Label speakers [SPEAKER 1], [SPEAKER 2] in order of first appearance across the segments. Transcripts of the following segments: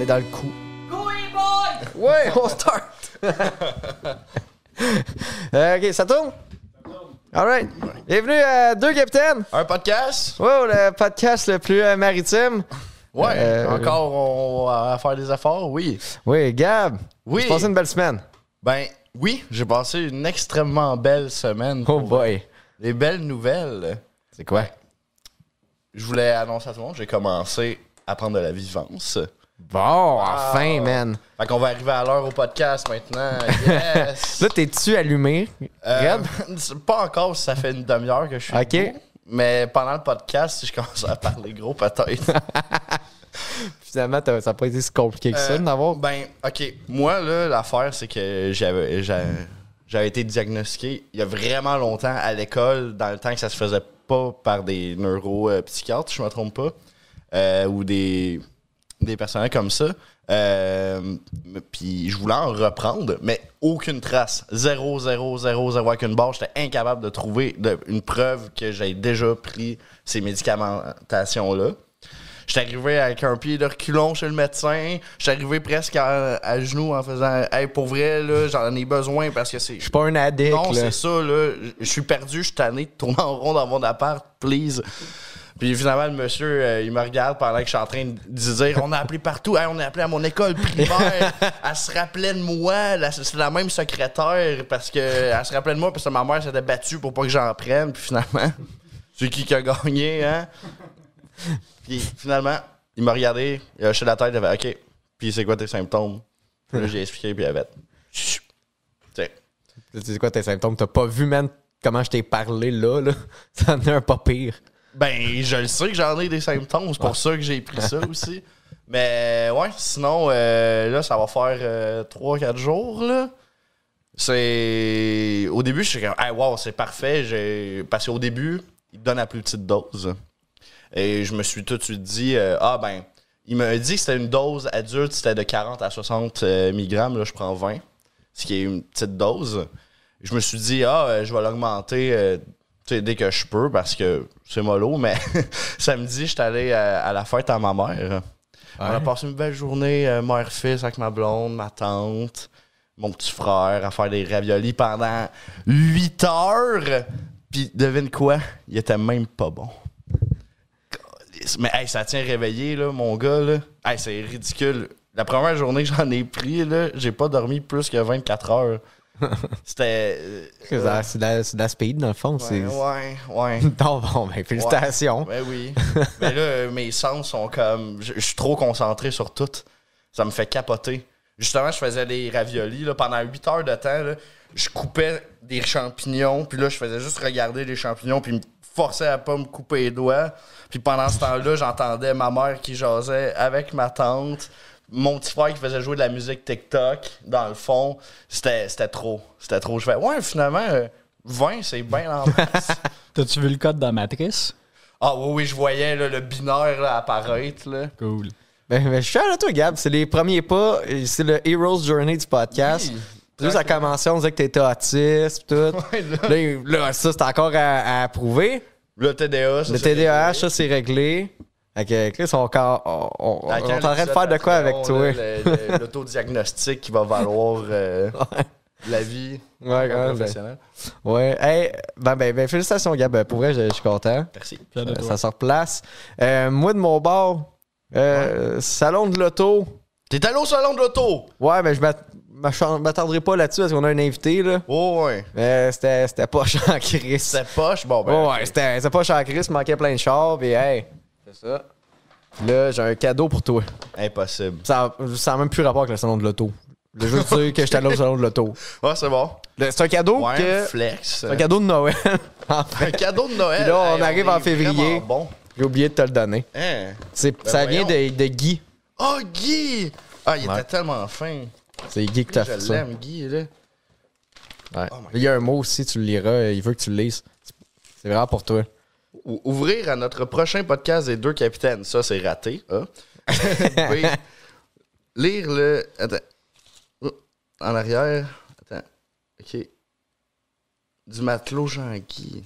[SPEAKER 1] est dans le coup.
[SPEAKER 2] Go les boys!
[SPEAKER 1] Ouais, on start! Euh, ok, ça tourne? Alright. Bienvenue à Deux Capitaines.
[SPEAKER 3] Un podcast?
[SPEAKER 1] Wow, le podcast le plus euh, maritime.
[SPEAKER 3] Ouais.
[SPEAKER 1] Euh,
[SPEAKER 3] Encore on va faire des efforts, oui.
[SPEAKER 1] Oui, Gab.
[SPEAKER 3] Oui.
[SPEAKER 1] J'ai passé une belle semaine.
[SPEAKER 3] Ben oui, j'ai passé une extrêmement belle semaine.
[SPEAKER 1] Oh boy.
[SPEAKER 3] Des belles nouvelles.
[SPEAKER 1] C'est quoi?
[SPEAKER 3] Je voulais annoncer à tout le monde, j'ai commencé à prendre de la vivance.
[SPEAKER 1] Bon, enfin, man.
[SPEAKER 3] Fait qu'on va arriver à l'heure au podcast maintenant. Yes!
[SPEAKER 1] Là, t'es-tu allumé?
[SPEAKER 3] Euh,
[SPEAKER 1] Gab?
[SPEAKER 3] c'est pas encore, ça fait une demi-heure que je suis.
[SPEAKER 1] Ok.
[SPEAKER 3] debout, Mais pendant le podcast, si je commence à parler gros, peut-être.
[SPEAKER 1] Finalement, t'as- ça n'a pas été si compliqué que ça
[SPEAKER 3] Euh,
[SPEAKER 1] de n'avoir.
[SPEAKER 3] Ben, OK. Moi, là, l'affaire, c'est que j'avais, j'a- j'avais été diagnostiqué il y a vraiment longtemps à l'école, dans le temps que ça se faisait pas par des neuropsychiatres, je me trompe pas, euh, ou des, des personnels comme ça. Euh, Puis je voulais en reprendre, mais aucune trace. Zéro, zéro, zéro, zéro, aucune barre. J'étais incapable de trouver de- une preuve que j'avais déjà pris ces médicamentations-là. J'étais arrivé avec un pied de reculon chez le médecin. J'étais arrivé presque à, à genoux en faisant Hey, pour vrai, là, j'en ai besoin parce que c'est.
[SPEAKER 1] Je suis pas un addict,
[SPEAKER 3] Non,
[SPEAKER 1] là.
[SPEAKER 3] c'est ça, là. Je suis perdu, je suis tanné de tourner en rond dans mon appart, please. Puis finalement, le monsieur, euh, il me regarde pendant que je suis en train de dire On a appelé partout, Hey, on a appelé à mon école primaire. elle se rappelait de moi, La- c'est la même secrétaire parce que elle se rappelait de moi parce que ma mère s'était battue pour pas que j'en prenne. Puis finalement, c'est qui qui a gagné, hein Puis finalement, il m'a regardé, il a hoché la tête, il a fait OK, puis c'est quoi tes symptômes Puis là, j'ai expliqué, puis il avait. Chut. Tu sais.
[SPEAKER 1] C'est quoi tes symptômes? T'as pas vu, man, comment je t'ai parlé là, là? Ça en est un pas pire.
[SPEAKER 3] Ben, je le sais que j'en ai des symptômes, c'est pour ça que j'ai pris ça aussi. Mais ouais, sinon, euh, là, ça va faire 3-4 jours, là. C'est. Au début, je suis comme, hey, wow, c'est parfait. j'ai- Parce qu'au début, il te donne la plus petite dose. Et je me suis tout de suite dit, euh, ah ben, il m'a dit que c'était une dose adulte, c'était de 40 à 60 euh, mg, là, je prends 20, ce qui est une petite dose. Je me suis dit, ah, euh, je vais l'augmenter euh, tu sais, dès que je peux parce que c'est mollo, mais samedi, je suis allé euh, à, la fête à ma mère. On a passé une belle journée, euh, mère-fils, avec ma blonde, ma tante, mon petit frère, à faire des raviolis pendant 8 heures. Puis devine quoi? Il était même pas bon. Mais hey, ça tient réveillé, là, mon gars. Là. Hey, c'est ridicule. La première journée que j'en ai pris, là, j'ai pas dormi plus que 24 heures. C'était. euh,
[SPEAKER 1] C'est de la- c'est de, la- c'est de la speed, dans le fond. c'est...
[SPEAKER 3] ouais, ouais.
[SPEAKER 1] Non, bon, ben, félicitations.
[SPEAKER 3] Ben oui. Mais là, euh, mes sens sont comme. Je je suis trop concentré sur tout. Ça me fait capoter. Justement, je faisais des raviolis là, pendant 8 heures de temps. là, je coupais des champignons, puis là, je faisais juste regarder les champignons, puis me forçais à pas me couper les doigts. Puis pendant ce temps-là, j'entendais ma mère qui jasait avec ma tante, mon petit frère qui faisait jouer de la musique TikTok dans le fond. C'était c'était trop. C'était trop. Je fais, ouais, finalement, euh, 20, c'est bien en masse.
[SPEAKER 4] T'as-tu vu le code dans Matrice?
[SPEAKER 3] Ah oui, oui, je voyais là, le binaire là, apparaître. Là.
[SPEAKER 4] Cool.
[SPEAKER 1] Ben, ben, je suis à toi, Gab. C'est les premiers pas. et C'est le Hero's Journey du podcast.
[SPEAKER 3] Oui.
[SPEAKER 1] Juste à commencer, on disait que t'étais autiste, pis tout.
[SPEAKER 3] Ouais, là.
[SPEAKER 1] là, il- là, ça, c'est encore à, à approuver.
[SPEAKER 3] Le TDA, ça,
[SPEAKER 1] Le
[SPEAKER 3] c'est-
[SPEAKER 1] TDAH, ça, c'est réglé. Fait que, Chris, on, on, on, on
[SPEAKER 3] Dans quel
[SPEAKER 1] est en train de faire de quoi avec
[SPEAKER 3] épisode,
[SPEAKER 1] toi?
[SPEAKER 3] là, le- le- L'autodiagnostic qui va valoir euh, la vie
[SPEAKER 1] Ouais, quand même, ben,
[SPEAKER 3] professionnelle.
[SPEAKER 1] ouais. Hey, ben, ben, ben, félicitations, Gab. Pour vrai, je je suis content.
[SPEAKER 3] Merci.
[SPEAKER 4] Fier de
[SPEAKER 1] Euh,
[SPEAKER 4] toi.
[SPEAKER 1] ça se replace. Euh, moi, de mon bord, euh, salon de l'auto.
[SPEAKER 3] T'es allé au salon de l'auto?
[SPEAKER 1] Ouais, mais je m'att- m'ach- m'attarderai pas là-dessus parce qu'on a un invité, là.
[SPEAKER 3] Oh, ouais.
[SPEAKER 1] Mais Euh, c'était c'était pas en crise.
[SPEAKER 3] C'est poche. Bon, ben.
[SPEAKER 1] Ouais, ouais, c'était c'était pas en crise, manquait plein de chars, pis hey. C'est ça. Là, j'ai un cadeau pour toi.
[SPEAKER 3] Impossible.
[SPEAKER 1] Ça n'a même plus rapport avec le salon de l'auto. Je veux juste dire que j'étais allé au salon de l'auto.
[SPEAKER 3] Ouais, Ah, c'est bon.
[SPEAKER 1] Le- C'est un cadeau
[SPEAKER 3] Ouais,
[SPEAKER 1] que.
[SPEAKER 3] flex.
[SPEAKER 1] C'est un cadeau de Noël. en fait,
[SPEAKER 3] Un cadeau de Noël.
[SPEAKER 1] Puis là, on
[SPEAKER 3] Hey,
[SPEAKER 1] arrive
[SPEAKER 3] est
[SPEAKER 1] en février.
[SPEAKER 3] vraiment Bon.
[SPEAKER 1] j'ai oublié de te le donner.
[SPEAKER 3] Hein?
[SPEAKER 1] C'est- ça vient
[SPEAKER 3] voyons.
[SPEAKER 1] de, de Guy.
[SPEAKER 3] Oh, Guy! Ah, il
[SPEAKER 1] Ouais.
[SPEAKER 3] était tellement fin.
[SPEAKER 1] C'est Guy qui t'a fait
[SPEAKER 3] Je
[SPEAKER 1] ça.
[SPEAKER 3] l'aime, Guy, là.
[SPEAKER 1] Ouais.
[SPEAKER 3] Oh my
[SPEAKER 1] il y a un mot aussi, tu le liras, il veut que tu le lises. C'est vraiment pour toi.
[SPEAKER 3] Ou- ouvrir à notre prochain podcast des deux capitaines. Ça, c'est raté. hein. Oui. Lire le. Attends. Oh, En arrière. Attends. OK. Du matelot Jean-Guy.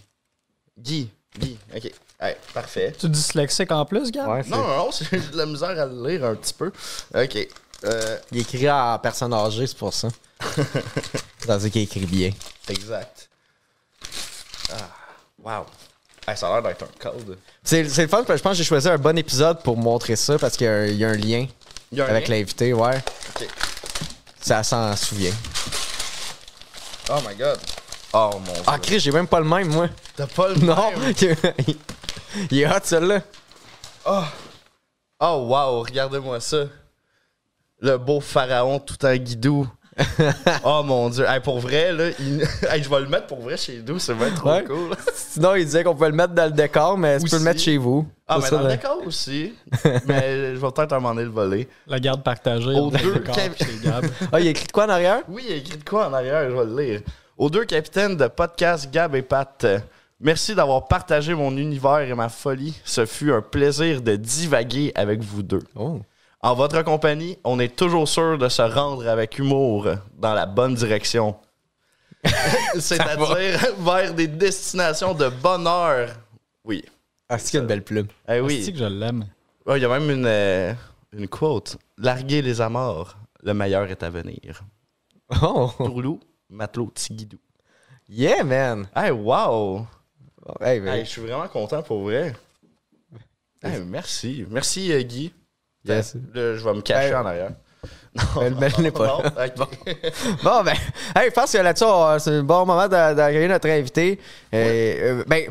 [SPEAKER 3] Guy. Oui, ok. Hey, parfait.
[SPEAKER 4] Tu es dyslexique en plus, gars?
[SPEAKER 1] Ouais, c'est-
[SPEAKER 3] Non, non, non, j'ai de la misère à le lire un petit peu. Ok. Euh,
[SPEAKER 1] Il écrit à personne âgée, c'est pour ça. C'est-à-dire qu'il écrit bien.
[SPEAKER 3] exact. Ah, wow. Hey, ça a l'air d'être un code.
[SPEAKER 1] C'est c'est le fun, parce que je pense que j'ai choisi un bon épisode pour montrer ça parce qu'il y a un- il y, a un lien
[SPEAKER 3] Il y a un
[SPEAKER 1] avec
[SPEAKER 3] lien?
[SPEAKER 1] l'invité, ouais.
[SPEAKER 3] Ok.
[SPEAKER 1] Ça s'en souvient.
[SPEAKER 3] Oh my god. Oh mon dieu.
[SPEAKER 1] Ah, Chris, j'ai même pas le même, moi.
[SPEAKER 3] T'as pas le
[SPEAKER 1] Non,
[SPEAKER 3] même.
[SPEAKER 1] il est hot, celui-là.
[SPEAKER 3] Oh. oh wow, regardez-moi ça. Le beau pharaon tout en guidou. oh mon dieu. Hey, pour vrai, là, il- Hey, je vais le mettre pour vrai chez nous, c'est vraiment trop
[SPEAKER 1] Ouais.
[SPEAKER 3] cool.
[SPEAKER 1] Sinon, il disait qu'on pouvait le mettre dans le décor, mais tu peux
[SPEAKER 3] Aussi.
[SPEAKER 1] le mettre chez vous.
[SPEAKER 3] Ah,
[SPEAKER 1] Ça,
[SPEAKER 3] mais
[SPEAKER 1] ça,
[SPEAKER 3] dans
[SPEAKER 1] là.
[SPEAKER 3] le décor aussi. mais je vais peut-être à un moment donné le voler.
[SPEAKER 4] La garde partagée.
[SPEAKER 3] Aux
[SPEAKER 4] on est
[SPEAKER 3] deux,
[SPEAKER 4] d'accord,
[SPEAKER 3] Kev-
[SPEAKER 4] c'est Gab.
[SPEAKER 1] Ah, il y a écrit de quoi en arrière?
[SPEAKER 3] Oui, il y a écrit de quoi en arrière, je vais le lire. Aux deux capitaines de podcast Gab et Pat, euh, merci d'avoir partagé mon univers et ma folie. Ce fut un plaisir de divaguer avec vous deux.
[SPEAKER 1] Oh.
[SPEAKER 3] En votre compagnie, on est toujours sûr de se rendre avec humour dans la bonne direction. C'est-à-dire vers des destinations de bonheur. Oui.
[SPEAKER 1] Ah, c'est qu'il y a une belle plume.
[SPEAKER 3] Eh
[SPEAKER 4] C'est
[SPEAKER 3] oui.
[SPEAKER 4] que je l'aime.
[SPEAKER 3] Oh, Il y a même une, euh, une quote. Larguer les amours, le meilleur est à venir.
[SPEAKER 1] Oh,
[SPEAKER 3] Tourlou, matelot, tiguidou.
[SPEAKER 1] yeah, man.
[SPEAKER 3] Hey, wow!
[SPEAKER 1] Bon, Hey, ben.
[SPEAKER 3] Hey,
[SPEAKER 1] man.
[SPEAKER 3] je suis vraiment content pour vrai. Hey, merci. Merci, euh, Guy.
[SPEAKER 1] Yes.
[SPEAKER 3] Là, je vais me cacher
[SPEAKER 1] Hey.
[SPEAKER 3] en arrière.
[SPEAKER 1] Ben, ben, l'est pas.
[SPEAKER 3] Non, ok.
[SPEAKER 1] Bon, ben, hey, je pense que là-dessus, on- euh, c'est un bon moment d'a- d'accueillir notre invité. Euh, euh, ben,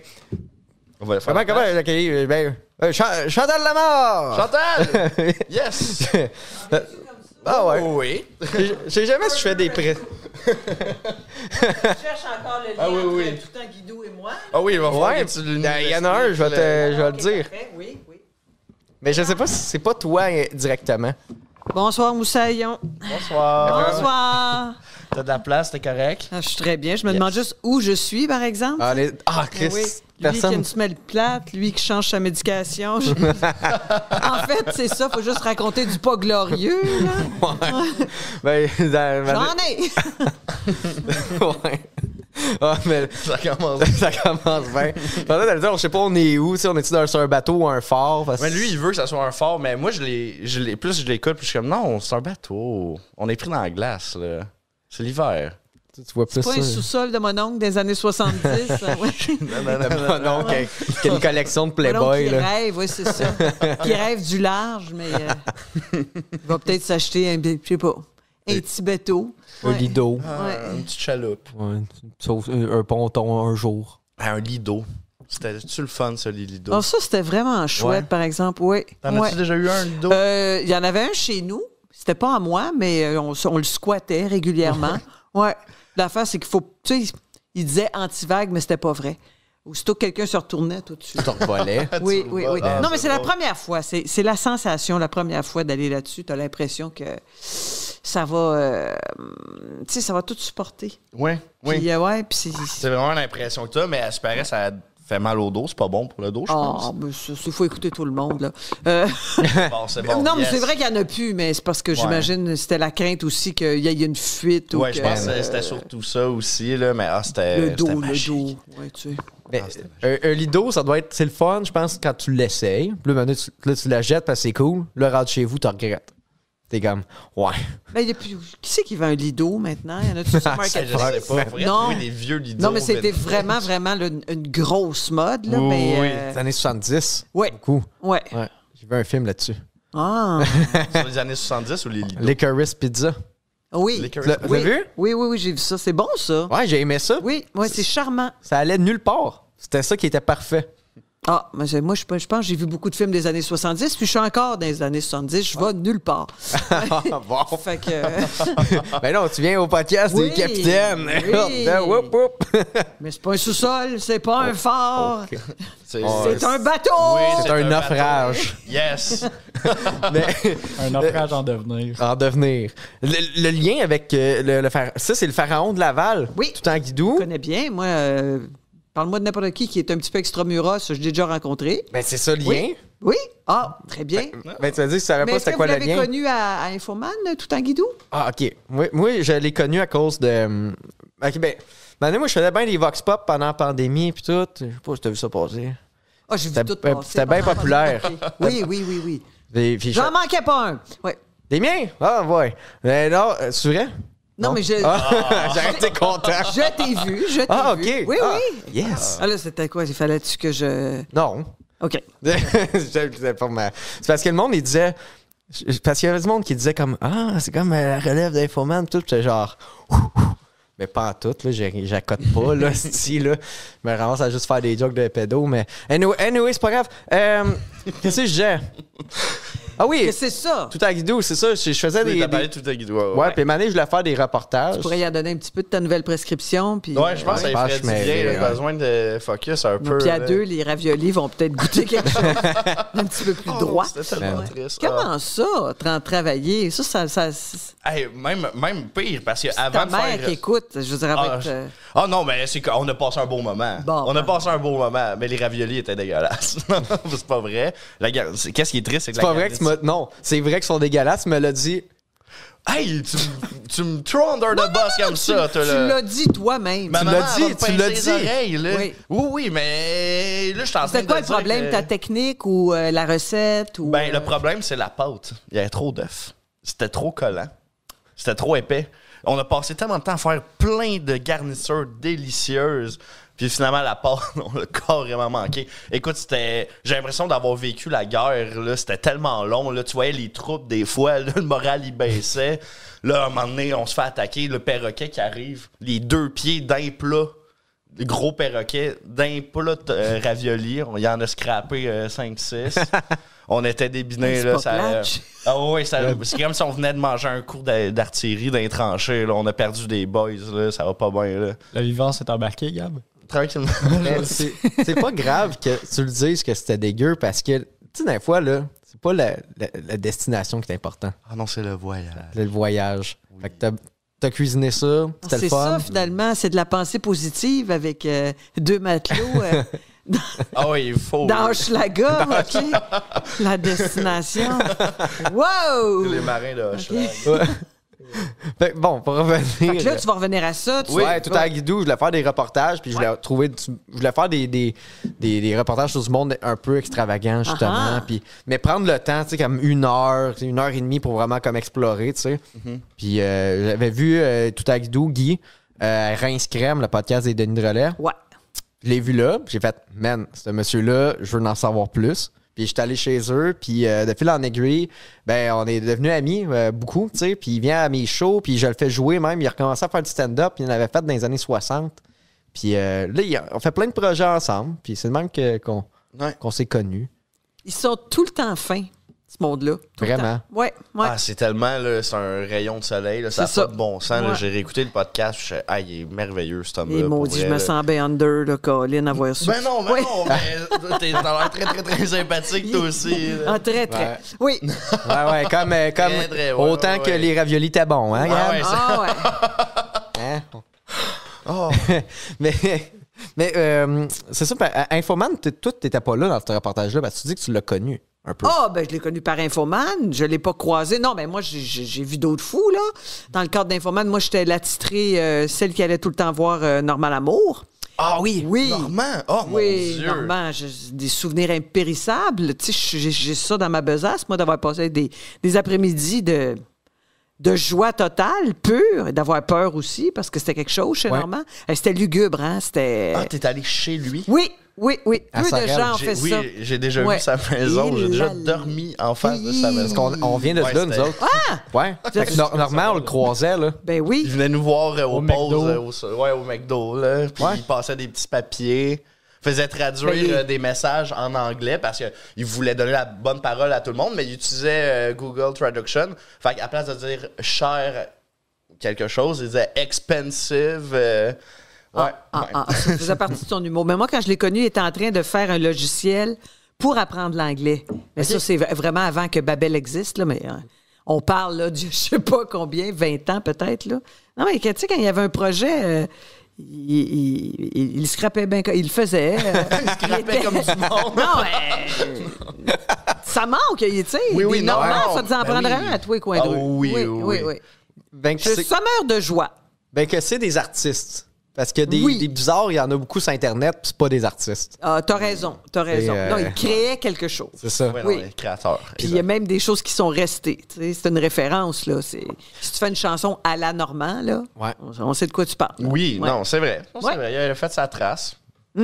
[SPEAKER 3] On va le faire.
[SPEAKER 1] comment, comment l'accueillir? Ben, euh, Chan- Chantal
[SPEAKER 3] Ah.
[SPEAKER 1] Lamar!
[SPEAKER 3] Chantal! Yes! Oh
[SPEAKER 1] ah ouais.
[SPEAKER 3] Oui.
[SPEAKER 1] Je sais jamais si je fais des prêts.
[SPEAKER 2] Je cherche encore le lien
[SPEAKER 3] Ah oui,
[SPEAKER 2] entre
[SPEAKER 3] oui.
[SPEAKER 2] tout un guidou et moi.
[SPEAKER 3] Ah oui, il va falloir
[SPEAKER 1] Ouais,
[SPEAKER 3] que tu
[SPEAKER 1] Ben, il
[SPEAKER 3] nous euh,
[SPEAKER 1] y en a un, je vais, te, je vais le
[SPEAKER 2] Ok,
[SPEAKER 1] dire.
[SPEAKER 2] parfait, Oui, oui.
[SPEAKER 1] Mais je sais pas si c'est pas toi euh, directement.
[SPEAKER 2] Bonsoir Moussaillon.
[SPEAKER 1] Ah,
[SPEAKER 3] Bonsoir.
[SPEAKER 2] Bonsoir.
[SPEAKER 3] T'as de la place, t'es correct?
[SPEAKER 2] Ah, je suis très bien. Je me demande juste où je suis, par exemple.
[SPEAKER 1] Ah, les- ah,
[SPEAKER 2] Eh
[SPEAKER 1] Chris,
[SPEAKER 2] oui. Lui qui a
[SPEAKER 1] personne.
[SPEAKER 2] une semelle plate, lui qui change sa médication. Je- en fait, c'est ça, faut juste raconter du pas glorieux. là.
[SPEAKER 1] Ben, dans-
[SPEAKER 2] J'en ai.
[SPEAKER 1] Ouais. Ah, mais
[SPEAKER 3] Ça commence.
[SPEAKER 1] ça commence bien. Pendant d'habitude, on sait pas on est où, tu sais, on est-tu dans- sur un bateau ou un phare? parce-
[SPEAKER 3] Mais lui, il veut que ça soit un fort, mais moi, je l'ai, je l'ai- plus je l'écoute, plus je suis comme, non, c'est un bateau. On est pris dans la glace, là. C'est l'hiver.
[SPEAKER 1] tu tu vois plus
[SPEAKER 2] Pas un
[SPEAKER 1] ça.
[SPEAKER 2] sous-sol de mon oncle des années 70. euh, ouais.
[SPEAKER 1] Non, non, qui a- qui a une collection de
[SPEAKER 2] Mon oncle
[SPEAKER 1] Playboy,
[SPEAKER 2] qui
[SPEAKER 1] là.
[SPEAKER 2] rêve, oui, c'est ça. qui rêve du large, mais euh, il va peut-être s'acheter un, je sais pas, un petit bateau.
[SPEAKER 1] Un
[SPEAKER 2] Ouais.
[SPEAKER 1] lido.
[SPEAKER 2] Ouais.
[SPEAKER 3] Une petite chaloupe.
[SPEAKER 1] un ponton un jour.
[SPEAKER 3] Ah, un lido. C'était-tu le fun, ça, les lido?
[SPEAKER 2] Bon, ça, c'était vraiment chouette,
[SPEAKER 3] Ouais.
[SPEAKER 2] par exemple. Oui.
[SPEAKER 3] T'en
[SPEAKER 2] Oh, Ouais.
[SPEAKER 3] as-tu déjà eu un lido?
[SPEAKER 2] Euh, Il y en avait un chez nous. C'était pas à moi, mais euh, on, s- on le squattait régulièrement. ouais. L'affaire, c'est qu'il faut. Tu sais, il disait anti-vague, mais c'était pas vrai. Aussitôt que quelqu'un se retournait tout de suite.
[SPEAKER 1] T'en revolais.
[SPEAKER 2] Oui,
[SPEAKER 3] Tu
[SPEAKER 2] oui,
[SPEAKER 3] vois,
[SPEAKER 2] oui.
[SPEAKER 3] ah,
[SPEAKER 2] non, mais c'est la
[SPEAKER 3] drôle.
[SPEAKER 2] première fois. C'est c'est la sensation, la première fois d'aller là-dessus. Tu as l'impression que ça va. euh, tu sais, ça va tout supporter.
[SPEAKER 3] Ouais, oui. Ah,
[SPEAKER 2] Puis, euh, ouais, puis c'est.
[SPEAKER 3] C'est vraiment l'impression que t'as, mais à ce paraît, ça fait mal au dos. C'est pas bon pour le dos, je pense.
[SPEAKER 2] Oh, ben, ça, il faut écouter tout le monde, là. Euh,
[SPEAKER 3] Bon, c'est bon.
[SPEAKER 2] non, mais
[SPEAKER 3] yes.
[SPEAKER 2] c'est vrai qu'il n'y en a plus, mais c'est parce que j'imagine c'était la crainte aussi qu'il y ait une fuite ou
[SPEAKER 3] Ouais,
[SPEAKER 2] que,
[SPEAKER 3] je pense
[SPEAKER 2] euh,
[SPEAKER 3] que c'était surtout ça aussi, là, mais ah, c'était.
[SPEAKER 2] le dos,
[SPEAKER 3] c'était
[SPEAKER 2] le
[SPEAKER 3] magique.
[SPEAKER 2] dos. Ouais, tu sais.
[SPEAKER 1] Mais, un, un lido, ça doit être. C'est le fun, je pense, quand tu l'essayes. Puis là, maintenant, tu, là, tu la jettes parce que c'est cool. Là, rentre chez vous, tu regrettes. T'es comme, ouais.
[SPEAKER 2] Ben, il y a plus... Qui c'est qui vend un lido maintenant? Il y en a-tu sur
[SPEAKER 3] Ah, Je sais
[SPEAKER 2] Marketplace?
[SPEAKER 3] pas, faudrait
[SPEAKER 2] Non.
[SPEAKER 3] trouver des vieux lidos.
[SPEAKER 2] Non, mais c'était
[SPEAKER 3] vintage.
[SPEAKER 2] vraiment, vraiment le- une grosse mode, là.
[SPEAKER 1] Oui,
[SPEAKER 2] mais,
[SPEAKER 1] oui,
[SPEAKER 2] euh,
[SPEAKER 1] les années 70.
[SPEAKER 2] ouais.
[SPEAKER 1] Beaucoup.
[SPEAKER 2] ouais.
[SPEAKER 1] Ouais. J'ai vu un film là-dessus.
[SPEAKER 2] Ah,
[SPEAKER 3] Sur les années 70 ou les lidos.
[SPEAKER 1] Licorice Pizza.
[SPEAKER 2] oui.
[SPEAKER 3] Les
[SPEAKER 1] Tu l'as- Vous
[SPEAKER 2] Oui.
[SPEAKER 1] l'avez vu?
[SPEAKER 2] Oui, oui, oui, j'ai vu ça. C'est bon, ça.
[SPEAKER 1] Ouais, j'ai aimé ça.
[SPEAKER 2] Oui, ouais, c'est charmant.
[SPEAKER 1] Ça allait nulle part. C'était ça qui était parfait.
[SPEAKER 2] Ah, mais c'est- moi, je, pe- je pense que j'ai vu beaucoup de films des années 70, puis je suis encore dans les années 70. Je vais nulle part.
[SPEAKER 1] bon.
[SPEAKER 2] Fait que...
[SPEAKER 1] Mais Ben non, tu viens au podcast
[SPEAKER 2] Oui.
[SPEAKER 1] du capitaine.
[SPEAKER 2] Oui.
[SPEAKER 1] Hop, là, whoop, whoop.
[SPEAKER 2] mais c'est pas un sous-sol, c'est pas un phare.
[SPEAKER 3] C'est
[SPEAKER 2] C'est un bateau!
[SPEAKER 1] C'est un
[SPEAKER 3] bateau.
[SPEAKER 1] naufrage.
[SPEAKER 3] Yes!
[SPEAKER 1] Mais-
[SPEAKER 4] Un naufrage en devenir.
[SPEAKER 1] en devenir. Le, le lien avec euh, le, le phara- Ça, c'est le pharaon de Laval.
[SPEAKER 2] Oui.
[SPEAKER 1] Tout en guidou.
[SPEAKER 2] Je connais bien, moi. euh, Parle-moi de n'importe qui qui est un petit peu extramuros, je l'ai déjà rencontré.
[SPEAKER 1] Ben, c'est ça le lien.
[SPEAKER 2] Oui. Oui? Ah, très bien.
[SPEAKER 1] Ben, tu vas dire, tu savais
[SPEAKER 2] Mais
[SPEAKER 1] pas
[SPEAKER 2] est-ce
[SPEAKER 1] c'était
[SPEAKER 2] que vous
[SPEAKER 1] quoi le
[SPEAKER 2] l'avez
[SPEAKER 1] lien.
[SPEAKER 2] connu à, euh, à Infoman, tout en guidou?
[SPEAKER 1] Ah, OK. Moi, moi, je l'ai connu à cause de. hum, OK, ben, Ben, moi, je faisais bien des vox pop pendant la pandémie, puis tout. Je sais pas si t'as vu ça passer.
[SPEAKER 2] Ah, j'ai vu
[SPEAKER 1] C'était-
[SPEAKER 2] tout
[SPEAKER 1] euh,
[SPEAKER 2] passer
[SPEAKER 1] c'était bien
[SPEAKER 2] pendant la
[SPEAKER 1] populaire.
[SPEAKER 2] pandémie. Oui, oui, oui, oui.
[SPEAKER 1] Des, puis je-
[SPEAKER 2] J'en manquais pas un. Ouais.
[SPEAKER 1] des miens? Ah, ouais. Mais non, euh, c'est vrai?
[SPEAKER 2] Non, mais je,
[SPEAKER 1] Ah, J'aurais été content.
[SPEAKER 2] je t'ai vu. Je t'ai
[SPEAKER 1] Ah, OK.
[SPEAKER 2] vu. Oui,
[SPEAKER 1] Ah,
[SPEAKER 2] oui.
[SPEAKER 1] Yes.
[SPEAKER 2] Ah là, c'était quoi? Il fallait-tu que je.
[SPEAKER 1] Non.
[SPEAKER 2] OK.
[SPEAKER 1] J'aime que c'est pas ma- c'est parce que le monde, il disait. je- Parce qu'il y avait du monde qui disait comme Ah, c'est comme euh, la relève d'Infoman, tout. J'étais genre. Ouh, ouh. Mais pas en tout, là, j'ai- j'accote pas, là, si, là. Je me ramasse à juste faire des jokes de pédo, mais. Anyway, anyway, c'est pas grave. Euh, Qu'est-ce que je disais? Ah oui,
[SPEAKER 2] Que c'est ça.
[SPEAKER 1] tout à guidou, c'est ça. Je, je faisais
[SPEAKER 3] Oui,
[SPEAKER 1] des.
[SPEAKER 3] t'as
[SPEAKER 1] des-
[SPEAKER 3] parlé tout à Guido, ouais,
[SPEAKER 1] Ouais, puis Mané, je voulais faire des reportages.
[SPEAKER 2] Tu pourrais y en donner un petit peu de ta nouvelle prescription. Puis, euh,
[SPEAKER 3] Ouais, je pense
[SPEAKER 1] Ouais,
[SPEAKER 3] que
[SPEAKER 1] je pense
[SPEAKER 3] ça
[SPEAKER 1] que
[SPEAKER 3] lui ferait du
[SPEAKER 1] je
[SPEAKER 3] bien.
[SPEAKER 1] m'aiderais,
[SPEAKER 3] il a
[SPEAKER 1] ouais.
[SPEAKER 3] besoin de focus un peu.
[SPEAKER 2] Puis à
[SPEAKER 3] là.
[SPEAKER 2] deux, les raviolis vont peut-être goûter quelque chose un petit peu plus
[SPEAKER 3] Oh,
[SPEAKER 2] droit.
[SPEAKER 3] C'était tellement
[SPEAKER 1] Ouais.
[SPEAKER 3] triste. Ah.
[SPEAKER 2] Comment ça, tra- travailler? Ça, ça. ça c'est-
[SPEAKER 3] Hey, même, même pire, parce que
[SPEAKER 2] ta
[SPEAKER 3] avant de
[SPEAKER 2] mère
[SPEAKER 3] faire...
[SPEAKER 2] qui écoute, je veux dire,
[SPEAKER 3] Ah,
[SPEAKER 2] avec.
[SPEAKER 3] je-
[SPEAKER 2] euh,
[SPEAKER 3] ah non, mais c'est qu'on a passé un beau moment.
[SPEAKER 2] Bon,
[SPEAKER 3] on a
[SPEAKER 2] ben.
[SPEAKER 3] passé un beau moment, mais les raviolis étaient dégueulasses. c'est pas vrai. La gar- c'est- Qu'est-ce qui est triste, c'est que
[SPEAKER 1] C'est pas vrai que tu m'as. Non, c'est vrai qu'ils sont dégueulasses, tu me l'as dit.
[SPEAKER 3] Hey, tu, m- tu me throw under the bus comme ça,
[SPEAKER 2] tu
[SPEAKER 3] toi, là.
[SPEAKER 2] l'as dit toi-même.
[SPEAKER 3] Ma
[SPEAKER 1] Tu
[SPEAKER 3] maman,
[SPEAKER 1] l'as
[SPEAKER 3] elle
[SPEAKER 1] dit,
[SPEAKER 3] va
[SPEAKER 1] tu
[SPEAKER 3] me
[SPEAKER 1] l'as
[SPEAKER 3] pincer
[SPEAKER 1] dit.
[SPEAKER 3] les oreilles, là.
[SPEAKER 2] Oui.
[SPEAKER 3] Oui. oui, mais là, je suis en train
[SPEAKER 2] C'était
[SPEAKER 3] de
[SPEAKER 2] quoi le
[SPEAKER 3] dire
[SPEAKER 2] problème?
[SPEAKER 3] que-
[SPEAKER 2] Ta technique ou euh, la recette? Ou,
[SPEAKER 3] Ben,
[SPEAKER 2] euh,
[SPEAKER 3] le problème, c'est la pâte. Il y avait trop d'œufs. C'était trop collant. C'était trop épais. On a passé tellement de temps à faire plein de garnitures délicieuses. Puis finalement, la pâte, on l'a carrément manqué. Écoute, c'était. J'ai l'impression d'avoir vécu la guerre, là. C'était tellement long, là. Tu voyais les troupes, des fois, là, le moral, il baissait. Là, à un moment donné, on se fait attaquer. Le perroquet qui arrive, les deux pieds d'un plat. Le gros perroquet d'un plat de euh, ravioli. On y en a scrappé 5-6. on était débinés.
[SPEAKER 2] C'est
[SPEAKER 3] Là,
[SPEAKER 2] pas
[SPEAKER 3] ça,
[SPEAKER 2] plate.
[SPEAKER 3] Ah oui, ça- c'est comme si on venait de manger un coup d'a- d'artillerie d'un tranché. Là. On a perdu des boys. Là. Ça va pas bien. Là.
[SPEAKER 4] La vivance est embarquée, Gab.
[SPEAKER 3] Tranquillement.
[SPEAKER 1] Mais c'est c'est pas grave que tu le dises que c'était dégueu parce que, tu sais, des fois, là, c'est pas la, la- la destination qui est importante,
[SPEAKER 3] Ah non, c'est le voyage.
[SPEAKER 1] c'est le voyage. Fait que t'as as cuisiné ça,
[SPEAKER 2] Ah,
[SPEAKER 1] c'était le
[SPEAKER 2] C'est ça,
[SPEAKER 1] fun.
[SPEAKER 2] finalement. C'est de la pensée positive avec euh, deux matelots euh,
[SPEAKER 3] Ah oui, il faut.
[SPEAKER 2] dans Hochelaga, OK? La destination. Wow!
[SPEAKER 3] Les marins de Hochelag.
[SPEAKER 1] Fait que bon, pour revenir. euh,
[SPEAKER 2] Fait que là, tu vas revenir à ça. tu
[SPEAKER 1] Ouais,
[SPEAKER 2] vas-
[SPEAKER 1] tout à guidou, je voulais faire des reportages, puis je voulais trouver, du- je voulais faire des, des, des, des reportages sur du monde un peu extravagant, justement.
[SPEAKER 2] Ah ah.
[SPEAKER 1] puis, mais prendre le temps, tu sais, comme une heure, tu sais, une heure et demie pour vraiment comme explorer, tu sais.
[SPEAKER 2] Mm-hmm.
[SPEAKER 1] Puis euh, j'avais vu euh, tout à guidou, Guy, euh, Rince Crème, le podcast des Denis Drolet.
[SPEAKER 2] Ouais.
[SPEAKER 1] Je l'ai vu là, puis j'ai fait, man, ce monsieur-là, je veux en savoir plus. Puis j'étais allé chez eux, puis euh, de fil en aiguille, ben on est devenus amis euh, beaucoup, tu sais. Puis il vient à mes shows, puis je le fais jouer même. Il a recommencé à faire du stand-up, puis il en avait fait dans les années 60. Puis euh, là, il a- on fait plein de projets ensemble, puis c'est de même que- qu'on
[SPEAKER 3] Ouais.
[SPEAKER 1] qu'on s'est connus.
[SPEAKER 2] Ils sont tout le temps fins, ce monde-là. Tout le
[SPEAKER 1] Vraiment.
[SPEAKER 2] temps. Ouais, ouais.
[SPEAKER 3] Ah, c'est tellement, là, c'est un rayon de soleil, là, ça n'a
[SPEAKER 2] C'est ça.
[SPEAKER 3] pas de bon sens. là.
[SPEAKER 2] Ouais.
[SPEAKER 3] J'ai réécouté le podcast, je suis ah, il est merveilleux cet homme-là.
[SPEAKER 2] Les
[SPEAKER 3] pour
[SPEAKER 2] maudits,
[SPEAKER 3] vrai,
[SPEAKER 2] je me
[SPEAKER 3] là.
[SPEAKER 2] sens bien under, là, Colin, à voir ça.
[SPEAKER 3] Ben non, ben
[SPEAKER 2] Ouais.
[SPEAKER 3] non, mais t'es- t'as l'air très, très, très sympathique, toi aussi. là.
[SPEAKER 2] Ah, très, très.
[SPEAKER 1] Ouais.
[SPEAKER 2] Oui.
[SPEAKER 1] Ouais, ouais, comme, euh, comme
[SPEAKER 3] Très, très, ouais,
[SPEAKER 1] autant
[SPEAKER 3] ouais,
[SPEAKER 1] que
[SPEAKER 3] ouais.
[SPEAKER 1] les raviolis étaient bons, hein, Gab?
[SPEAKER 3] Ah ouais, ça-
[SPEAKER 2] Ah, ouais.
[SPEAKER 1] Hein?
[SPEAKER 3] Oh.
[SPEAKER 1] mais mais euh, c'est ça, ben, à Infoman, t'es- toi, t'étais pas là dans ce reportage-là, parce que tu dis que tu l'as connu un peu.
[SPEAKER 2] Ah, ben je l'ai connu par Infoman. Je l'ai pas croisé. Non, mais moi, j'ai- j'ai j'ai vu d'autres fous, là. Dans le cadre d'Infoman, moi, j'étais l'attitrée, euh, celle qui allait tout le temps voir euh, Normal Amour.
[SPEAKER 3] Ah oui,
[SPEAKER 2] Oui.
[SPEAKER 3] Normand. Oh
[SPEAKER 2] oui,
[SPEAKER 3] mon Dieu.
[SPEAKER 2] Normand, j'ai des souvenirs impérissables. Tu sais, j'ai- j'ai ça dans ma besace, moi, d'avoir passé des, des après-midi de, de joie totale, pure, et d'avoir peur aussi, parce que c'était quelque chose chez
[SPEAKER 1] Ouais.
[SPEAKER 2] Normand. Euh, C'était lugubre, hein? C'était...
[SPEAKER 3] Ah, t'es allé chez lui?
[SPEAKER 2] oui, oui, oui.
[SPEAKER 1] À
[SPEAKER 2] Peu de
[SPEAKER 1] Sorel,
[SPEAKER 2] gens ont
[SPEAKER 3] J'ai-
[SPEAKER 2] fait
[SPEAKER 3] oui,
[SPEAKER 2] ça.
[SPEAKER 3] j'ai déjà
[SPEAKER 2] Ouais.
[SPEAKER 3] vu sa maison.
[SPEAKER 2] Et
[SPEAKER 3] J'ai déjà
[SPEAKER 2] là, là.
[SPEAKER 3] dormi en face de sa
[SPEAKER 2] Oui.
[SPEAKER 1] Parce
[SPEAKER 3] maison.
[SPEAKER 1] qu'on on vient de
[SPEAKER 3] Ouais,
[SPEAKER 1] là, nous
[SPEAKER 3] c'était-
[SPEAKER 1] autres. Ouais. Fait que no- normalement, on le croisait, là.
[SPEAKER 2] Ben
[SPEAKER 3] Il
[SPEAKER 2] oui.
[SPEAKER 3] venait nous voir euh, au,
[SPEAKER 4] Au
[SPEAKER 3] pause,
[SPEAKER 4] McDo.
[SPEAKER 3] euh, au, so- ouais, au McDo. Là, puis
[SPEAKER 1] Ouais.
[SPEAKER 3] il passait des petits papiers, faisait traduire
[SPEAKER 2] Ben, il-
[SPEAKER 3] euh, des messages en anglais parce qu'il voulait donner la bonne parole à tout le monde, mais il utilisait euh, Google Traduction. Fait qu'à place de dire cher quelque chose, il disait expensive. euh, ouais.
[SPEAKER 2] Ah,
[SPEAKER 3] ouais.
[SPEAKER 2] ah, ça faisait partie de son humour. Mais moi, quand je l'ai connu, il était en train de faire un logiciel pour apprendre l'anglais. Mais ça, c'est v- vraiment avant que Babel existe, là, mais euh, on parle là, de je sais pas combien, 20 ans peut-être. là. Non, mais que- tu sais, quand il y avait un projet, euh, il, il, il- il scrapait bien, co- il le faisait. euh, il
[SPEAKER 3] scrapait
[SPEAKER 2] était-
[SPEAKER 3] comme du monde.
[SPEAKER 2] non, mais... ça manque, il- tu sais.
[SPEAKER 3] Oui, oui,
[SPEAKER 2] des
[SPEAKER 3] non,
[SPEAKER 2] Normands,
[SPEAKER 3] non.
[SPEAKER 2] ça te en
[SPEAKER 3] Ben
[SPEAKER 2] prendrait
[SPEAKER 3] oui.
[SPEAKER 2] un à toi, coin
[SPEAKER 3] Ah,
[SPEAKER 2] de rue.
[SPEAKER 3] oui, oui, oui.
[SPEAKER 1] Ben que
[SPEAKER 2] Je
[SPEAKER 1] c'est
[SPEAKER 2] suis sommeur de joie.
[SPEAKER 1] ben que c'est des artistes. Parce que des,
[SPEAKER 2] Oui.
[SPEAKER 1] des bizarres, il y en a beaucoup sur Internet, puis c'est pas des artistes.
[SPEAKER 2] Ah, t'as raison, t'as raison.
[SPEAKER 1] euh,
[SPEAKER 2] Non, il créait quelque chose.
[SPEAKER 1] C'est ça.
[SPEAKER 3] Ouais,
[SPEAKER 2] ah. Oui.
[SPEAKER 3] non, les créateurs.
[SPEAKER 2] Puis il y a même des choses qui sont restées. tu sais, C'est une référence, là. C'est- Si tu fais une chanson à la Normand, là,
[SPEAKER 1] Ouais.
[SPEAKER 2] on, on sait de quoi tu parles. là.
[SPEAKER 3] Oui,
[SPEAKER 2] Ouais.
[SPEAKER 3] non, c'est vrai. Non, c'est
[SPEAKER 2] Ouais.
[SPEAKER 3] vrai. Il a fait sa trace.
[SPEAKER 2] Ah,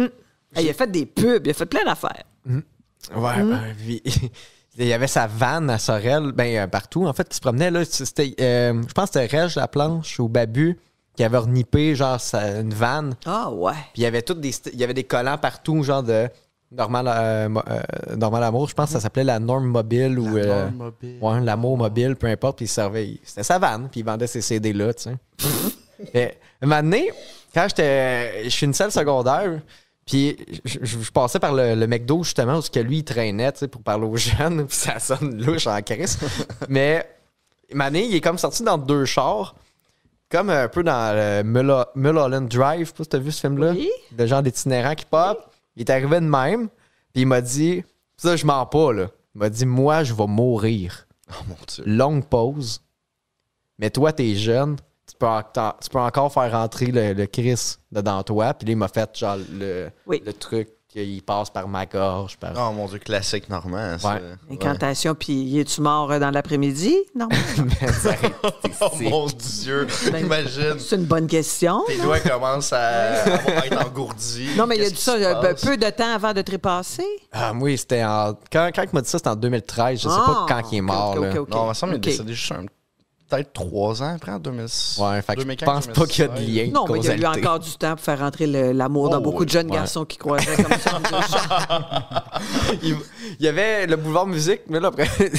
[SPEAKER 2] Il a fait des pubs, il a fait plein d'affaires.
[SPEAKER 1] Ouais, ben, puis- il y avait sa vanne à Sorel, ben euh, partout, en fait, qui se promenait. Là, c'était, euh, je pense que c'était Reg, la planche, ou Babu, qui avait renippé, genre, sa- une vanne.
[SPEAKER 2] Ah, ouais.
[SPEAKER 1] Puis il y avait toutes des, sti- il y avait des collants partout, genre de normal, euh, mo- euh, normal amour. Je pense que ça s'appelait la norme mobile ou euh, ouais, l'amour mobile, peu importe. Puis il servait, il- c'était sa vanne. Puis il vendait ces CD là, tu sais. Mais un moment donné, quand j'étais, je finissais le secondaire. Puis je, je- je passais par le, le McDo justement où ce que lui il traînait, tu sais, pour parler aux jeunes. Puis ça sonne louche en crise. Mais Mané, il est comme sorti dans deux chars comme un peu dans le Mulho- Mulholland Drive, je sais pas si t'as vu ce film-là,
[SPEAKER 2] Oui.
[SPEAKER 1] le genre d'itinérant qui pop. Il est arrivé de même, puis il m'a dit, ça je mens pas là, il m'a dit moi je vais mourir.
[SPEAKER 3] Oh mon dieu.
[SPEAKER 1] Longue pause, mais toi t'es jeune, tu peux, en- t'en- tu peux encore faire rentrer le, le Chris dedans toi, puis là, il m'a fait genre le,
[SPEAKER 2] Oui.
[SPEAKER 1] le truc qu'il passe par ma gorge, par...
[SPEAKER 3] Oh mon dieu, classique normand. ça.
[SPEAKER 1] Ouais.
[SPEAKER 2] Incantation, puis es-tu mort euh, dans l'après-midi? Non.
[SPEAKER 1] Mais ça-
[SPEAKER 3] Oh mon dieu,
[SPEAKER 2] Ben,
[SPEAKER 3] imagine.
[SPEAKER 2] C'est une bonne question.
[SPEAKER 3] Tes doigts commencent à, à être engourdis.
[SPEAKER 2] Non, mais il y a
[SPEAKER 3] Qu'est-ce
[SPEAKER 2] dit
[SPEAKER 3] qui
[SPEAKER 2] ça
[SPEAKER 3] se
[SPEAKER 2] euh,
[SPEAKER 3] passe?
[SPEAKER 2] peu de temps avant de trépasser.
[SPEAKER 1] ah oui, c'était en... Quand, quand il m'a dit ça, c'était en 2013, je sais pas
[SPEAKER 2] Ah,
[SPEAKER 1] quand il est
[SPEAKER 2] ok,
[SPEAKER 1] mort
[SPEAKER 2] ok,
[SPEAKER 1] là.
[SPEAKER 2] ok, ok.
[SPEAKER 3] Non, il me semble qu'il est
[SPEAKER 2] Ok.
[SPEAKER 3] décédé juste un- peut-être trois ans après, en 2006.
[SPEAKER 1] Ouais, fait que je pense pas qu'il y a de lien.
[SPEAKER 2] Non, mais il y a eu
[SPEAKER 1] causalité.
[SPEAKER 2] encore du temps pour faire rentrer le- l'amour dans
[SPEAKER 3] Oh,
[SPEAKER 2] beaucoup de jeunes
[SPEAKER 1] ouais.
[SPEAKER 2] garçons qui croisaient comme ça.
[SPEAKER 1] il, il y avait le boulevard musique, mais là, après,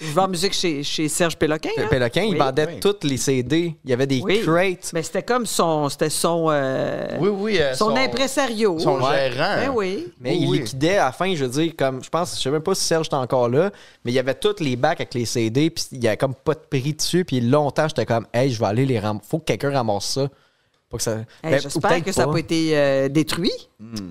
[SPEAKER 2] Je vais en musique chez, chez Serge Péloquin. hein?
[SPEAKER 1] Péloquin, il
[SPEAKER 2] Oui.
[SPEAKER 1] vendait
[SPEAKER 3] Oui.
[SPEAKER 1] toutes les CD. Il y avait des
[SPEAKER 2] Oui.
[SPEAKER 1] crates.
[SPEAKER 2] Mais c'était comme son. C'était son. euh,
[SPEAKER 3] Oui, oui. euh,
[SPEAKER 2] son, impresario.
[SPEAKER 3] Son
[SPEAKER 2] Ouais.
[SPEAKER 3] gérant.
[SPEAKER 2] Ben oui.
[SPEAKER 1] Mais
[SPEAKER 3] Oui,
[SPEAKER 1] il
[SPEAKER 3] oui.
[SPEAKER 1] liquidait à la fin, je veux dire, comme, je pense, je sais même pas si Serge est encore là, mais il y avait toutes les bacs avec les CD, puis il y avait comme pas de prix dessus, puis longtemps, j'étais comme, hey, je vais aller les ramasser. Faut que quelqu'un ramasse ça. Pas que ça...
[SPEAKER 2] Hey,
[SPEAKER 1] Ben, ou
[SPEAKER 2] J'espère
[SPEAKER 1] peut-être
[SPEAKER 2] que ça n'a pas été euh, détruit.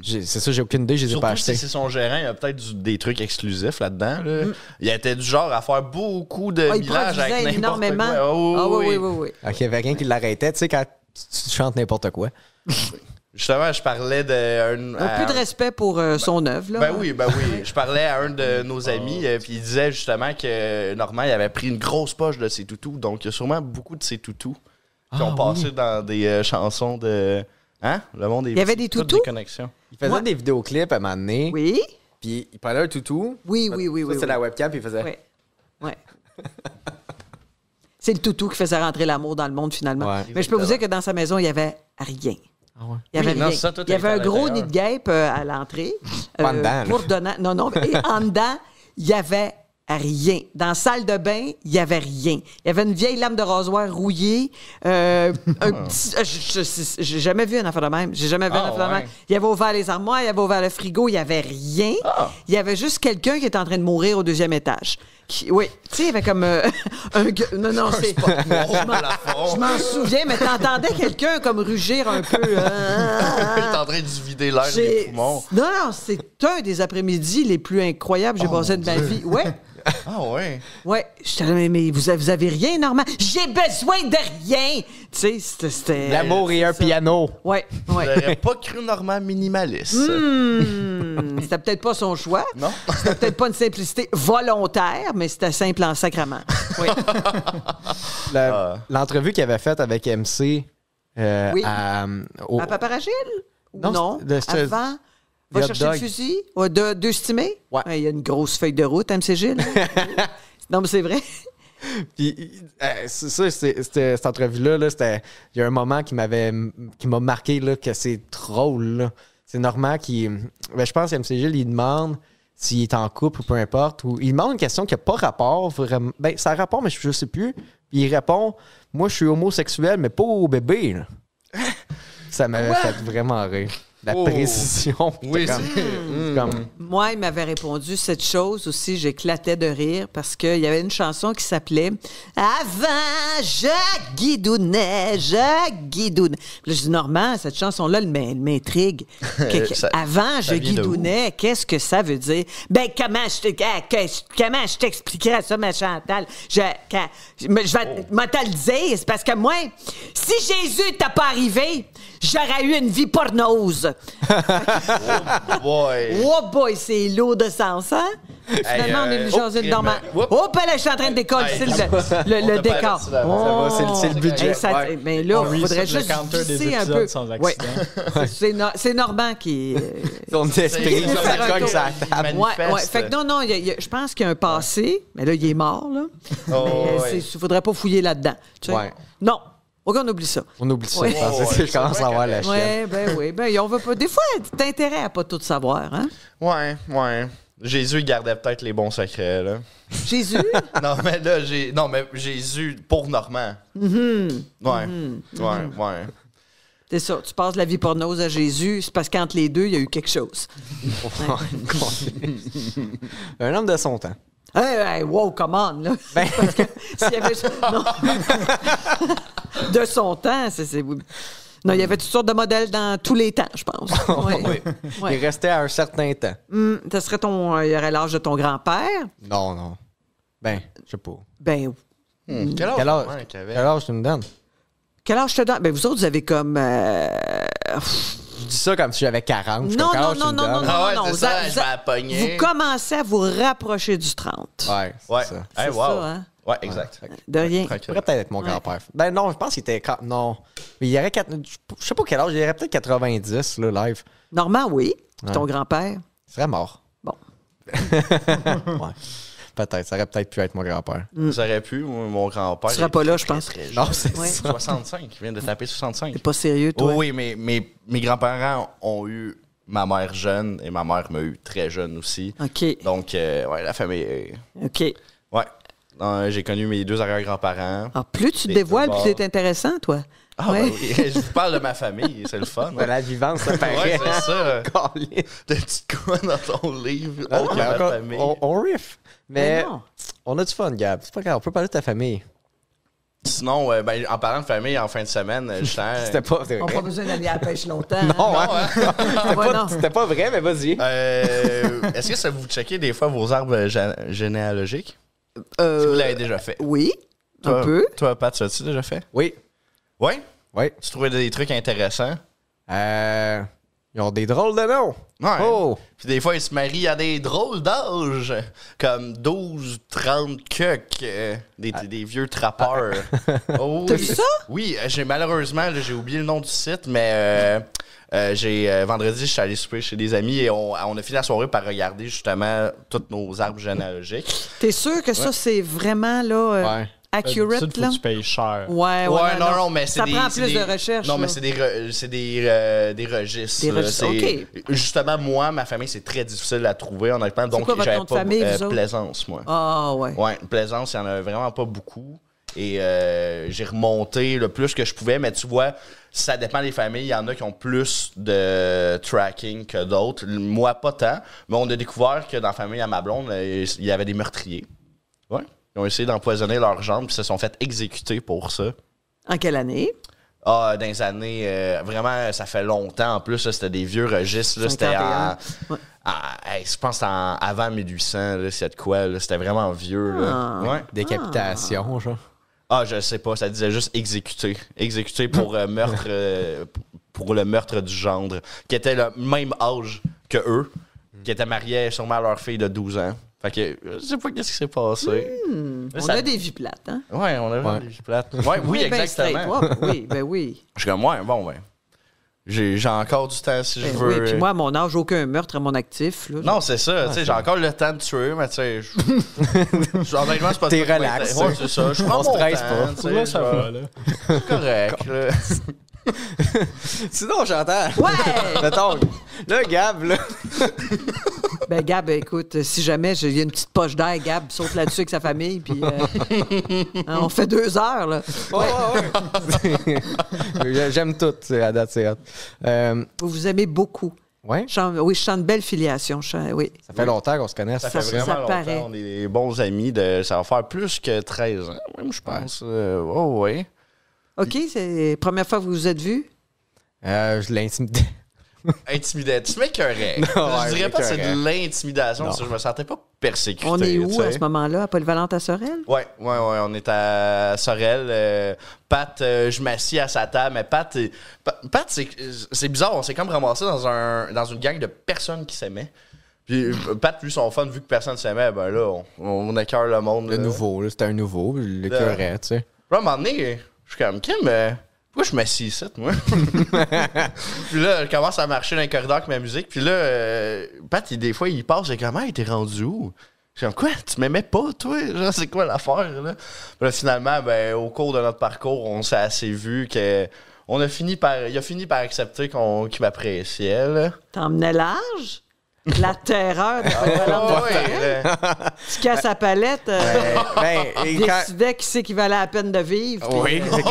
[SPEAKER 1] J'ai- C'est ça, j'ai aucune idée, je les ai pas
[SPEAKER 3] Surtout
[SPEAKER 1] achetés.
[SPEAKER 3] si c'est son gérant, il y a peut-être du- des trucs exclusifs là-dedans. là. Il était du genre à faire beaucoup de
[SPEAKER 2] Mm. Ah, il
[SPEAKER 3] villages avec
[SPEAKER 2] produisait
[SPEAKER 3] n'importe
[SPEAKER 2] énormément.
[SPEAKER 3] quoi. Oh,
[SPEAKER 2] ah oui,
[SPEAKER 3] oui.
[SPEAKER 2] oui, oui. oui.
[SPEAKER 1] Ok, il y avait quelqu'un qui l'arrêtait, tu sais, quand tu, tu chantes n'importe quoi.
[SPEAKER 3] Justement, je parlais d'un...
[SPEAKER 2] Un peu de respect pour euh, son œuvre. là.
[SPEAKER 3] Ben oui, ben oui. Je parlais à un de nos amis, euh, puis il disait justement que Normand il avait pris une grosse poche de ses toutous. Donc, il y a sûrement beaucoup de ses toutous qui
[SPEAKER 2] Ah
[SPEAKER 3] ont passé dans des euh, chansons de. Hein? Le monde est.
[SPEAKER 2] Il y avait
[SPEAKER 3] petit,
[SPEAKER 2] des
[SPEAKER 3] toutes
[SPEAKER 2] toutous?
[SPEAKER 3] Des connexions.
[SPEAKER 1] Il faisait
[SPEAKER 2] Moi-
[SPEAKER 1] des vidéoclips à un moment donné,
[SPEAKER 2] Oui.
[SPEAKER 1] puis il prenait un toutou.
[SPEAKER 2] Oui, oui, oui,
[SPEAKER 1] Ça,
[SPEAKER 2] oui.
[SPEAKER 1] c'est
[SPEAKER 2] oui.
[SPEAKER 1] la webcam, puis il faisait.
[SPEAKER 2] Ouais. Ouais. C'est le toutou qui faisait rentrer l'amour dans le monde finalement.
[SPEAKER 1] Ouais. Ah
[SPEAKER 2] Mais je peux vous dire que dans sa maison, il n'y avait rien. Il y avait,
[SPEAKER 3] Oui, non,
[SPEAKER 2] rien.
[SPEAKER 3] ça, tout
[SPEAKER 2] il y avait
[SPEAKER 3] était à
[SPEAKER 2] un gros
[SPEAKER 3] l'intérieur.
[SPEAKER 2] nid de guêpe euh, à l'entrée. Euh,
[SPEAKER 1] Pas en dedans, là.
[SPEAKER 2] pour donnant- Non, non. Et en dedans, il y avait rien. Dans la salle de bain, il y avait rien. Il y avait une vieille lame de rasoir rouillée. euh, un petit- euh, je- je- J'ai jamais vu un affaire de même. J'ai jamais vu un
[SPEAKER 3] Ah,
[SPEAKER 2] affaire de
[SPEAKER 3] ouais.
[SPEAKER 2] même. Il y avait ouvert les armoires, il y avait ouvert le frigo, il y avait rien.
[SPEAKER 3] Ah.
[SPEAKER 2] Il y avait juste quelqu'un qui était en train de mourir au deuxième étage. Qui- oui, tu sais, il y avait comme euh, un gue- Non, non, c'est pas.
[SPEAKER 3] Oh,
[SPEAKER 2] Je m'en souviens, mais t'entendais quelqu'un comme rugir un peu.
[SPEAKER 3] Il
[SPEAKER 2] euh,
[SPEAKER 3] est en train de vider l'air des
[SPEAKER 2] j'ai-
[SPEAKER 3] poumons.
[SPEAKER 2] Non, non, c'est un des après-midi les plus incroyables
[SPEAKER 1] Oh
[SPEAKER 2] que j'ai passé de ma vie. Ouais,
[SPEAKER 3] Ah ouais.
[SPEAKER 2] ouais. J'étais là, mais, mais vous, avez- vous avez rien, Normand? J'ai besoin de rien! Tu sais, c'était- c'était.
[SPEAKER 1] L'amour et un piano.
[SPEAKER 2] Ouais, ouais.
[SPEAKER 3] J'aurais pas cru Normand minimaliste.
[SPEAKER 2] Hmm, c'était peut-être pas son choix.
[SPEAKER 3] Non?
[SPEAKER 2] C'était peut-être pas une simplicité volontaire, mais c'était simple en sacrament. Oui.
[SPEAKER 1] La- L'entrevue qu'il avait faite avec MC euh,
[SPEAKER 2] Oui.
[SPEAKER 1] à, au-
[SPEAKER 2] À Paparagile? Ou
[SPEAKER 1] Non,
[SPEAKER 2] Non.
[SPEAKER 1] c'est- le- c'est-
[SPEAKER 2] Avant?
[SPEAKER 1] le
[SPEAKER 2] Va
[SPEAKER 1] hot
[SPEAKER 2] chercher
[SPEAKER 1] dog.
[SPEAKER 2] le fusil? Ouais, de, deux stimés?
[SPEAKER 1] Ouais.
[SPEAKER 2] Il y a une grosse feuille de route, MC Gilles. non, mais c'est vrai.
[SPEAKER 1] Puis, euh, c'est ça, c'est- c'était- cette entrevue-là, là, c'était- il y a un moment qui m'avait qui m'a marqué là, que c'est drôle. là. C'est Normand qui. ben, je pense que MC Gilles, il demande s'il est en couple ou peu importe. Ou, il demande une question qui n'a pas rapport vraiment. Ben, ça a rapport, mais je ne sais plus. Puis il répond Moi, je suis homosexuel, mais pas au bébé. là. ça m'avait fait vraiment rire. La
[SPEAKER 3] Oh.
[SPEAKER 1] précision.
[SPEAKER 3] Oui,
[SPEAKER 1] C'était comme- c'est comme-
[SPEAKER 2] Moi, il m'avait répondu cette chose aussi. J'éclatais de rire parce qu'il y avait une chanson qui s'appelait Avant, je guidounais, je guidounais. Puis là, je dis, Normand, cette chanson-là, elle m'in- elle m'intrigue. Que- que-
[SPEAKER 3] Ça-
[SPEAKER 2] Avant, je
[SPEAKER 3] ça vient de où?
[SPEAKER 2] guidounais, qu'est-ce que ça veut dire? Ben, comment je t'ai- ah, que- comment je t'expliquerais ça, ma Chantal? Je, quand-
[SPEAKER 3] Oh.
[SPEAKER 2] je, mais je vais m'en te le dire. C'est parce que moi, si Jésus t'a pas arrivé, j'aurais eu une vie pornose.
[SPEAKER 3] Boy.
[SPEAKER 2] Oh boy, c'est lourd de sens, hein? Finalement, on est
[SPEAKER 3] euh,
[SPEAKER 2] venu
[SPEAKER 3] oh,
[SPEAKER 2] jaser de
[SPEAKER 3] crime.
[SPEAKER 2] normal.
[SPEAKER 3] Oups.
[SPEAKER 2] Oh, ben là, je suis en train de décoller
[SPEAKER 3] Hey,
[SPEAKER 2] c'est le, le-
[SPEAKER 3] on
[SPEAKER 2] le
[SPEAKER 3] te perd
[SPEAKER 2] décor.
[SPEAKER 3] là-dessus, là. Ça
[SPEAKER 1] va, c'est le- c'est le
[SPEAKER 2] Oh.
[SPEAKER 1] budget,
[SPEAKER 2] Hey, ça-
[SPEAKER 1] ouais.
[SPEAKER 2] Mais là,
[SPEAKER 4] On
[SPEAKER 2] il faudrait
[SPEAKER 4] reset le
[SPEAKER 2] juste
[SPEAKER 4] counter des
[SPEAKER 2] visser un
[SPEAKER 4] épisodes
[SPEAKER 2] peu.
[SPEAKER 4] sans
[SPEAKER 2] Ouais.
[SPEAKER 4] accident.
[SPEAKER 2] C'est- c'est Nor- C'est Normand qui... euh,
[SPEAKER 1] Ton esprit,
[SPEAKER 3] c'est-
[SPEAKER 1] ça cogne
[SPEAKER 2] c'est-
[SPEAKER 1] sur la table.
[SPEAKER 3] Manifeste.
[SPEAKER 2] Ouais, ouais. Fait que non, non, il y a- il y a- je pense qu'il y a un passé, mais là, il est mort, là.
[SPEAKER 3] Oh,
[SPEAKER 2] Mais, euh,
[SPEAKER 3] ouais.
[SPEAKER 2] c'est- Il faudrait pas fouiller là-dedans. tu sais.
[SPEAKER 1] Ouais.
[SPEAKER 2] Non. OK, on oublie ça.
[SPEAKER 1] On oublie ça,
[SPEAKER 2] Ouais.
[SPEAKER 1] je pense.
[SPEAKER 3] Ouais,
[SPEAKER 1] C'est-
[SPEAKER 3] ouais,
[SPEAKER 1] je commence
[SPEAKER 3] c'est
[SPEAKER 1] à avoir
[SPEAKER 3] vrai
[SPEAKER 1] la chienne.
[SPEAKER 2] Ouais, ben oui, ben on veut pas. Des fois, t'as intérêt à pas tout savoir, hein?
[SPEAKER 3] Ouais, ouais. Jésus il gardait peut-être les bons secrets, là.
[SPEAKER 2] Jésus,
[SPEAKER 3] non, mais là, j'ai. Non, mais Jésus pour Normand.
[SPEAKER 2] Mm-hmm.
[SPEAKER 3] Ouais. Ouais, ouais.
[SPEAKER 2] c'est ça. Tu passes la vie pornose à Jésus, c'est parce qu'entre les deux, il y a eu quelque chose. Oh,
[SPEAKER 1] Un homme de son temps. Ben,
[SPEAKER 2] Hey, hey, wow, come on, là. Parce que s'il y avait. non. de son temps, c'est. c'est- Non, il y avait toutes sortes de modèles dans tous les temps, je pense. Ouais. Ouais.
[SPEAKER 1] Il restait à un certain temps.
[SPEAKER 2] Hum, ce serait ton. euh, Il y aurait l'âge de ton grand-père.
[SPEAKER 1] Non, non. Ben, je sais pas.
[SPEAKER 2] Ben,
[SPEAKER 3] Hmm. Quel âge,
[SPEAKER 1] Quel âge,
[SPEAKER 3] ouais, qu'il avait?
[SPEAKER 1] quel âge tu me donnes?
[SPEAKER 2] quel âge te donne? Ben, vous autres, vous avez comme. euh,
[SPEAKER 1] Tu dis ça comme si j'avais 40. je suis comme,
[SPEAKER 2] Non, non,
[SPEAKER 1] quel âge
[SPEAKER 2] non,
[SPEAKER 1] tu me
[SPEAKER 2] non, non,
[SPEAKER 1] donnes?
[SPEAKER 3] Ah ouais,
[SPEAKER 2] non,
[SPEAKER 3] c'est
[SPEAKER 2] vous
[SPEAKER 3] ça,
[SPEAKER 2] a-
[SPEAKER 3] je
[SPEAKER 2] vous a-
[SPEAKER 3] vais la pogner.
[SPEAKER 2] Vous commencez à vous rapprocher du 30.
[SPEAKER 1] Ouais, c'est
[SPEAKER 3] Ouais.
[SPEAKER 1] ça.
[SPEAKER 3] Hey,
[SPEAKER 2] C'est
[SPEAKER 3] wow.
[SPEAKER 2] ça, hein?
[SPEAKER 3] Ouais, exact.
[SPEAKER 2] De rien.
[SPEAKER 1] Ça pourrait peut-être être mon grand-père. Ben non, je pense qu'il était. quand- Non. Mais il y aurait. quatre- Je sais pas quel âge, il y aurait peut-être 90, là, live.
[SPEAKER 2] Normand, oui. Puis
[SPEAKER 1] Ouais.
[SPEAKER 2] Ton grand-père,
[SPEAKER 1] Il serait mort.
[SPEAKER 2] bon.
[SPEAKER 1] Ouais. Peut-être. Ça aurait peut-être pu être mon grand-père.
[SPEAKER 3] Ça aurait pu, moi, mon grand-père.
[SPEAKER 2] Tu seras pas là, je pense.
[SPEAKER 1] Non, c'est
[SPEAKER 2] Ouais.
[SPEAKER 1] ça.
[SPEAKER 3] 65, il vient de taper 65.
[SPEAKER 2] T'es pas sérieux,
[SPEAKER 3] Oui,
[SPEAKER 2] toi?
[SPEAKER 3] oui, mais mes, mes grands-parents ont eu ma mère jeune et ma mère m'a eu très jeune aussi.
[SPEAKER 2] OK.
[SPEAKER 3] Donc, euh, ouais, la famille. euh,
[SPEAKER 2] OK.
[SPEAKER 3] Ouais. Non, j'ai connu mes deux arrière-grands-parents.
[SPEAKER 2] Ah, plus tu te
[SPEAKER 3] Des
[SPEAKER 2] dévoiles,
[SPEAKER 3] deux
[SPEAKER 2] plus
[SPEAKER 3] bords.
[SPEAKER 2] t'es intéressant, toi.
[SPEAKER 3] Ah,
[SPEAKER 2] Ouais.
[SPEAKER 3] ben oui. je vous parle de ma famille, c'est le fun.
[SPEAKER 1] De
[SPEAKER 3] hein.
[SPEAKER 1] la vivance, ça
[SPEAKER 3] Ouais,
[SPEAKER 1] paraît.
[SPEAKER 3] c'est ça.
[SPEAKER 1] Câlisse.
[SPEAKER 3] T'as dit quoi dans ton livre?
[SPEAKER 1] Ah,
[SPEAKER 3] autre que
[SPEAKER 1] ben,
[SPEAKER 3] ma
[SPEAKER 1] encore,
[SPEAKER 3] famille.
[SPEAKER 1] on, on riff.
[SPEAKER 2] Mais
[SPEAKER 1] Mais
[SPEAKER 2] non.
[SPEAKER 1] on a du fun, Gab. C'est pas grave. On peut parler de ta famille.
[SPEAKER 3] Sinon, euh, ben, en parlant de famille, en fin de semaine, euh, j'étais.
[SPEAKER 1] C'était pas vrai.
[SPEAKER 2] On n'a pas besoin d'aller à la pêche longtemps.
[SPEAKER 1] Non, hein?
[SPEAKER 2] hein? Ouais, non.
[SPEAKER 1] C'était pas vrai, mais vas-y.
[SPEAKER 3] Euh, Est-ce que ça vous checkez des fois vos arbres gé- généalogiques? Si vous
[SPEAKER 2] Euh,
[SPEAKER 3] l'avez déjà fait.
[SPEAKER 2] oui,
[SPEAKER 3] Toi-
[SPEAKER 2] un peu.
[SPEAKER 3] Toi, Pat, tu l'as-tu déjà fait?
[SPEAKER 1] Oui.
[SPEAKER 3] Oui?
[SPEAKER 1] Oui.
[SPEAKER 3] Tu trouvais des trucs intéressants?
[SPEAKER 1] Euh, ils ont des drôles de noms.
[SPEAKER 3] Ouais.
[SPEAKER 1] Oh!
[SPEAKER 2] Ah.
[SPEAKER 3] Puis des fois, ils se marient à des drôles d'âge, comme 12, 30 cucs, euh, des, des vieux trappeurs. Oh,
[SPEAKER 2] T'as
[SPEAKER 3] oui.
[SPEAKER 2] vu ça?
[SPEAKER 3] Oui, euh, j'ai malheureusement, là, j'ai oublié le nom du site, mais euh, euh, j'ai euh, vendredi, je suis allé souper chez des amis et on, on a fini la soirée par regarder justement tous nos arbres généalogiques.
[SPEAKER 2] T'es sûr que ça, c'est vraiment là, euh,
[SPEAKER 1] Ouais.
[SPEAKER 2] accurate,
[SPEAKER 4] D'habitude, faut
[SPEAKER 2] là?
[SPEAKER 4] que tu payes cher.
[SPEAKER 2] Eh Ouais, ouais,
[SPEAKER 3] ouais, non, non, mais c'est
[SPEAKER 2] Ça
[SPEAKER 3] des.
[SPEAKER 2] prend
[SPEAKER 3] c'est
[SPEAKER 2] plus
[SPEAKER 3] des-
[SPEAKER 2] de recherche.
[SPEAKER 3] Non, mais
[SPEAKER 2] là.
[SPEAKER 3] c'est des, re- c'est des, euh, des registres.
[SPEAKER 2] Des
[SPEAKER 3] là.
[SPEAKER 2] registres,
[SPEAKER 3] C'est- Justement, moi, ma famille, c'est très difficile à trouver, honnêtement. Donc,
[SPEAKER 2] quoi votre
[SPEAKER 3] j'avais
[SPEAKER 2] nom de
[SPEAKER 3] pas
[SPEAKER 2] famille,
[SPEAKER 3] euh,
[SPEAKER 2] vous autres?
[SPEAKER 3] plaisance, moi.
[SPEAKER 2] Ah, ouais.
[SPEAKER 3] Ouais, plaisance, il n'y en a vraiment pas beaucoup. Et euh, j'ai remonté le plus que je pouvais, mais tu vois, ça dépend des familles. Il y en a qui ont plus de tracking que d'autres. L- Moi, pas tant. Mais on a découvert que dans la famille à ma blonde, euh, il y avait des meurtriers. Ouais. Ils ont essayé d'empoisonner leurs jambes puis se sont fait exécuter pour ça.
[SPEAKER 2] En quelle année?
[SPEAKER 3] Ah, dans les années, euh, vraiment, ça fait longtemps en plus. là, C'était des vieux registres. là, C'était en.
[SPEAKER 2] 51. Ouais.
[SPEAKER 3] en- hey, je pense en avant 1800, là, s'il y a de quoi. là, C'était vraiment vieux. là. Ouais.
[SPEAKER 1] Décapitation, genre.
[SPEAKER 3] Ah, je sais pas, ça disait juste exécuter. Exécuter pour euh, meurtre euh, p- pour le meurtre du gendre, qui était le même âge que eux, qui étaient mariés sûrement à leur fille de 12 ans. Fait que euh, je sais pas qu'est-ce qui s'est passé. Là,
[SPEAKER 2] On
[SPEAKER 3] ça-
[SPEAKER 2] a des vies plates, hein?
[SPEAKER 3] Ouais, on a vraiment
[SPEAKER 1] Ouais.
[SPEAKER 3] des plates. Ouais, oui,
[SPEAKER 2] Ben, straight,
[SPEAKER 3] exactement.
[SPEAKER 2] ouais, oui, ben oui.
[SPEAKER 3] je suis comme ouais, bon ben. J'ai j'ai encore du temps si je
[SPEAKER 2] Ben
[SPEAKER 3] veux.
[SPEAKER 2] oui, puis moi, à mon âge, aucun meurtre à mon actif. là.
[SPEAKER 3] Non, c'est ça. tu sais, j'ai encore le temps de tuer, mais tu sais, je. je- honnêtement, c'est pas
[SPEAKER 1] T'es
[SPEAKER 3] ça qui
[SPEAKER 1] relax.
[SPEAKER 3] m'intéresse. Ouais, c'est ça. Je prends
[SPEAKER 1] On se
[SPEAKER 3] mon
[SPEAKER 1] presse
[SPEAKER 3] temps,
[SPEAKER 1] pas.
[SPEAKER 3] tu sais,
[SPEAKER 4] Là, ça
[SPEAKER 3] je vais-
[SPEAKER 4] va, là.
[SPEAKER 3] C'est correct. là.
[SPEAKER 1] Sinon, j'entends.
[SPEAKER 2] Ouais!
[SPEAKER 1] Mettons, là, Gab, là.
[SPEAKER 2] ben, Gab, écoute, si jamais j'ai- il y a une petite poche d'air, Gab saute là-dessus avec sa famille, puis euh, hein, on fait deux heures, là.
[SPEAKER 1] Ouais, ouais. J'aime tout, c'est à date, c'est hot. Euh,
[SPEAKER 2] Vous vous aimez beaucoup.
[SPEAKER 1] ouais,
[SPEAKER 2] Je sens- oui, je sens une belle filiation. je sens- oui.
[SPEAKER 1] ça fait longtemps qu'on se connaît.
[SPEAKER 3] Ça fait
[SPEAKER 2] Ça-
[SPEAKER 3] vraiment
[SPEAKER 2] ça
[SPEAKER 3] longtemps.
[SPEAKER 2] paraît.
[SPEAKER 3] On est des bons amis. De, ça va faire plus que 13 ans, même, je pense. Euh, oh, oui.
[SPEAKER 2] OK, c'est la première fois que vous vous êtes vus?
[SPEAKER 1] Euh, je l'intimidais.
[SPEAKER 3] Intimidant. Tu m'écœurais.
[SPEAKER 1] ouais,
[SPEAKER 3] je dirais pas que c'est de
[SPEAKER 1] m'écœurais.
[SPEAKER 3] l'intimidation, parce que je me sentais pas persécuté.
[SPEAKER 2] On est où
[SPEAKER 3] tu sais.
[SPEAKER 2] à ce moment-là? À Polyvalente à Sorel?
[SPEAKER 3] Ouais, ouais, ouais, on est à Sorel. euh, Pat, euh, je m'assis à sa table, mais Pat, est- Pa- Pat c'est c'est bizarre, on s'est comme ramassé dans, un, dans une gang de personnes qui s'aimaient. Puis euh, Pat, lui, son fun, vu que personne s'aimait, ben là, on, on écœure le monde.
[SPEAKER 1] Le
[SPEAKER 3] là.
[SPEAKER 1] nouveau, là, c'était un nouveau, puis je l'écœurais, tu sais.
[SPEAKER 3] Puis là, à un moment donné, je suis comme, Kim, euh, pourquoi je m'assis ici, moi? puis là, je commence à marcher dans les corridors avec ma musique. Puis là, euh, Pat, il- des fois, il passe, j'ai comme, hey, t'es rendu où? Je suis comme, quoi? Tu m'aimais pas, toi? Genre, c'est quoi l'affaire, là? Puis là, finalement, ben, au cours de notre parcours, on s'est assez vu que. On a fini par, il a fini par accepter qu'on, qu'il m'appréciait. Là.
[SPEAKER 2] T'emmenais large? La terreur de
[SPEAKER 1] Ah,
[SPEAKER 2] Polyvalente à Sorel?
[SPEAKER 3] Ouais, là.
[SPEAKER 2] Tu casses la palette, euh,
[SPEAKER 1] Ben, et quand-
[SPEAKER 2] décidait qui c'est qui valait la peine de vivre. puis
[SPEAKER 1] Oui, c'est quand,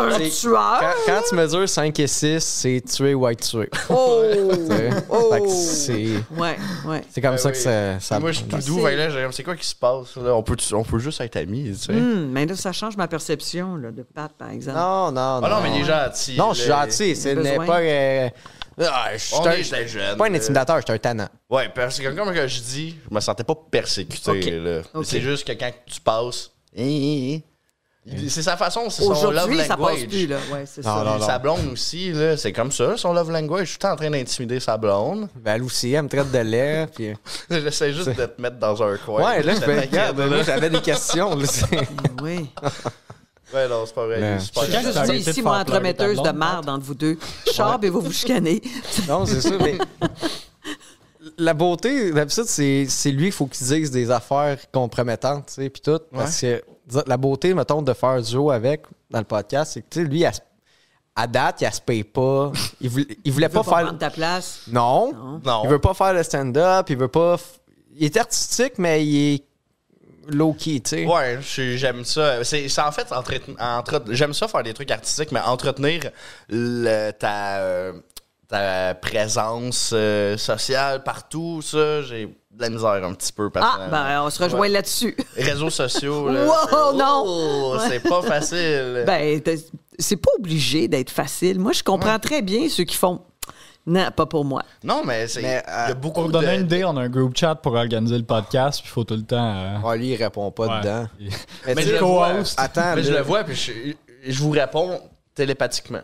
[SPEAKER 2] Un
[SPEAKER 1] c'est-
[SPEAKER 2] tueur?
[SPEAKER 1] quand, quand tu mesures 5 et 6, c'est tuer ou être tué.
[SPEAKER 2] Oh!
[SPEAKER 1] tu sais.
[SPEAKER 2] Oh!
[SPEAKER 1] Fait que c'est
[SPEAKER 2] Ouais, ouais.
[SPEAKER 1] c'est comme
[SPEAKER 3] Ben
[SPEAKER 1] ça
[SPEAKER 3] oui.
[SPEAKER 1] que ça. ça-
[SPEAKER 3] Moi, je suis tout
[SPEAKER 2] C'est-
[SPEAKER 3] doux. fait que là, j'ai comme, c'est quoi qui se passe? Là? On, peut, on peut juste être amis. Tu
[SPEAKER 1] Mm.
[SPEAKER 3] sais.
[SPEAKER 2] Hum, mais là, ça change ma perception là, de Pat, par exemple.
[SPEAKER 1] Non, non, non.
[SPEAKER 3] Ah non, mais il est gentil.
[SPEAKER 1] Non, je suis
[SPEAKER 3] là.
[SPEAKER 1] gentil. Ce
[SPEAKER 2] Besoin.
[SPEAKER 1] n'est pas. euh, ah, je suis
[SPEAKER 3] On
[SPEAKER 1] un-
[SPEAKER 3] est des jeunes,
[SPEAKER 1] pas un
[SPEAKER 3] euh.
[SPEAKER 1] intimidateur, je suis un tannant.
[SPEAKER 3] Ouais, parce que comme je dis, je me sentais pas persécuté.
[SPEAKER 2] Ok.
[SPEAKER 3] là.
[SPEAKER 2] Ok.
[SPEAKER 3] C'est juste que quand tu passes, hi, hi, hi, c'est sa façon, c'est son love
[SPEAKER 2] Aujourd'hui,
[SPEAKER 3] language. Ah,
[SPEAKER 2] ça passe plus, là. Ouais, c'est
[SPEAKER 1] Non,
[SPEAKER 2] ça.
[SPEAKER 1] non, non.
[SPEAKER 3] Sa blonde aussi, là, c'est comme ça, son love language. Je suis tout le temps en train d'intimider sa blonde.
[SPEAKER 1] Ben, elle aussi, elle me traite de l'air. Puis...
[SPEAKER 3] J'essaie juste de te mettre dans un coin.
[SPEAKER 1] Ouais, là, je
[SPEAKER 3] Ça
[SPEAKER 1] me
[SPEAKER 3] t'inquiète,
[SPEAKER 1] regarde.
[SPEAKER 3] là.
[SPEAKER 1] là, J'avais des questions. là, c'est-
[SPEAKER 2] Ben Oui.
[SPEAKER 3] Ouais, non, c'est pas vrai.
[SPEAKER 1] Mais-
[SPEAKER 3] C'est pas
[SPEAKER 4] C'est
[SPEAKER 3] vrai.
[SPEAKER 4] quand
[SPEAKER 2] Juste
[SPEAKER 4] Arrêtez
[SPEAKER 2] dit
[SPEAKER 4] de
[SPEAKER 2] ici,
[SPEAKER 4] faire
[SPEAKER 2] moi,
[SPEAKER 4] pleurer ta
[SPEAKER 2] entremetteuse de
[SPEAKER 4] blonde,
[SPEAKER 2] marde entre vous deux. Charb et vous vous chicanez.
[SPEAKER 1] Non, c'est ça, mais. La beauté, d'habitude, c'est c'est lui qu'il faut qu'il dise des affaires compromettantes, tu sais, puis tout. Parce que disons, la beauté, mettons, de faire duo avec dans le podcast, c'est que, tu sais, lui, elle se- à date, il ne se paye pas. Il voulait, il voulait
[SPEAKER 2] Tu veux
[SPEAKER 1] pas
[SPEAKER 2] pas
[SPEAKER 1] faire.
[SPEAKER 2] prendre ta place.
[SPEAKER 1] Non.
[SPEAKER 3] Non.
[SPEAKER 1] Il veut pas faire le stand-up, il veut pas. f- Il est artistique, mais il est low-key, tu sais.
[SPEAKER 3] Ouais, je suis- j'aime ça. C'est c'est en fait entreten- entre- j'aime ça faire des trucs artistiques, mais entretenir le- ta, euh, ta présence euh, sociale partout, ça, j'ai de la misère un petit peu.
[SPEAKER 2] Ah,
[SPEAKER 3] personnellement.
[SPEAKER 2] ben, on se rejoint
[SPEAKER 3] Ouais.
[SPEAKER 2] là-dessus.
[SPEAKER 3] Réseaux sociaux. là,
[SPEAKER 2] Wow,
[SPEAKER 3] c'est-
[SPEAKER 2] non!
[SPEAKER 3] Oh, C'est pas facile.
[SPEAKER 2] Ben, t'es- c'est pas obligé d'être facile. Moi, je comprends très bien ceux qui font. Non, pas pour moi.
[SPEAKER 3] non, mais c'est- il
[SPEAKER 1] Mais,
[SPEAKER 3] y a
[SPEAKER 1] euh,
[SPEAKER 3] beaucoup
[SPEAKER 4] Pour
[SPEAKER 3] de.
[SPEAKER 4] donner une idée, on a un group chat pour organiser le podcast, puis il faut tout le temps. euh,
[SPEAKER 1] Ah, lui, il répond pas
[SPEAKER 4] ouais.
[SPEAKER 1] dedans.
[SPEAKER 4] Et-
[SPEAKER 1] Mais,
[SPEAKER 3] mais
[SPEAKER 1] tu
[SPEAKER 3] je
[SPEAKER 1] sais,
[SPEAKER 3] le vois.
[SPEAKER 4] co-host.
[SPEAKER 1] attends,
[SPEAKER 3] mais je
[SPEAKER 1] là.
[SPEAKER 3] le vois, puis je, je vous réponds télépathiquement.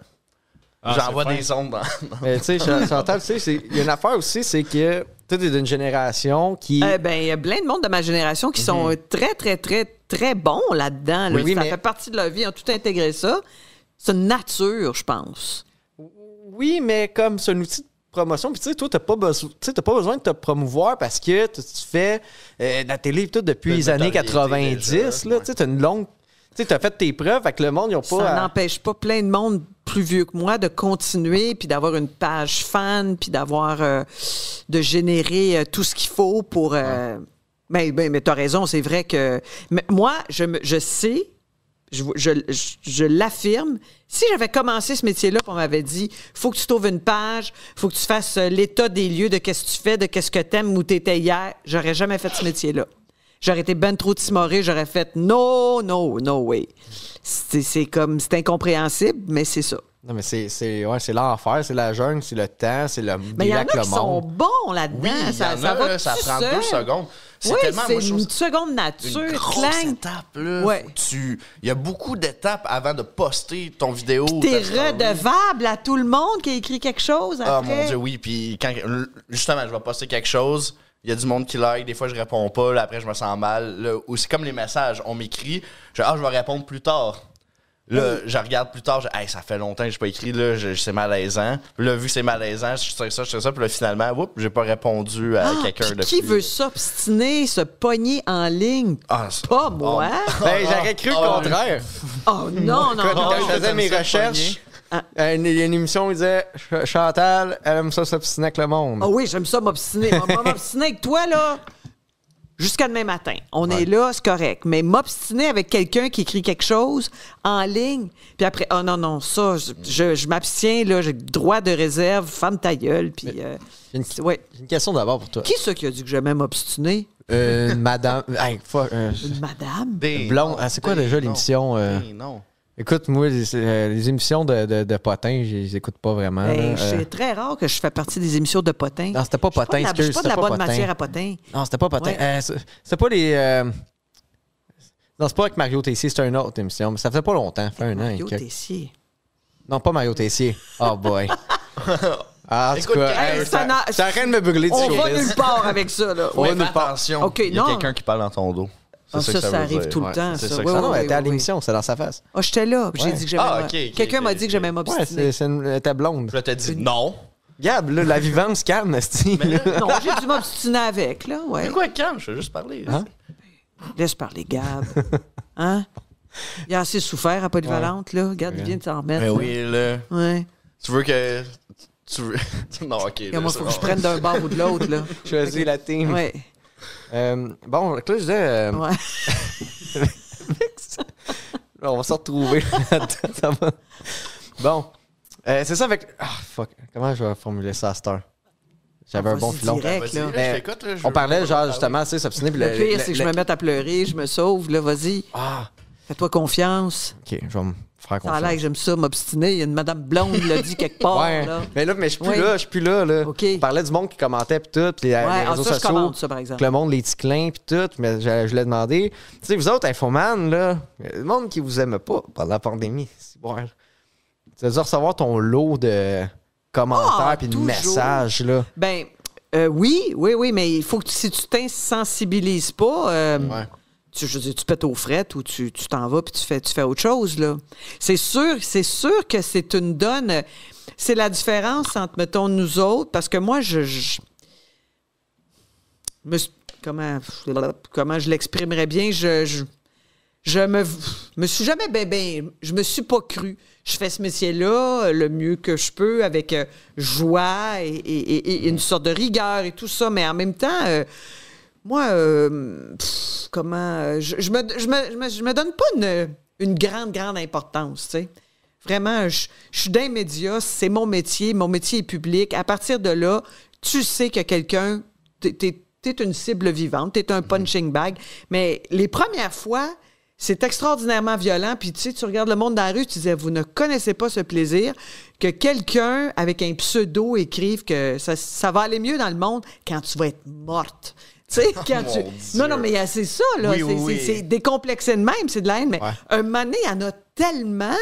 [SPEAKER 4] Ah,
[SPEAKER 3] J'envoie
[SPEAKER 4] c'est
[SPEAKER 3] des ondes. dans-
[SPEAKER 1] mais tu sais, je- j'entends, tu sais, c'est- il y a une affaire aussi, c'est que tu es d'une génération qui.
[SPEAKER 3] Euh,
[SPEAKER 2] Eh ben, il y a plein de monde de ma génération qui sont euh, très, très, très, très bons là-dedans. là.
[SPEAKER 1] Mhm. Oui, oui,
[SPEAKER 2] ça
[SPEAKER 1] mais-
[SPEAKER 2] fait partie de leur vie, ils ont tout intégré ça. C'est une nature, je pense.
[SPEAKER 1] Oui, mais comme c'est un outil de promotion, puis tu sais, toi, t'as pas, beso- tu sais, t'as pas besoin de te promouvoir parce que tu tu fais euh, de la télé et tout depuis
[SPEAKER 3] T'as
[SPEAKER 1] les
[SPEAKER 3] une
[SPEAKER 1] années
[SPEAKER 3] notoriété
[SPEAKER 1] 90,
[SPEAKER 3] déjà,
[SPEAKER 1] là,
[SPEAKER 3] ouais.
[SPEAKER 1] tu sais, t'as une longue. Tu sais, t'as fait tes preuves, fait que le monde, ils ont pas.
[SPEAKER 2] Ça
[SPEAKER 1] à- Ben,
[SPEAKER 2] n'empêche pas plein de monde plus vieux que moi de continuer, puis d'avoir une page fan, puis d'avoir euh, de générer euh, tout ce qu'il faut pour. euh, Mais, mais, mais t'as raison, c'est vrai que. mais moi, je, me- je sais, je, je, je- je l'affirme, si j'avais commencé ce métier-là, puis on m'avait dit faut que tu trouves une page, faut que tu fasses euh, l'état des lieux de qu'est-ce que tu fais, de qu'est-ce que t'aimes, où t'étais hier, j'aurais jamais fait ce métier-là. J'aurais été ben trop timoré, j'aurais fait no, no, no way. C'est c'est comme, c'est incompréhensible, mais c'est ça.
[SPEAKER 1] Non, mais c'est c'est- ouais, c'est l'enfer, c'est la jungle, c'est le temps, c'est le.
[SPEAKER 2] Mais il y en a
[SPEAKER 1] délac le
[SPEAKER 2] qui sont
[SPEAKER 1] monde.
[SPEAKER 2] bons là-dedans.
[SPEAKER 3] Oui, il y
[SPEAKER 2] Hein, ça,
[SPEAKER 3] en
[SPEAKER 2] ça
[SPEAKER 3] a,
[SPEAKER 2] va
[SPEAKER 3] là, ça
[SPEAKER 2] tout
[SPEAKER 3] prend
[SPEAKER 2] seul.
[SPEAKER 3] deux secondes. C'est
[SPEAKER 2] Oui,
[SPEAKER 3] tellement,
[SPEAKER 2] c'est
[SPEAKER 3] moi, je trouve
[SPEAKER 2] une seconde nature.
[SPEAKER 3] une grosse
[SPEAKER 2] clang.
[SPEAKER 3] étape, là.
[SPEAKER 2] Ouais.
[SPEAKER 3] Faut que Tu, il y a beaucoup d'étapes avant de poster ton vidéo.
[SPEAKER 2] T'es
[SPEAKER 3] ta story.
[SPEAKER 2] redevable à tout le monde qui a écrit quelque chose après.
[SPEAKER 3] Ah mon dieu, oui. Puis quand justement, je vais poster quelque chose, il y a du monde qui like. Des fois, je réponds pas. Là, après, je me sens mal. Là, ou c'est comme les messages. On m'écrit. Je ah, je vais répondre plus tard. Là, je regarde plus tard, je hey, ça fait longtemps que j'ai pas écrit, là, je- c'est malaisant. Puis Là, vu que c'est malaisant, je fais ça, je fais ça, puis là, finalement, oups, j'ai pas répondu à
[SPEAKER 2] Ah,
[SPEAKER 3] quelqu'un
[SPEAKER 2] puis
[SPEAKER 3] de
[SPEAKER 2] qui veut s'obstiner, se pogner en ligne?
[SPEAKER 3] Ah, c'est-
[SPEAKER 2] Pas moi.
[SPEAKER 1] Ben, j'aurais cru le
[SPEAKER 3] Ah, ouais. Ah
[SPEAKER 1] contraire.
[SPEAKER 2] Oh non, non,
[SPEAKER 1] Quand
[SPEAKER 2] non.
[SPEAKER 1] je faisais
[SPEAKER 3] T'aimes
[SPEAKER 1] mes
[SPEAKER 3] ça, Ah.
[SPEAKER 1] recherches, euh, une, il y a une émission où il disait Ch- Chantal, elle aime ça s'obstiner avec le monde.
[SPEAKER 2] Ah
[SPEAKER 3] Oh.
[SPEAKER 2] oui, j'aime ça m'obstiner. Moi, moi, m'obstiner avec toi, là, jusqu'à demain matin. On est là, c'est correct. Mais m'obstiner avec quelqu'un qui écrit quelque chose en ligne, puis après, oh non, non, ça, je, je- je m'abstiens, là, j'ai le droit de réserve, femme ta gueule, puis... euh,
[SPEAKER 1] J'ai une,
[SPEAKER 2] c'est- ouais.
[SPEAKER 1] j'ai une question d'abord pour toi.
[SPEAKER 2] Qui c'est qui a dit que j'aimais m'obstiner?
[SPEAKER 1] Euh, madame. hey, fuck, euh,
[SPEAKER 2] Une madame?
[SPEAKER 3] Des- Ben,
[SPEAKER 1] Blonde. Ah, c'est quoi
[SPEAKER 3] des-
[SPEAKER 1] déjà
[SPEAKER 3] non.
[SPEAKER 1] l'émission, euh?
[SPEAKER 3] Des- Non.
[SPEAKER 1] Écoute, moi, les, euh, les émissions de, de, de Potin, je les écoute pas vraiment. là. Euh,
[SPEAKER 2] Ben, c'est très rare que je fais partie des émissions de potin.
[SPEAKER 1] Non, c'était pas
[SPEAKER 2] Je suis
[SPEAKER 1] Potin,
[SPEAKER 2] de la- Je
[SPEAKER 1] excuse.
[SPEAKER 2] suis pas de la
[SPEAKER 1] c'était
[SPEAKER 2] bonne
[SPEAKER 1] Potin.
[SPEAKER 2] matière à potin.
[SPEAKER 1] Non, c'était pas Potin.
[SPEAKER 2] Ouais.
[SPEAKER 1] Euh, c'est- c'était pas les. euh, Non, c'est pas avec Mario Tessier, c'était une autre émission, mais ça faisait pas longtemps, fait un an. et
[SPEAKER 2] Mario
[SPEAKER 1] quelques-
[SPEAKER 2] Tessier.
[SPEAKER 1] Non, pas Mario Tessier. Oh boy. Ah, en tout
[SPEAKER 3] Écoute,
[SPEAKER 1] cas,
[SPEAKER 3] hey,
[SPEAKER 1] hey,
[SPEAKER 2] ça n'a-
[SPEAKER 1] t'es en train de me brûler du
[SPEAKER 2] On va
[SPEAKER 1] showbiz.
[SPEAKER 2] nulle part avec ça, là.
[SPEAKER 1] On va
[SPEAKER 3] Ouais,
[SPEAKER 1] nulle
[SPEAKER 3] fais
[SPEAKER 1] part.
[SPEAKER 3] attention.
[SPEAKER 2] Ok,
[SPEAKER 3] Il y a
[SPEAKER 2] non.
[SPEAKER 3] quelqu'un qui parle dans ton dos.
[SPEAKER 2] Ah, ça, ça
[SPEAKER 3] veut
[SPEAKER 2] arrive tout le temps,
[SPEAKER 3] c'est
[SPEAKER 2] ça.
[SPEAKER 3] que
[SPEAKER 2] Ouais,
[SPEAKER 1] Ah
[SPEAKER 3] veut
[SPEAKER 1] non, elle était à
[SPEAKER 2] Oui, oui,
[SPEAKER 1] l'émission, c'est dans sa face.
[SPEAKER 2] Ah, j'étais là, puis j'ai
[SPEAKER 1] Ouais.
[SPEAKER 2] dit que j'avais.
[SPEAKER 3] Ah, ok, ok,
[SPEAKER 2] Quelqu'un
[SPEAKER 3] ok,
[SPEAKER 2] m'a dit
[SPEAKER 3] ok.
[SPEAKER 2] que j'aimais
[SPEAKER 1] Ouais,
[SPEAKER 2] m'obstiner.
[SPEAKER 1] c'est c'est une- elle était blonde.
[SPEAKER 3] Puis là, t'as dit non.
[SPEAKER 1] Gab, là, la vivance calme, esti.
[SPEAKER 2] non, j'ai dû m'obstiner avec, là, ouais.
[SPEAKER 3] Mais quoi, calme, je vais juste parler.
[SPEAKER 1] Hein?
[SPEAKER 2] Laisse parler Gab. Hein? Il a assez souffert à Polyvalente, là. Regarde, il vient de s'en remettre.
[SPEAKER 3] Ben
[SPEAKER 2] là.
[SPEAKER 3] oui, là.
[SPEAKER 2] Ouais.
[SPEAKER 3] Tu veux que. Tu veux. non, ok.
[SPEAKER 2] Il
[SPEAKER 3] là,
[SPEAKER 2] moi,
[SPEAKER 3] c'est
[SPEAKER 2] faut
[SPEAKER 3] bon.
[SPEAKER 2] que je prenne d'un bord ou de l'autre, là.
[SPEAKER 1] Choisis la team.
[SPEAKER 2] Ouais.
[SPEAKER 1] Euh, bon, donc là, je disais, euh,
[SPEAKER 2] Ouais.
[SPEAKER 1] on va se retrouver. là-dedans, ça va. Bon, Euh, c'est ça avec. Ah, fuck. Comment je vais formuler ça à cette heure? J'avais un bon
[SPEAKER 2] Vas-y
[SPEAKER 1] filon.
[SPEAKER 2] direct,
[SPEAKER 3] Vas-y,
[SPEAKER 2] là.
[SPEAKER 3] là, je
[SPEAKER 1] Ben,
[SPEAKER 3] t'écoute, là, je
[SPEAKER 1] On
[SPEAKER 3] veux-
[SPEAKER 1] parlait, genre, justement, tu sais, s'obstiner. puis
[SPEAKER 2] Le
[SPEAKER 1] le- le-
[SPEAKER 2] pire, c'est que je
[SPEAKER 1] le-
[SPEAKER 2] me mette à pleurer, je me sauve, là, vas-y.
[SPEAKER 1] Ah,
[SPEAKER 2] Fais-toi confiance.
[SPEAKER 1] ok, je vais me faire
[SPEAKER 2] Ça a l'air
[SPEAKER 1] confiance.
[SPEAKER 2] que j'aime ça, m'obstiner. Il y a une madame blonde qui l'a dit quelque part,
[SPEAKER 1] Ouais, Euh,
[SPEAKER 2] là.
[SPEAKER 1] mais là, mais je suis plus
[SPEAKER 2] Ouais.
[SPEAKER 1] là, je suis plus là, là.
[SPEAKER 2] Ok.
[SPEAKER 1] On parlait du monde qui commentait, puis tout, puis les,
[SPEAKER 2] Ouais,
[SPEAKER 1] les
[SPEAKER 2] ah,
[SPEAKER 1] réseaux
[SPEAKER 2] ça, je
[SPEAKER 1] sociaux.
[SPEAKER 2] commande ça, par
[SPEAKER 1] Fait
[SPEAKER 2] exemple.
[SPEAKER 1] que le monde, les ticlins, puis tout, mais je, je l'ai demandé. Tu sais, vous autres, infomans, là, le monde qui vous aime pas pendant la pandémie, c'est bon. hein. Tu vas recevoir ton lot de commentaires
[SPEAKER 2] Ah,
[SPEAKER 1] puis de
[SPEAKER 2] toujours.
[SPEAKER 1] messages, là.
[SPEAKER 2] Ben euh, oui, oui, oui, mais il faut que tu- si tu t'insensibilises pas, euh, tu, je veux dire, tu pètes aux frettes ou tu tu t'en vas puis tu fais, tu fais autre chose. là. C'est sûr, c'est sûr que c'est une donne. euh, C'est la différence entre, mettons, nous autres, parce que moi, je. je- me suis- comment, comment je l'exprimerais bien? Je. je je me, me suis jamais ben, ben, je me suis pas cru. Je fais ce métier-là euh, le mieux que je peux avec euh, joie et, et- et- et une sorte de rigueur et tout ça, mais en même temps, euh, moi, euh, pff, comment, euh, je, je me, je, me, je me- je me donne pas une, une grande, grande importance, tu sais. Vraiment, je, je suis d'un média, c'est mon métier, mon métier est public. À partir de là, tu sais que quelqu'un, t'es, t'es- t'es une cible vivante, t'es un punching bag. Mais les premières fois, c'est extraordinairement violent. Puis tu sais, tu regardes le monde dans la rue, tu disais, vous ne connaissez pas ce plaisir que quelqu'un avec un pseudo écrive que ça, ça va aller mieux dans le monde quand tu vas être morte. Tu sais, quand
[SPEAKER 3] mon
[SPEAKER 2] tu...
[SPEAKER 3] Dieu.
[SPEAKER 2] Non, non, mais euh, c'est ça, là.
[SPEAKER 3] Oui,
[SPEAKER 2] c'est,
[SPEAKER 3] oui,
[SPEAKER 2] c'est-
[SPEAKER 3] oui.
[SPEAKER 2] c'est décomplexé de même, c'est de la haine. Mais
[SPEAKER 1] Ouais.
[SPEAKER 2] un moment donné, il y en a tellement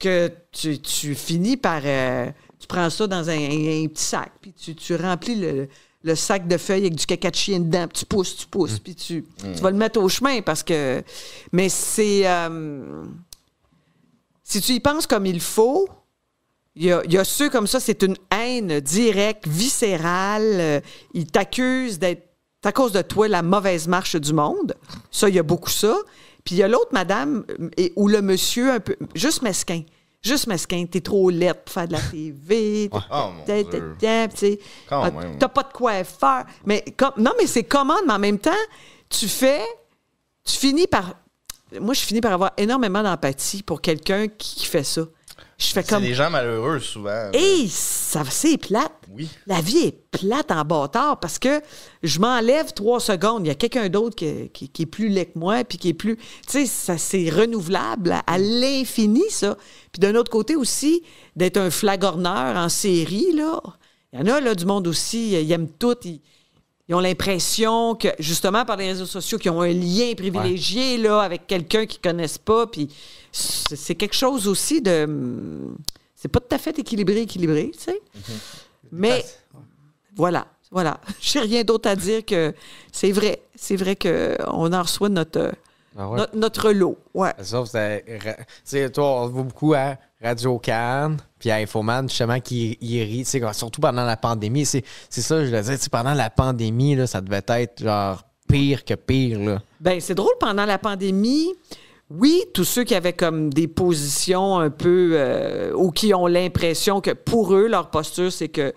[SPEAKER 2] que tu, tu finis par... euh, tu prends ça dans un, un- un petit sac, puis tu, tu remplis le, le sac de feuilles avec du caca de chien dedans, puis tu pousses, tu
[SPEAKER 3] Mmh.
[SPEAKER 2] pousses, puis tu, tu vas le mettre au chemin parce que... Mais c'est... euh, si tu y penses comme il faut, il y, a, il y a ceux comme ça, c'est une haine directe, viscérale. euh, Ils t'accusent d'être à cause de toi la mauvaise marche du monde. Ça, il y a beaucoup ça. Puis il y a l'autre madame euh, et, ou le monsieur un peu juste mesquin. Juste mesquin, t'es trop laide pour faire de la TV. t'es-
[SPEAKER 3] Oh, mon
[SPEAKER 2] t'es-
[SPEAKER 3] Dieu.
[SPEAKER 2] t'es- t'es- t'es-
[SPEAKER 3] Quand
[SPEAKER 2] ah,
[SPEAKER 3] même.
[SPEAKER 2] T'as pas de quoi faire. Mais comme, non, mais c'est commode, mais en même temps, tu fais tu finis par. Moi, je finis par avoir énormément d'empathie pour quelqu'un qui, qui fait ça. Je fais
[SPEAKER 3] C'est
[SPEAKER 2] comme.
[SPEAKER 3] des gens malheureux, souvent.
[SPEAKER 2] Hey, ça, c'est plate.
[SPEAKER 3] Oui.
[SPEAKER 2] La vie est plate en bâtard parce que je m'enlève trois secondes. Il y a quelqu'un d'autre qui, qui- qui est plus laid que moi, puis qui est plus. Tu sais, ça, c'est renouvelable à, à l'infini, ça. Puis d'un autre côté aussi, d'être un flagorneur en série, là. Il y en a, là, du monde aussi. Ils aiment tout. Ils, ils ont l'impression que, justement, par les réseaux sociaux, qu'ils ont un lien privilégié, là, avec quelqu'un qu'ils connaissent pas. Puis c'est c'est quelque chose aussi de. C'est pas tout à fait équilibré, équilibré, tu sais. Mais voilà, voilà. J'ai rien d'autre à dire que c'est vrai. C'est vrai qu'on en reçoit notre, euh,
[SPEAKER 1] Ah ouais.
[SPEAKER 2] notre, notre lot. Ouais.
[SPEAKER 1] Ça, vous avez- ra- tu sais, toi, on voit beaucoup à Radio Cannes, puis à Infoman, justement, qui y rit, tu sais, quand- surtout pendant la pandémie. C'est c'est ça, je le disais, tu sais, pendant la pandémie, là, ça devait être genre pire que pire, là.
[SPEAKER 2] Ben, c'est drôle, pendant la pandémie, oui, tous ceux qui avaient comme des positions un peu euh, ou qui ont l'impression que pour eux, leur posture, c'est que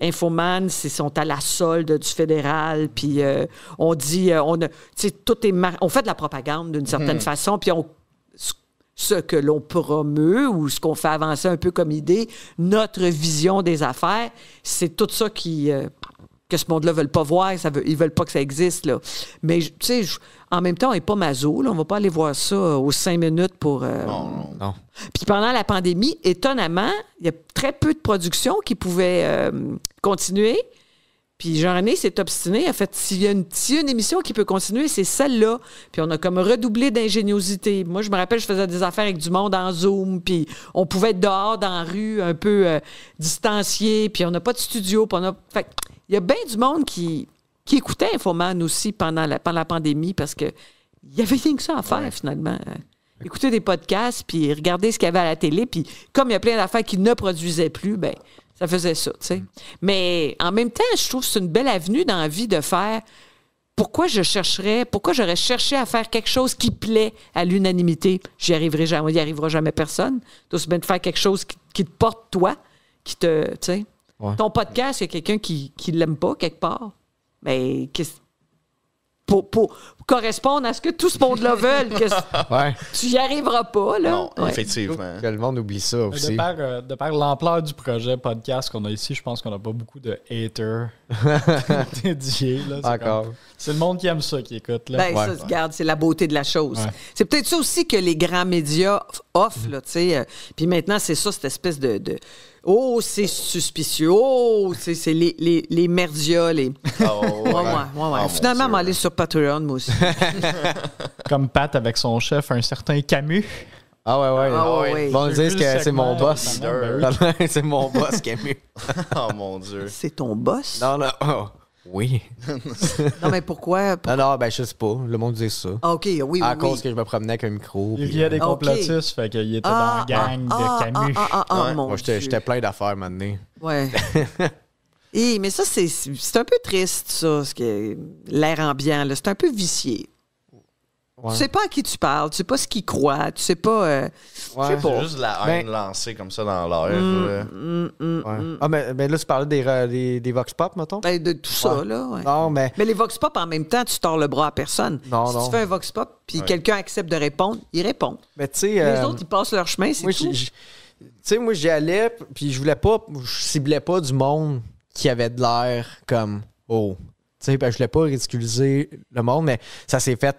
[SPEAKER 2] Infoman, ils sont à la solde du fédéral, puis euh, on dit, euh, on, a- tu sais, tout est mar- on fait de la propagande d'une certaine façon, puis on ce- ce que l'on promeut ou ce qu'on fait avancer un peu comme idée, notre vision des affaires, c'est tout ça qui, euh, que ce monde-là ne veulent pas voir, ça veut, ils veulent pas que ça existe. Là. Mais, je- tu sais, je- en même temps, on n'est pas maso, là, on va pas aller voir ça euh, aux cinq minutes pour... euh,
[SPEAKER 1] Non.
[SPEAKER 2] Puis pendant la pandémie, étonnamment, il y a très peu de productions qui pouvaient euh, continuer. Puis Jean-René s'est obstiné. En fait, s'il y, a une- s'il y a une émission qui peut continuer, c'est celle-là. Puis on a comme redoublé d'ingéniosité. Moi, je me rappelle, je faisais des affaires avec du monde en Zoom. Puis on pouvait être dehors, dans la rue, un peu euh, distancié. Puis on n'a pas de studio. Puis on a... Fait que il y a bien du monde qui, qui écoutait Infoman aussi pendant la, pendant la pandémie parce que il y avait rien que ça à faire, finalement. Euh, Écouter des podcasts, puis regarder ce qu'il y avait à la télé, puis comme il y a plein d'affaires qui ne produisaient plus, ben ça faisait ça, tu sais. Mais en même temps, je trouve que c'est une belle avenue dans la vie de faire pourquoi je chercherais, pourquoi j'aurais cherché à faire quelque chose qui plaît à l'unanimité? J'y arriverai jamais, il n'y arrivera jamais personne. Tu bien de faire quelque chose qui, qui te porte, toi, qui te. Tu sais.
[SPEAKER 1] Ouais.
[SPEAKER 2] Ton podcast, il y a quelqu'un qui ne l'aime pas quelque part. Mais qu'est-ce- pour, pour correspondre à ce que tout ce monde-là veut, que
[SPEAKER 1] Ouais.
[SPEAKER 2] tu n'y arriveras pas, là.
[SPEAKER 3] Non,
[SPEAKER 2] Ouais.
[SPEAKER 3] effectivement.
[SPEAKER 1] Que le monde oublie ça
[SPEAKER 4] Mais
[SPEAKER 1] aussi.
[SPEAKER 4] De par, euh, de par l'ampleur du projet podcast qu'on a ici, je pense qu'on n'a pas beaucoup de haters dédiés. là. C'est
[SPEAKER 1] Encore.
[SPEAKER 4] comme- C'est le monde qui aime ça qui écoute. Là.
[SPEAKER 2] Ben, ça, regarde, c'est la beauté de la chose.
[SPEAKER 4] Ouais.
[SPEAKER 2] C'est peut-être ça aussi que les grands médias f- offrent, là, tu sais. euh, Puis maintenant, c'est ça, cette espèce de... de- oh, c'est suspicieux. Oh, c'est c'est les, les, les merdias, les...
[SPEAKER 3] Ah, ouais, ouais.
[SPEAKER 2] Ouais, ouais, ouais, ouais.
[SPEAKER 3] Ah, mon
[SPEAKER 2] Finalement,
[SPEAKER 3] Dieu.
[SPEAKER 2] m'aller sur Patreon, moi aussi.
[SPEAKER 4] Comme Pat avec son chef, un certain Camus.
[SPEAKER 1] Ah ouais, ouais.
[SPEAKER 2] Ah ouais, ouais.
[SPEAKER 1] Ils vont
[SPEAKER 4] J'ai
[SPEAKER 1] dire
[SPEAKER 4] vu
[SPEAKER 1] que
[SPEAKER 4] le
[SPEAKER 1] c'est mon
[SPEAKER 4] segment,
[SPEAKER 1] boss.
[SPEAKER 4] ben
[SPEAKER 1] c'est mon boss qui est mieux.
[SPEAKER 3] Ah, mon Dieu.
[SPEAKER 2] c'est ton boss? Non,
[SPEAKER 1] Non, non. oh, Oui.
[SPEAKER 2] mais pourquoi? pour-
[SPEAKER 1] Non, non, ben je sais pas. Le monde dit ça.
[SPEAKER 2] Ah, OK, oui, oui,
[SPEAKER 1] à
[SPEAKER 2] oui.
[SPEAKER 1] cause que je me promenais avec un micro.
[SPEAKER 4] Il
[SPEAKER 1] puis, euh,
[SPEAKER 4] riait des
[SPEAKER 2] Ok.
[SPEAKER 4] complotistes, fait qu'il était
[SPEAKER 2] Ah,
[SPEAKER 4] dans la gang
[SPEAKER 2] ah,
[SPEAKER 4] de Camus.
[SPEAKER 2] Ah, ah, ah, ah,
[SPEAKER 3] Ouais.
[SPEAKER 2] mon
[SPEAKER 1] Moi, j'étais
[SPEAKER 2] Dieu.
[SPEAKER 1] j'étais plein d'affaires maintenant.
[SPEAKER 2] Ouais. Et, mais ça, c'est c'est un peu triste, ça, ce que- l'air ambiant. là. C'est un peu vicié.
[SPEAKER 1] Ouais.
[SPEAKER 2] Tu sais pas à qui tu parles, tu sais pas ce qu'ils croient, tu sais pas. euh,
[SPEAKER 1] Ouais.
[SPEAKER 3] C'est juste
[SPEAKER 1] Ben
[SPEAKER 3] de la haine lancée comme ça dans l'air. là.
[SPEAKER 2] mm, mm,
[SPEAKER 1] Ouais. Ah, mais, mais là, tu parlais des, ra- des, des Vox Pop, mettons?
[SPEAKER 2] ben, de tout ça, là. ouais.
[SPEAKER 1] Non, mais.
[SPEAKER 2] Mais les vox pop, en même temps, tu tords le bras à personne.
[SPEAKER 1] Non,
[SPEAKER 2] si
[SPEAKER 1] non.
[SPEAKER 2] tu fais un vox pop, puis
[SPEAKER 3] Ouais.
[SPEAKER 2] quelqu'un accepte de répondre, il répond.
[SPEAKER 1] Mais tu sais.
[SPEAKER 2] Les
[SPEAKER 1] euh,
[SPEAKER 2] autres, ils passent leur chemin, c'est
[SPEAKER 1] moi,
[SPEAKER 2] tout.
[SPEAKER 1] j'- j'- Tu sais, moi, j'y allais, p- puis je voulais pas. Je ciblais pas du monde qui avait de l'air comme. Oh. Tu sais, ben, je voulais pas ridiculiser le monde, mais ça s'est fait.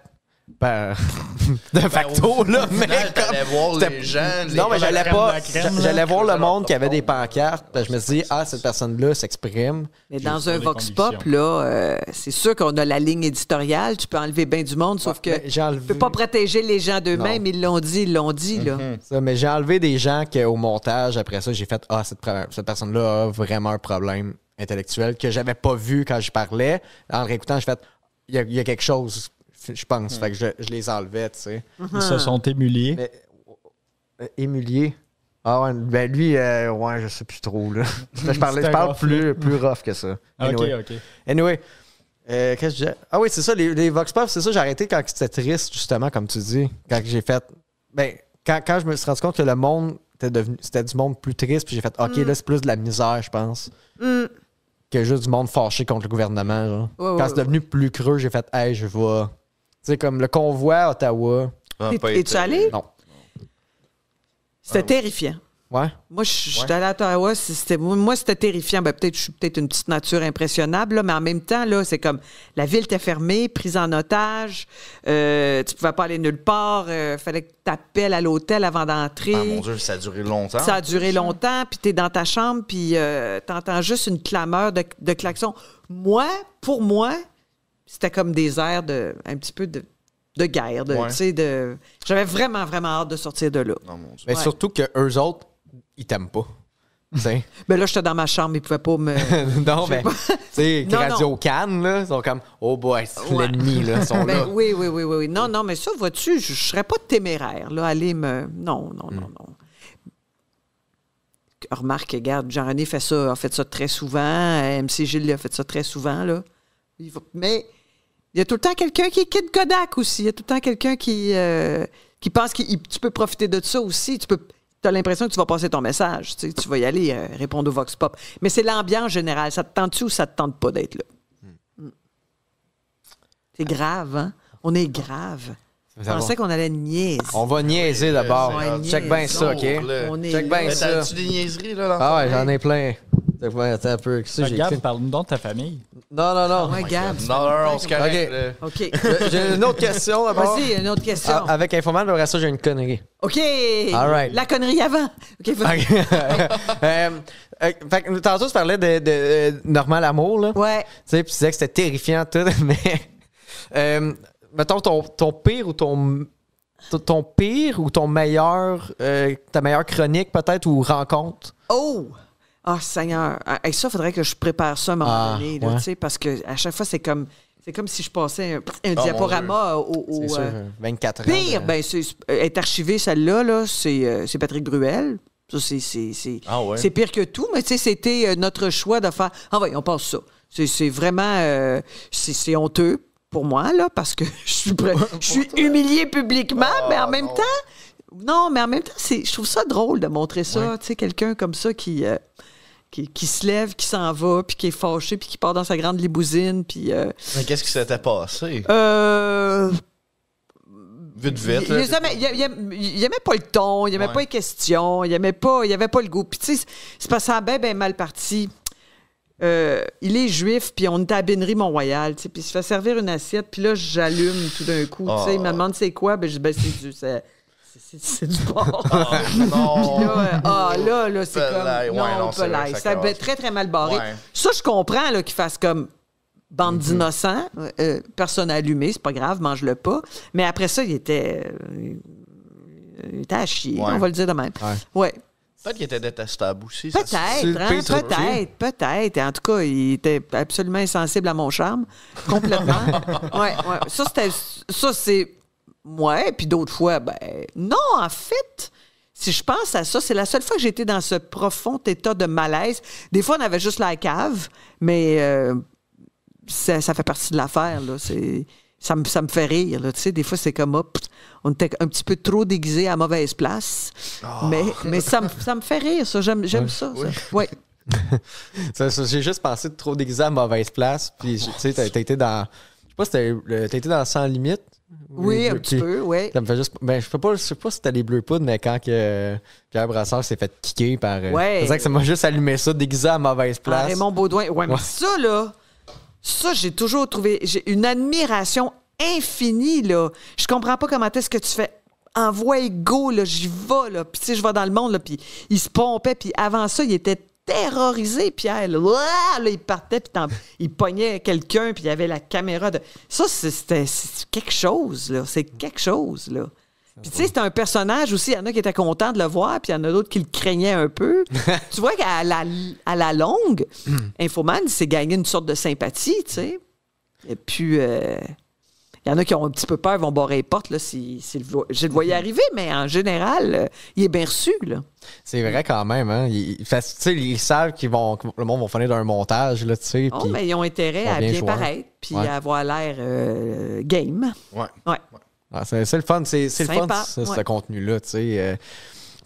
[SPEAKER 1] par- de
[SPEAKER 2] Ben,
[SPEAKER 1] facto, là. Mais comme-
[SPEAKER 3] final, t'allais voir
[SPEAKER 1] c'était-
[SPEAKER 3] les gens, les-
[SPEAKER 1] Non, mais
[SPEAKER 4] la
[SPEAKER 1] j'allais
[SPEAKER 4] crème de
[SPEAKER 1] pas.
[SPEAKER 4] la crème,
[SPEAKER 1] j'a-
[SPEAKER 4] là,
[SPEAKER 1] J'allais voir le
[SPEAKER 3] faisait leur
[SPEAKER 1] monde qui avait des
[SPEAKER 3] propre.
[SPEAKER 1] pancartes. puis je me suis dit, ah, cette personne-là s'exprime.
[SPEAKER 2] Mais
[SPEAKER 4] Juste
[SPEAKER 2] dans
[SPEAKER 4] pour
[SPEAKER 2] un
[SPEAKER 4] les
[SPEAKER 2] vox pop,
[SPEAKER 4] convictions.
[SPEAKER 2] là, euh, c'est sûr qu'on a la ligne éditoriale, tu peux enlever bien du monde, sauf que
[SPEAKER 1] Ouais, mais j'ai
[SPEAKER 2] tu
[SPEAKER 1] enlevé-
[SPEAKER 2] peux pas protéger les gens d'eux-mêmes, ils l'ont dit, ils l'ont dit, là.
[SPEAKER 1] Mhm. Ça, mais j'ai enlevé des gens qu'au montage, après ça, j'ai fait Ah, cette, pre- cette personne-là a vraiment un problème intellectuel que j'avais pas vu quand je parlais. En le réécoutant, j'ai fait Il y, a- il y a quelque chose, je
[SPEAKER 4] Mm.
[SPEAKER 1] pense. Fait que je, je les enlevais, tu sais.
[SPEAKER 2] ah.
[SPEAKER 4] Ils se sont émulés.
[SPEAKER 1] Mais euh, Émulier. Ah ouais, ben lui, euh, ouais, je sais plus trop, là. je, parlais, je
[SPEAKER 4] C'était
[SPEAKER 1] parle
[SPEAKER 4] rough, Ah,
[SPEAKER 1] plus, plus rough que ça.
[SPEAKER 4] Ok,
[SPEAKER 1] Anyway.
[SPEAKER 4] ok.
[SPEAKER 1] Anyway, euh, qu'est-ce que je disais? Ah oui, c'est ça, les, les Vox Pop, c'est ça, j'ai arrêté quand c'était triste, justement, comme tu dis. Quand j'ai fait. Ben, quand, quand je me suis rendu compte que le monde était devenu. C'était du monde plus triste, puis j'ai fait,
[SPEAKER 2] Mm.
[SPEAKER 1] OK, là, c'est plus de la misère, je pense. Que juste du monde fâché contre le gouvernement, genre.
[SPEAKER 2] Ouais, ouais,
[SPEAKER 1] quand c'est
[SPEAKER 2] ouais.
[SPEAKER 1] devenu plus creux, j'ai fait, hey, je vais. Tu sais, comme le convoi à Ottawa.
[SPEAKER 3] Ah,
[SPEAKER 2] Et-
[SPEAKER 3] pas
[SPEAKER 2] es-tu
[SPEAKER 3] été-
[SPEAKER 2] allé?
[SPEAKER 1] Non. ah
[SPEAKER 2] C'était terrifiant.
[SPEAKER 1] Ouais.
[SPEAKER 2] Moi, je je suis
[SPEAKER 3] Ouais.
[SPEAKER 2] allée à Ottawa, c'est- c'était- moi, c'était terrifiant. Ben, peut-être, je suis peut-être une petite nature impressionnable, là, mais en même temps, là, c'est comme la ville était fermée, prise en otage, euh, tu pouvais pas aller nulle part, euh, fallait que tu appelles à l'hôtel avant d'entrer.
[SPEAKER 3] Ah, mon Dieu, Ah, ça a duré longtemps.
[SPEAKER 2] Ça a duré longtemps, puis t'es dans ta chambre, puis euh, t'entends juste une clameur de, de klaxon. Moi, pour moi, c'était comme des airs de un petit peu de, de guerre, de,
[SPEAKER 3] Ouais.
[SPEAKER 2] tu sais, de. J'avais vraiment, vraiment hâte de sortir de là.
[SPEAKER 3] Non, mon Dieu.
[SPEAKER 1] Mais
[SPEAKER 2] Ouais.
[SPEAKER 1] Ben, surtout que eux autres, ils t'aiment pas. Tu sais.
[SPEAKER 2] Mais Ben là, j'étais dans ma chambre, ils pouvaient pas me.
[SPEAKER 1] non, mais. Tu sais,
[SPEAKER 2] Non, non.
[SPEAKER 1] Radio Cannes, là, ils sont comme, oh boy, c'est
[SPEAKER 2] Ouais.
[SPEAKER 1] l'ennemi, là, ils sont
[SPEAKER 2] Ben
[SPEAKER 1] Ah, là.
[SPEAKER 2] oui, oui, oui, oui, oui. Non, non, mais ça, vois-tu, je, je serais pas téméraire, là, aller me... Non, non, non, non. Remarque, regarde, Jean-René fait ça, a fait ça très souvent, euh, MC Gilles a fait ça très souvent, là. Il va- Mais il y a tout le temps quelqu'un qui est Kid Kodak aussi. Il y a tout le temps quelqu'un qui, euh, qui pense que tu peux profiter de ça aussi. Tu peux... as l'impression que tu vas passer ton message. Tu, sais, tu vas y aller euh, répondre au Vox Pop. Mais c'est l'ambiance générale. Ça te tente-tu ou ça te tente pas d'être là? Mm. C'est grave, hein? On est grave. Je
[SPEAKER 1] Ça va. Oh
[SPEAKER 2] pensais qu'on allait niaiser.
[SPEAKER 1] On va niaiser d'abord.
[SPEAKER 2] Ouais,
[SPEAKER 1] Check
[SPEAKER 2] niaise.
[SPEAKER 1] bien ça, OK?
[SPEAKER 3] Lourd, là.
[SPEAKER 2] On est
[SPEAKER 1] Check
[SPEAKER 2] là.
[SPEAKER 1] bien
[SPEAKER 3] Mais
[SPEAKER 1] ça.
[SPEAKER 3] t'as-tu des niaiseries, là, dans
[SPEAKER 1] Ah ouais,
[SPEAKER 3] ton
[SPEAKER 1] j'en ai plein. Fait que, ouais, attends un peu. Qu'est-ce que j'ai
[SPEAKER 4] Gab,
[SPEAKER 1] écrit?
[SPEAKER 4] parle-nous donc de ta famille.
[SPEAKER 1] Non, non, non.
[SPEAKER 2] Ouais, Gab.
[SPEAKER 3] Non, non, non, on se correcte,
[SPEAKER 1] Ok.
[SPEAKER 3] là.
[SPEAKER 1] J'ai-
[SPEAKER 2] OK.
[SPEAKER 1] J'ai une autre question d'abord.
[SPEAKER 2] Ah Vas-y, une autre question.
[SPEAKER 1] Ah, Avec Infoman, après ça, j'ai une connerie.
[SPEAKER 2] OK.
[SPEAKER 1] All right.
[SPEAKER 2] La connerie avant. OK. vas-y.
[SPEAKER 1] Ok. Euh, euh, fait que tantôt, tu parlais de, de, euh, Normal Amour, là.
[SPEAKER 2] Ouais.
[SPEAKER 1] Tu sais, puis tu disais que c'était terrifiant, tout, mais. euh, mettons, ton, ton pire ou ton. ton- Ton pire ou ton meilleur, euh, ta meilleure chronique peut-être ou rencontre.
[SPEAKER 2] Oh! Ah, Seigneur. Et ça, faudrait que je prépare ça à un moment
[SPEAKER 1] Ah,
[SPEAKER 2] donné, là,
[SPEAKER 1] ouais.
[SPEAKER 2] tu sais, parce que à chaque fois, c'est comme, c'est comme si je passais un, un
[SPEAKER 3] mon
[SPEAKER 2] diaporama au. au-
[SPEAKER 1] Oh, C'est
[SPEAKER 2] au,
[SPEAKER 1] sûr,
[SPEAKER 2] euh,
[SPEAKER 1] euh, 24 ans.
[SPEAKER 2] pire,
[SPEAKER 1] euh,
[SPEAKER 2] ben, c'est, euh, est archivé celle-là, là, c'est, euh, c'est Patrick Bruel. Ça, c'est, c'est, c'est,
[SPEAKER 3] Ah ouais.
[SPEAKER 2] c'est pire que tout, mais tu sais, c'était euh, notre choix de faire. Ah ouais, on passe ça. C'est, c'est vraiment. euh, c'est, c'est honteux pour moi, là, parce que je suis, pre- je suis humilié publiquement,
[SPEAKER 3] Ah,
[SPEAKER 2] mais en même
[SPEAKER 3] non.
[SPEAKER 2] temps. Non, mais en même temps, c'est, je trouve ça drôle de montrer ça. Tu sais, quelqu'un comme ça qui, euh, qui, qui se lève, qui s'en va, puis qui est fâché, puis qui part dans sa grande libousine, puis. euh,
[SPEAKER 3] Mais qu'est-ce qui s'était passé?
[SPEAKER 2] euh,
[SPEAKER 3] Vite, vite.
[SPEAKER 2] il,
[SPEAKER 3] là.
[SPEAKER 2] il aimait- il aimait- il aimait pas le ton, il aimait
[SPEAKER 3] Ouais.
[SPEAKER 2] pas les questions, il aimait pas, il avait pas le goût. Puis tu sais, c'est parce que ça a bien, bien mal parti. Euh, il est juif, puis on était à Bénerie Mont-Royal, tu sais, puis il se fait servir une assiette, puis là, j'allume tout d'un coup, tu sais, il me
[SPEAKER 3] Ah.
[SPEAKER 2] demande c'est quoi, ben je dis, ben c'est du, c'est, c'est- c'est du porc.
[SPEAKER 3] Ah, non.
[SPEAKER 2] Puis là, euh, ah, là, là, c'est
[SPEAKER 3] Peut-être.
[SPEAKER 2] comme.
[SPEAKER 3] Ben, Ouais,
[SPEAKER 2] non,
[SPEAKER 3] non, c'est
[SPEAKER 2] peut
[SPEAKER 3] vrai que
[SPEAKER 2] l'être.
[SPEAKER 3] ça
[SPEAKER 2] Ça
[SPEAKER 3] casse.
[SPEAKER 2] va être très, très mal barré.
[SPEAKER 3] Ouais. Mm-hmm.
[SPEAKER 2] Ça, je comprends là, qu'ils fassent comme bande d'innocents, euh, euh, personne allumée, c'est pas grave, mange-le pas. Mais après ça, il était. euh, il était à chier,
[SPEAKER 3] Ouais.
[SPEAKER 2] on va le dire de même.
[SPEAKER 1] Ouais.
[SPEAKER 2] Ouais.
[SPEAKER 3] Peut-être qu'il était détestable aussi. ça
[SPEAKER 2] Peut-être,
[SPEAKER 1] c'est le
[SPEAKER 2] hein,
[SPEAKER 1] pire truc.
[SPEAKER 2] peut-être, peut-être. En tout cas, il était absolument insensible à mon charme, complètement. ouais, ouais. Ça, c'était, ça, c'est, ouais. Puis d'autres fois, ben, non, en fait, si je pense à ça, c'est la seule fois que j'ai été dans ce profond état de malaise. Des fois, on avait juste la cave, mais euh, ça, ça fait partie de l'affaire, là. C'est, ça me, ça me fait rire, là. Tu sais, des fois, c'est comme, hop, on était un petit peu trop déguisé à mauvaise place. Mais, mais ça, me, ça me fait rire, ça. J'aime, j'aime ça. ça. Ah. Ouais.
[SPEAKER 1] Ça, ça, J'ai juste pensé de trop déguiser à mauvaise place. Puis, tu sais, t'as t'as été dans. Je sais pas si t'as le- t'as été dans Sans Limite.
[SPEAKER 2] Oui, un
[SPEAKER 1] Puis-
[SPEAKER 2] petit peu, oui.
[SPEAKER 1] Ça me fait juste. Ben, je sais pas, je sais pas si c'était les Bleu Poudre, mais quand que euh, Pierre Brassard s'est fait kicker par. euh,
[SPEAKER 2] Ouais.
[SPEAKER 1] C'est vrai que ça m'a juste allumé ça, déguisé à mauvaise
[SPEAKER 2] Ah,
[SPEAKER 1] place.
[SPEAKER 2] Raymond Baudouin. Ouais, mais
[SPEAKER 1] Ouais.
[SPEAKER 2] ça, là, ça, j'ai toujours trouvé. J'ai une admiration infinie, là. Je comprends pas comment est-ce que tu fais. Envoie go, là, j'y vais, là. Puis, tu sais, je vais dans le monde, là. Puis, il se pompait. Puis, avant ça, il était terrorisé, Pierre. Là, Ouah! Là, il partait, puis t'en- il pognait quelqu'un, puis il y avait la caméra. De... Ça, c'est- c'était c'est quelque chose, là. C'est quelque chose, là. Puis tu sais, c'était un personnage aussi. Il y en a qui étaient contents de le voir, puis il y en a d'autres qui le craignaient un peu. tu vois qu'à la, à la longue, Infoman, il s'est gagné une sorte de sympathie, tu sais. Et puis, euh, il y en a qui ont un petit peu peur, vont barrer les portes, là, si, si le vo- je le voyais arriver, mais en général, euh, il est bien reçu, là.
[SPEAKER 1] C'est
[SPEAKER 2] Mm.
[SPEAKER 1] vrai quand même, hein. Ils, ils- fait- tu sais, ils savent qu'ils vont, que le monde va finir d'un montage, là, tu sais.
[SPEAKER 2] Oh,
[SPEAKER 1] puis-
[SPEAKER 2] mais ils ont intérêt
[SPEAKER 1] sont
[SPEAKER 2] à
[SPEAKER 1] bien
[SPEAKER 2] bien,
[SPEAKER 1] joueurs.
[SPEAKER 2] paraître, puis
[SPEAKER 1] Ouais.
[SPEAKER 2] à avoir l'air euh, game.
[SPEAKER 3] Ouais.
[SPEAKER 2] Ouais.
[SPEAKER 1] Ah, c'est c'est le fun, c'est c'est le fun,
[SPEAKER 2] Sympa,
[SPEAKER 1] ce, ce
[SPEAKER 2] ouais.
[SPEAKER 1] contenu-là, tu sais. euh,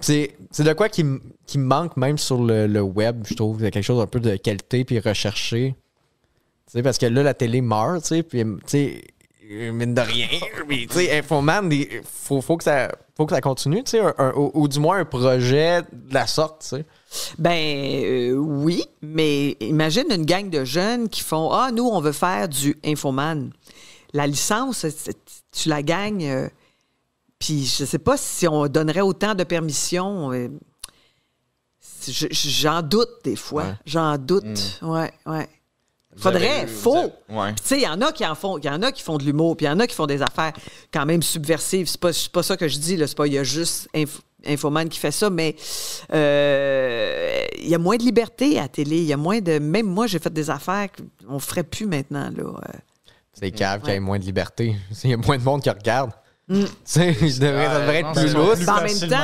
[SPEAKER 1] c'est c'est de quoi qui, m- qui me manque même sur le, le web, je trouve. Il y a quelque chose un peu de qualité puis recherché. Tu sais, parce que là, la télé meurt, tu sais, puis, tu sais, euh, mine de rien. Puis, tu sais, Infoman, il faut, faut, que ça, faut que ça continue, tu sais, un- un- ou, ou du moins un projet de la sorte, tu sais.
[SPEAKER 2] Ben euh, oui, mais imagine une gang de jeunes qui font Ah, nous, on veut faire du Infoman. La licence, c'est- tu la gagnes. euh, Puis je sais pas si on donnerait autant de permissions. euh, si- je- je- J'en doute des fois.
[SPEAKER 1] Ouais.
[SPEAKER 2] J'en doute. Ouais, ouais. Faudrait,
[SPEAKER 3] Hmm. Vous avez-
[SPEAKER 2] faux.
[SPEAKER 3] vous avez- Ouais.
[SPEAKER 2] Puis, tu sais, il y en a qui en font, il y en a qui font de l'humour, puis il y en a qui font des affaires quand même subversives. C'est pas, c'est pas ça que je dis, là. C'est pas, il y a juste Inf- Infoman qui fait ça, mais euh, il y a moins de liberté à la télé. Il y a moins de. Même moi, j'ai fait des affaires qu'on ferait plus maintenant, là. Euh,
[SPEAKER 3] Mm.
[SPEAKER 1] C'est cave qu'il y ait
[SPEAKER 2] Ouais. Mm.
[SPEAKER 1] moins de liberté. Il y a moins de monde qui regarde. Tu sais, je devrais- ça devrait
[SPEAKER 3] Ah, non,
[SPEAKER 1] être
[SPEAKER 3] c'est
[SPEAKER 1] plus
[SPEAKER 3] sûr.
[SPEAKER 1] lousse.
[SPEAKER 2] Ben, en même
[SPEAKER 4] facilement.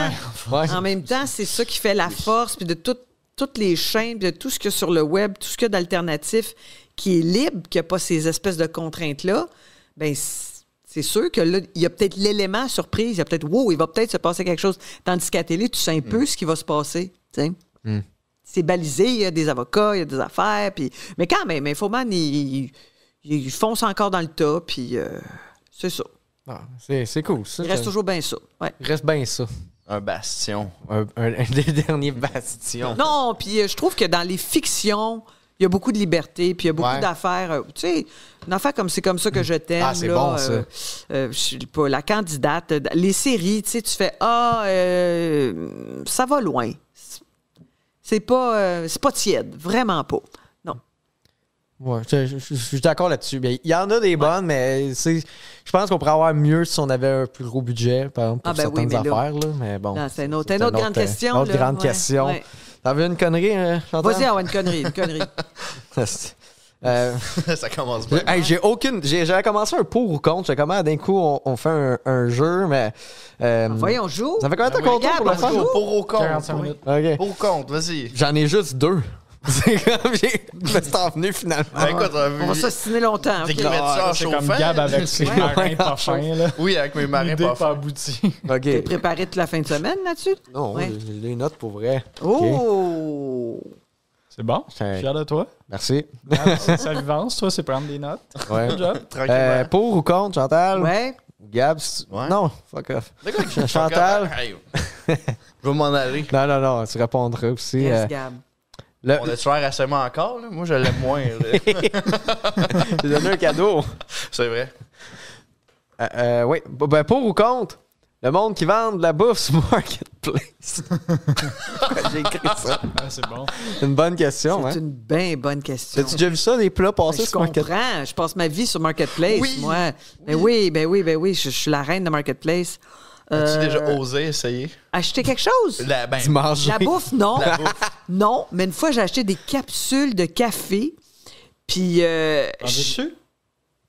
[SPEAKER 2] temps,
[SPEAKER 1] Ouais.
[SPEAKER 2] En même temps, c'est ça qui fait la force, puis de tout- toutes les chaînes, puis de tout ce qu'il y a sur le web, tout ce qu'il y a d'alternatif qui est libre, qui n'a pas ces espèces de contraintes-là, ben c- c'est sûr que là, il y a peut-être l'élément surprise, il y a peut-être, wow, il va peut-être se passer quelque chose. Tandis qu'à la télé, tu sais un peu ce qui va se passer, tu sais. C'est balisé, il y a des avocats, il y a des affaires, puis... Mais quand même, Infoman, il, il, il fonce encore dans le tas, puis euh, c'est ça.
[SPEAKER 1] Ah, c'est c'est cool, ça.
[SPEAKER 2] Il reste
[SPEAKER 1] ça-
[SPEAKER 2] toujours bien ça, ouais.
[SPEAKER 1] Il reste bien ça.
[SPEAKER 3] Un bastion.
[SPEAKER 1] Un, un- un des derniers bastions.
[SPEAKER 2] Non, puis euh, je trouve que dans les fictions, il y a beaucoup de liberté, puis il y a beaucoup
[SPEAKER 1] Ouais.
[SPEAKER 2] d'affaires. euh, tu sais, une affaire comme c'est comme ça que je t'aime.
[SPEAKER 1] Ah, c'est
[SPEAKER 2] là,
[SPEAKER 1] bon, ça.
[SPEAKER 2] euh, euh, je sais pas, la candidate. euh, Les séries, tu sais, tu fais Ah, euh, ça va loin. C'est pas, euh, c'est pas tiède, vraiment pas. Non.
[SPEAKER 1] Ouais, je, je- je- je suis d'accord là-dessus. Bien, Il y en a des bonnes, mais c'est- je pense qu'on pourrait avoir mieux si on avait un plus gros budget, par exemple, pour
[SPEAKER 2] Ah, ben oui,
[SPEAKER 1] certaines
[SPEAKER 2] mais là-
[SPEAKER 1] affaires. Là, mais bon,
[SPEAKER 2] Non, c'est une autre, c'est une autre grande question.
[SPEAKER 1] Une autre
[SPEAKER 2] là.
[SPEAKER 1] grande
[SPEAKER 2] Ouais,
[SPEAKER 1] question.
[SPEAKER 2] ouais.
[SPEAKER 1] T'en veux une connerie, euh, Chantal?
[SPEAKER 2] Vas-y, ah ouais, une connerie, une connerie.
[SPEAKER 1] Mm. Euh,
[SPEAKER 3] ça commence bien.
[SPEAKER 1] j'ai- hey, j'ai aucune. j'ai- J'avais commencé un pour ou contre. J'ai comment d'un coup on, on fait un, un jeu, mais. euh,
[SPEAKER 2] Ah, Voyons, joue.
[SPEAKER 1] ça fait combien de temps qu'on tourne pour le
[SPEAKER 2] Regarde,
[SPEAKER 1] faire?
[SPEAKER 2] on joue.
[SPEAKER 3] Pour au compte.
[SPEAKER 4] 45 minutes.
[SPEAKER 1] Ok.
[SPEAKER 3] Pour au compte, vas-y.
[SPEAKER 1] J'en ai juste deux. C'est comme j'ai. Je me suis envenu finalement.
[SPEAKER 3] Ben, écoute,
[SPEAKER 2] On va s'assiner longtemps. Ah,
[SPEAKER 3] T'es
[SPEAKER 2] ok?
[SPEAKER 3] qui va mettre ça en
[SPEAKER 4] Ah, C'est comme
[SPEAKER 3] chauffant.
[SPEAKER 4] Gab avec ses
[SPEAKER 2] Ouais.
[SPEAKER 4] marins pas fins, là.
[SPEAKER 3] Oui, avec mes marins
[SPEAKER 4] L'idée
[SPEAKER 3] pas
[SPEAKER 4] pas
[SPEAKER 3] fins.
[SPEAKER 4] aboutie.
[SPEAKER 1] Ok.
[SPEAKER 2] T'es préparé toute la fin de semaine là-dessus?
[SPEAKER 1] Non,
[SPEAKER 2] Ouais.
[SPEAKER 1] j'ai les notes pour vrai. Ok.
[SPEAKER 2] Oh!
[SPEAKER 4] C'est bon? Je suis fier de toi.
[SPEAKER 1] Merci.
[SPEAKER 4] Gab, C'est sa vivance, toi, c'est prendre des notes.
[SPEAKER 1] Ouais.
[SPEAKER 4] Good job.
[SPEAKER 3] Tranquillement.
[SPEAKER 1] Euh, pour ou contre, Chantal?
[SPEAKER 2] Ouais.
[SPEAKER 1] Gab? c'est-
[SPEAKER 3] Ouais.
[SPEAKER 1] Non, fuck off.
[SPEAKER 3] C'est quoi que-
[SPEAKER 1] Chantal?
[SPEAKER 3] Hey, Je vais m'en aller.
[SPEAKER 1] Non, non, non, tu répondras aussi.
[SPEAKER 2] Yes,
[SPEAKER 1] euh,
[SPEAKER 2] Gab.
[SPEAKER 1] le-
[SPEAKER 3] On a-tu l'air assez encore? Là? Moi, je l'aime moins. là.
[SPEAKER 1] J'ai donné un cadeau.
[SPEAKER 3] C'est vrai.
[SPEAKER 1] Euh, euh, oui, B- ben, pour ou contre, le monde qui vend de la bouffe sur Marketplace. J'ai écrit ça.
[SPEAKER 4] Ah, c'est bon.
[SPEAKER 1] Une bonne
[SPEAKER 2] C'est
[SPEAKER 1] question, hein?
[SPEAKER 2] une bien bonne question.
[SPEAKER 1] As-tu déjà vu ça, des plats
[SPEAKER 2] Ben,
[SPEAKER 1] passés
[SPEAKER 2] Je
[SPEAKER 1] sur Marketplace?
[SPEAKER 2] comprends. Je passe ma vie sur Marketplace,
[SPEAKER 3] Oui.
[SPEAKER 2] moi. Ben oui, ben oui, ben oui. Je, je suis la reine de Marketplace.
[SPEAKER 3] As-tu
[SPEAKER 2] Euh,
[SPEAKER 3] déjà osé essayer?
[SPEAKER 2] Acheter quelque chose?
[SPEAKER 3] La, ben,
[SPEAKER 1] Tu manges.
[SPEAKER 2] La bouffe, non.
[SPEAKER 3] la bouffe.
[SPEAKER 2] Non, mais une fois, j'ai acheté des capsules de café. Puis, euh,
[SPEAKER 4] T'en
[SPEAKER 2] je-
[SPEAKER 4] veux-tu?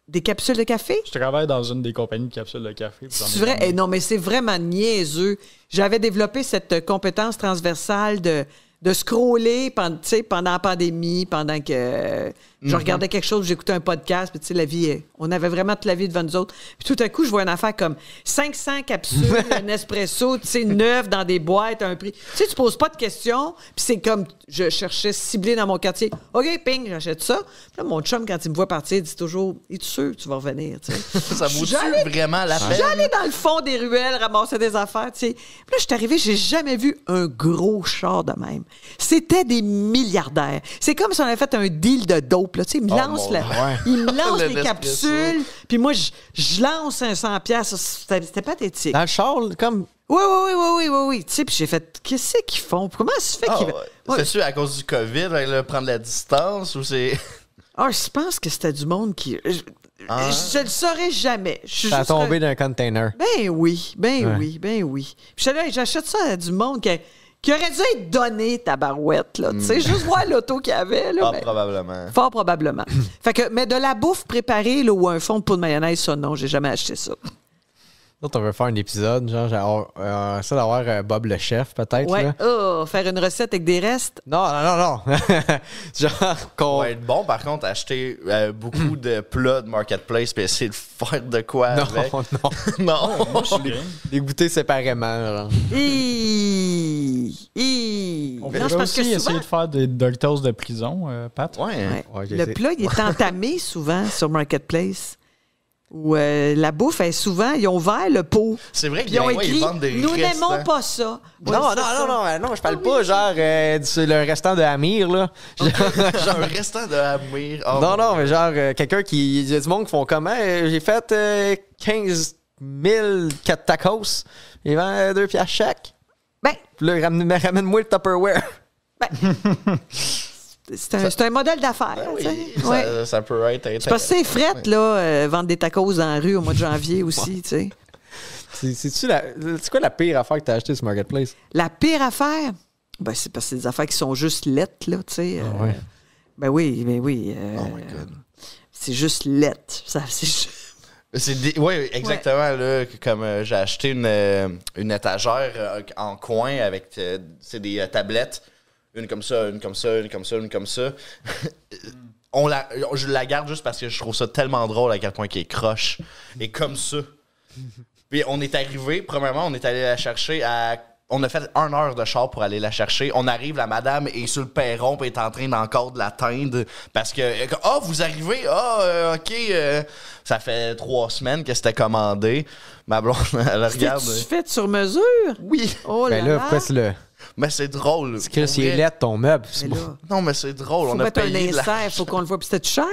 [SPEAKER 2] des capsules de café?
[SPEAKER 4] Je travaille dans une des compagnies de capsules de café. puis j'en ai
[SPEAKER 2] C'est vrai?
[SPEAKER 4] jamais-
[SPEAKER 2] Eh non, mais c'est vraiment niaiseux. J'avais développé cette euh, compétence transversale de, de scroller pendant, tu sais, pendant la pandémie, pendant que euh, je regardais quelque chose, j'écoutais un podcast, puis tu sais, la vie, euh, on avait vraiment toute la vie devant nous autres. Puis tout à coup, je vois une affaire comme 500 capsules, un espresso, tu sais, neuf dans des boîtes, à un prix. Tu sais, tu poses pas de questions, puis c'est comme, je cherchais ciblé dans mon quartier. OK, ping, j'achète ça. Puis là, mon chum, quand il me voit partir, il dit toujours, es-tu sûr que tu vas revenir, tu sais?
[SPEAKER 3] Ça
[SPEAKER 2] Je suis
[SPEAKER 3] vaut-tu
[SPEAKER 2] jamais-
[SPEAKER 3] vraiment la peine?
[SPEAKER 2] J'allais dans le fond des ruelles ramasser des affaires, tu sais. Puis là, je suis arrivée, j'ai jamais vu un gros char de même. C'était des milliardaires. C'est comme si on avait fait un deal de dope, là, tu sais. Ils me
[SPEAKER 3] Oh,
[SPEAKER 2] lancent,
[SPEAKER 3] mon
[SPEAKER 2] la-
[SPEAKER 3] Dieu.
[SPEAKER 2] ils me lancent
[SPEAKER 3] Le
[SPEAKER 2] les
[SPEAKER 3] Nespresso.
[SPEAKER 2] capsules, puis moi, je, je lance un 100 piastres. C'était c'était pathétique.
[SPEAKER 1] Dans le char, comme.
[SPEAKER 2] Oui, oui, oui, oui, oui, oui, oui. Tu sais, puis j'ai fait, qu'est-ce qu'ils font? Comment ça se fait
[SPEAKER 3] Ah,
[SPEAKER 2] qu'ils...
[SPEAKER 3] ouais.
[SPEAKER 2] Ouais.
[SPEAKER 3] C'est-tu à cause du COVID, avec le prendre la distance ou c'est.
[SPEAKER 2] Ah, je pense que c'était du monde qui... Je,
[SPEAKER 3] Ah.
[SPEAKER 2] je le saurais jamais. Je suis
[SPEAKER 1] Ça a
[SPEAKER 2] juste-
[SPEAKER 1] tombé d'un container.
[SPEAKER 2] Ben oui, ben
[SPEAKER 1] Ouais.
[SPEAKER 2] oui, ben oui. Puis j'étais là, hey, j'achète ça à du monde qui, qui aurait dû être donné ta barouette, là. Tu
[SPEAKER 4] Mm.
[SPEAKER 2] sais, juste voir l'auto qu'il y avait, là.
[SPEAKER 3] Ah,
[SPEAKER 2] ben,
[SPEAKER 3] probablement.
[SPEAKER 2] fort probablement. fait que, mais de la bouffe préparée, là, ou un fond de poudre de mayonnaise, ça, non, j'ai jamais acheté ça.
[SPEAKER 1] Là, on veut faire un épisode, genre, genre euh, ça d'avoir euh, Bob le chef, peut-être.
[SPEAKER 2] Ouais,
[SPEAKER 1] là.
[SPEAKER 2] oh, faire une recette avec des restes.
[SPEAKER 1] Non, non, non, non. genre, qu'on.
[SPEAKER 3] Ça va être bon, par contre, acheter euh, beaucoup de plats de marketplace puis essayer de faire de quoi
[SPEAKER 1] non,
[SPEAKER 3] avec.
[SPEAKER 1] non.
[SPEAKER 3] non.
[SPEAKER 2] Oh,
[SPEAKER 4] Moi, je suis game.
[SPEAKER 1] Les goûter séparément, genre.
[SPEAKER 2] Hi, hi.
[SPEAKER 4] On
[SPEAKER 2] Non,
[SPEAKER 4] pourrait
[SPEAKER 2] c'est parce
[SPEAKER 4] aussi
[SPEAKER 2] que souvent,
[SPEAKER 4] essayer de faire des doctors de prison, euh, Pat.
[SPEAKER 3] Ouais.
[SPEAKER 2] ouais,
[SPEAKER 1] Ouais, j'ai
[SPEAKER 2] le
[SPEAKER 1] essayé.
[SPEAKER 2] plat, il est entamé souvent sur Marketplace. Où euh, la bouffe est souvent, ils ont ouvert le pot.
[SPEAKER 3] C'est vrai
[SPEAKER 2] Puis ils ont
[SPEAKER 3] ouais,
[SPEAKER 2] écrit
[SPEAKER 3] Ben vendent des hein.
[SPEAKER 2] Nous
[SPEAKER 3] restants.
[SPEAKER 2] n'aimons pas ça. Ouais,
[SPEAKER 1] Non, non,
[SPEAKER 2] c'est
[SPEAKER 1] non,
[SPEAKER 2] ça.
[SPEAKER 1] non, euh, non, je parle pas genre euh, du- sur le restant de Amir, là.
[SPEAKER 3] Genre un restant de Amir. Oh,
[SPEAKER 1] non,
[SPEAKER 3] mon
[SPEAKER 1] non, mais genre euh, quelqu'un qui. Il y a du monde qui font comment? euh, J'ai fait euh, 15 000 quatre tacos. Il vend euh, deux piastres chaque.
[SPEAKER 2] Ben,
[SPEAKER 1] Puis là, ramène- mais ramène-moi le Tupperware.
[SPEAKER 2] c'est un, c'est un modèle d'affaires.
[SPEAKER 3] Ben Oui,
[SPEAKER 2] tu sais.
[SPEAKER 3] ça,
[SPEAKER 2] Ah Ouais.
[SPEAKER 3] ça peut être
[SPEAKER 2] C'est parce que
[SPEAKER 3] intéressant.
[SPEAKER 2] c'est fret, là, euh, vendre des tacos dans la rue au mois de janvier aussi, tu sais.
[SPEAKER 1] C'est- C'est-tu la. C'est quoi la pire affaire que t'as achetée sur Marketplace?
[SPEAKER 2] La pire affaire, ben, c'est parce que c'est des affaires qui sont juste lettes, là, tu sais. euh,
[SPEAKER 1] ouais.
[SPEAKER 2] Ben oui, ben oui. euh,
[SPEAKER 3] Ah Oh my God.
[SPEAKER 2] C'est juste lettre. Ça, c'est ju-
[SPEAKER 3] C'est des- ouais, exactement. Là, que comme euh, j'ai acheté une, euh, une étagère euh, en coin avec euh, c'est des euh, tablettes. Une comme ça, une comme ça, une comme ça, une comme ça. On la, je la garde juste parce que je trouve ça tellement drôle à quel point qu'elle est croche. Et comme ça. Puis on est arrivé, premièrement, on est allé la chercher à on a fait une heure de char pour aller la chercher. On arrive, la madame est sur le perron, puis est en train d'encore de l'atteindre. Parce que, ah, vous arrivez, ah, euh, OK. euh. ça fait trois semaines que c'était commandé. Ma blonde, elle regarde. euh,
[SPEAKER 2] tu fait sur mesure?
[SPEAKER 3] Oui,
[SPEAKER 2] Oh là
[SPEAKER 1] Ben là,
[SPEAKER 2] là!
[SPEAKER 1] pourquoi c'est le.
[SPEAKER 3] mais c'est drôle.
[SPEAKER 1] C'est que
[SPEAKER 3] Pour
[SPEAKER 1] c'est
[SPEAKER 3] vrai. Ben
[SPEAKER 1] laid ton meuble.
[SPEAKER 2] Mais
[SPEAKER 1] C'est
[SPEAKER 2] ben là,
[SPEAKER 1] bon.
[SPEAKER 3] Non, mais c'est drôle.
[SPEAKER 2] faut
[SPEAKER 3] on a
[SPEAKER 2] mettre un
[SPEAKER 3] payé de la-
[SPEAKER 2] insert, faut qu'on le voit. Puis c'était cher?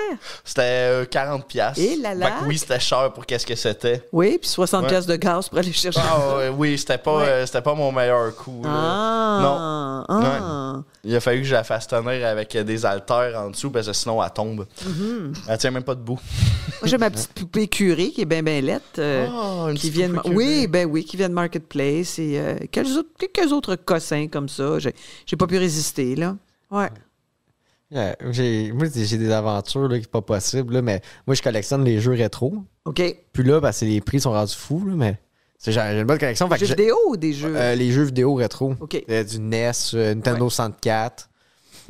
[SPEAKER 3] C'était euh, 40 pièces.
[SPEAKER 2] Et là là.
[SPEAKER 3] oui, c'était cher pour qu'est-ce que c'était.
[SPEAKER 2] Oui, puis 60
[SPEAKER 3] Ouais.
[SPEAKER 2] pièces de gaz pour aller chercher.
[SPEAKER 3] Ah ouais, oui, c'était pas
[SPEAKER 2] Ouais.
[SPEAKER 3] euh, c'était pas mon meilleur coup. là. Non.
[SPEAKER 2] Ah, ah.
[SPEAKER 3] Il a fallu que je la fasse tenir avec euh, des haltères en dessous parce que sinon elle tombe. Elle tient même pas debout.
[SPEAKER 2] Moi, j'ai ma petite poupée curée qui est bien, bien lette. euh,
[SPEAKER 3] Ah, une
[SPEAKER 2] qui
[SPEAKER 3] petite
[SPEAKER 2] vient de-
[SPEAKER 3] poupée curée.
[SPEAKER 2] oui, ben oui, qui vient de Marketplace et euh, quelques, autres, quelques autres cossins comme ça. J'ai, j'ai pas pu résister, là. Ouais.
[SPEAKER 1] Ouais, j'ai- moi, j'ai j'ai des aventures là, qui sont pas possibles, là, mais moi, je collectionne les jeux rétro.
[SPEAKER 2] OK.
[SPEAKER 1] Puis là, parce que les prix sont rendus fous, là, mais c'est- j'ai j'ai une bonne collection. fait que
[SPEAKER 2] Jeux
[SPEAKER 1] j'ai-
[SPEAKER 2] vidéo ou des jeux?
[SPEAKER 1] euh, les jeux vidéo rétro.
[SPEAKER 2] OK.
[SPEAKER 1] Euh, du NES, euh, Nintendo 64.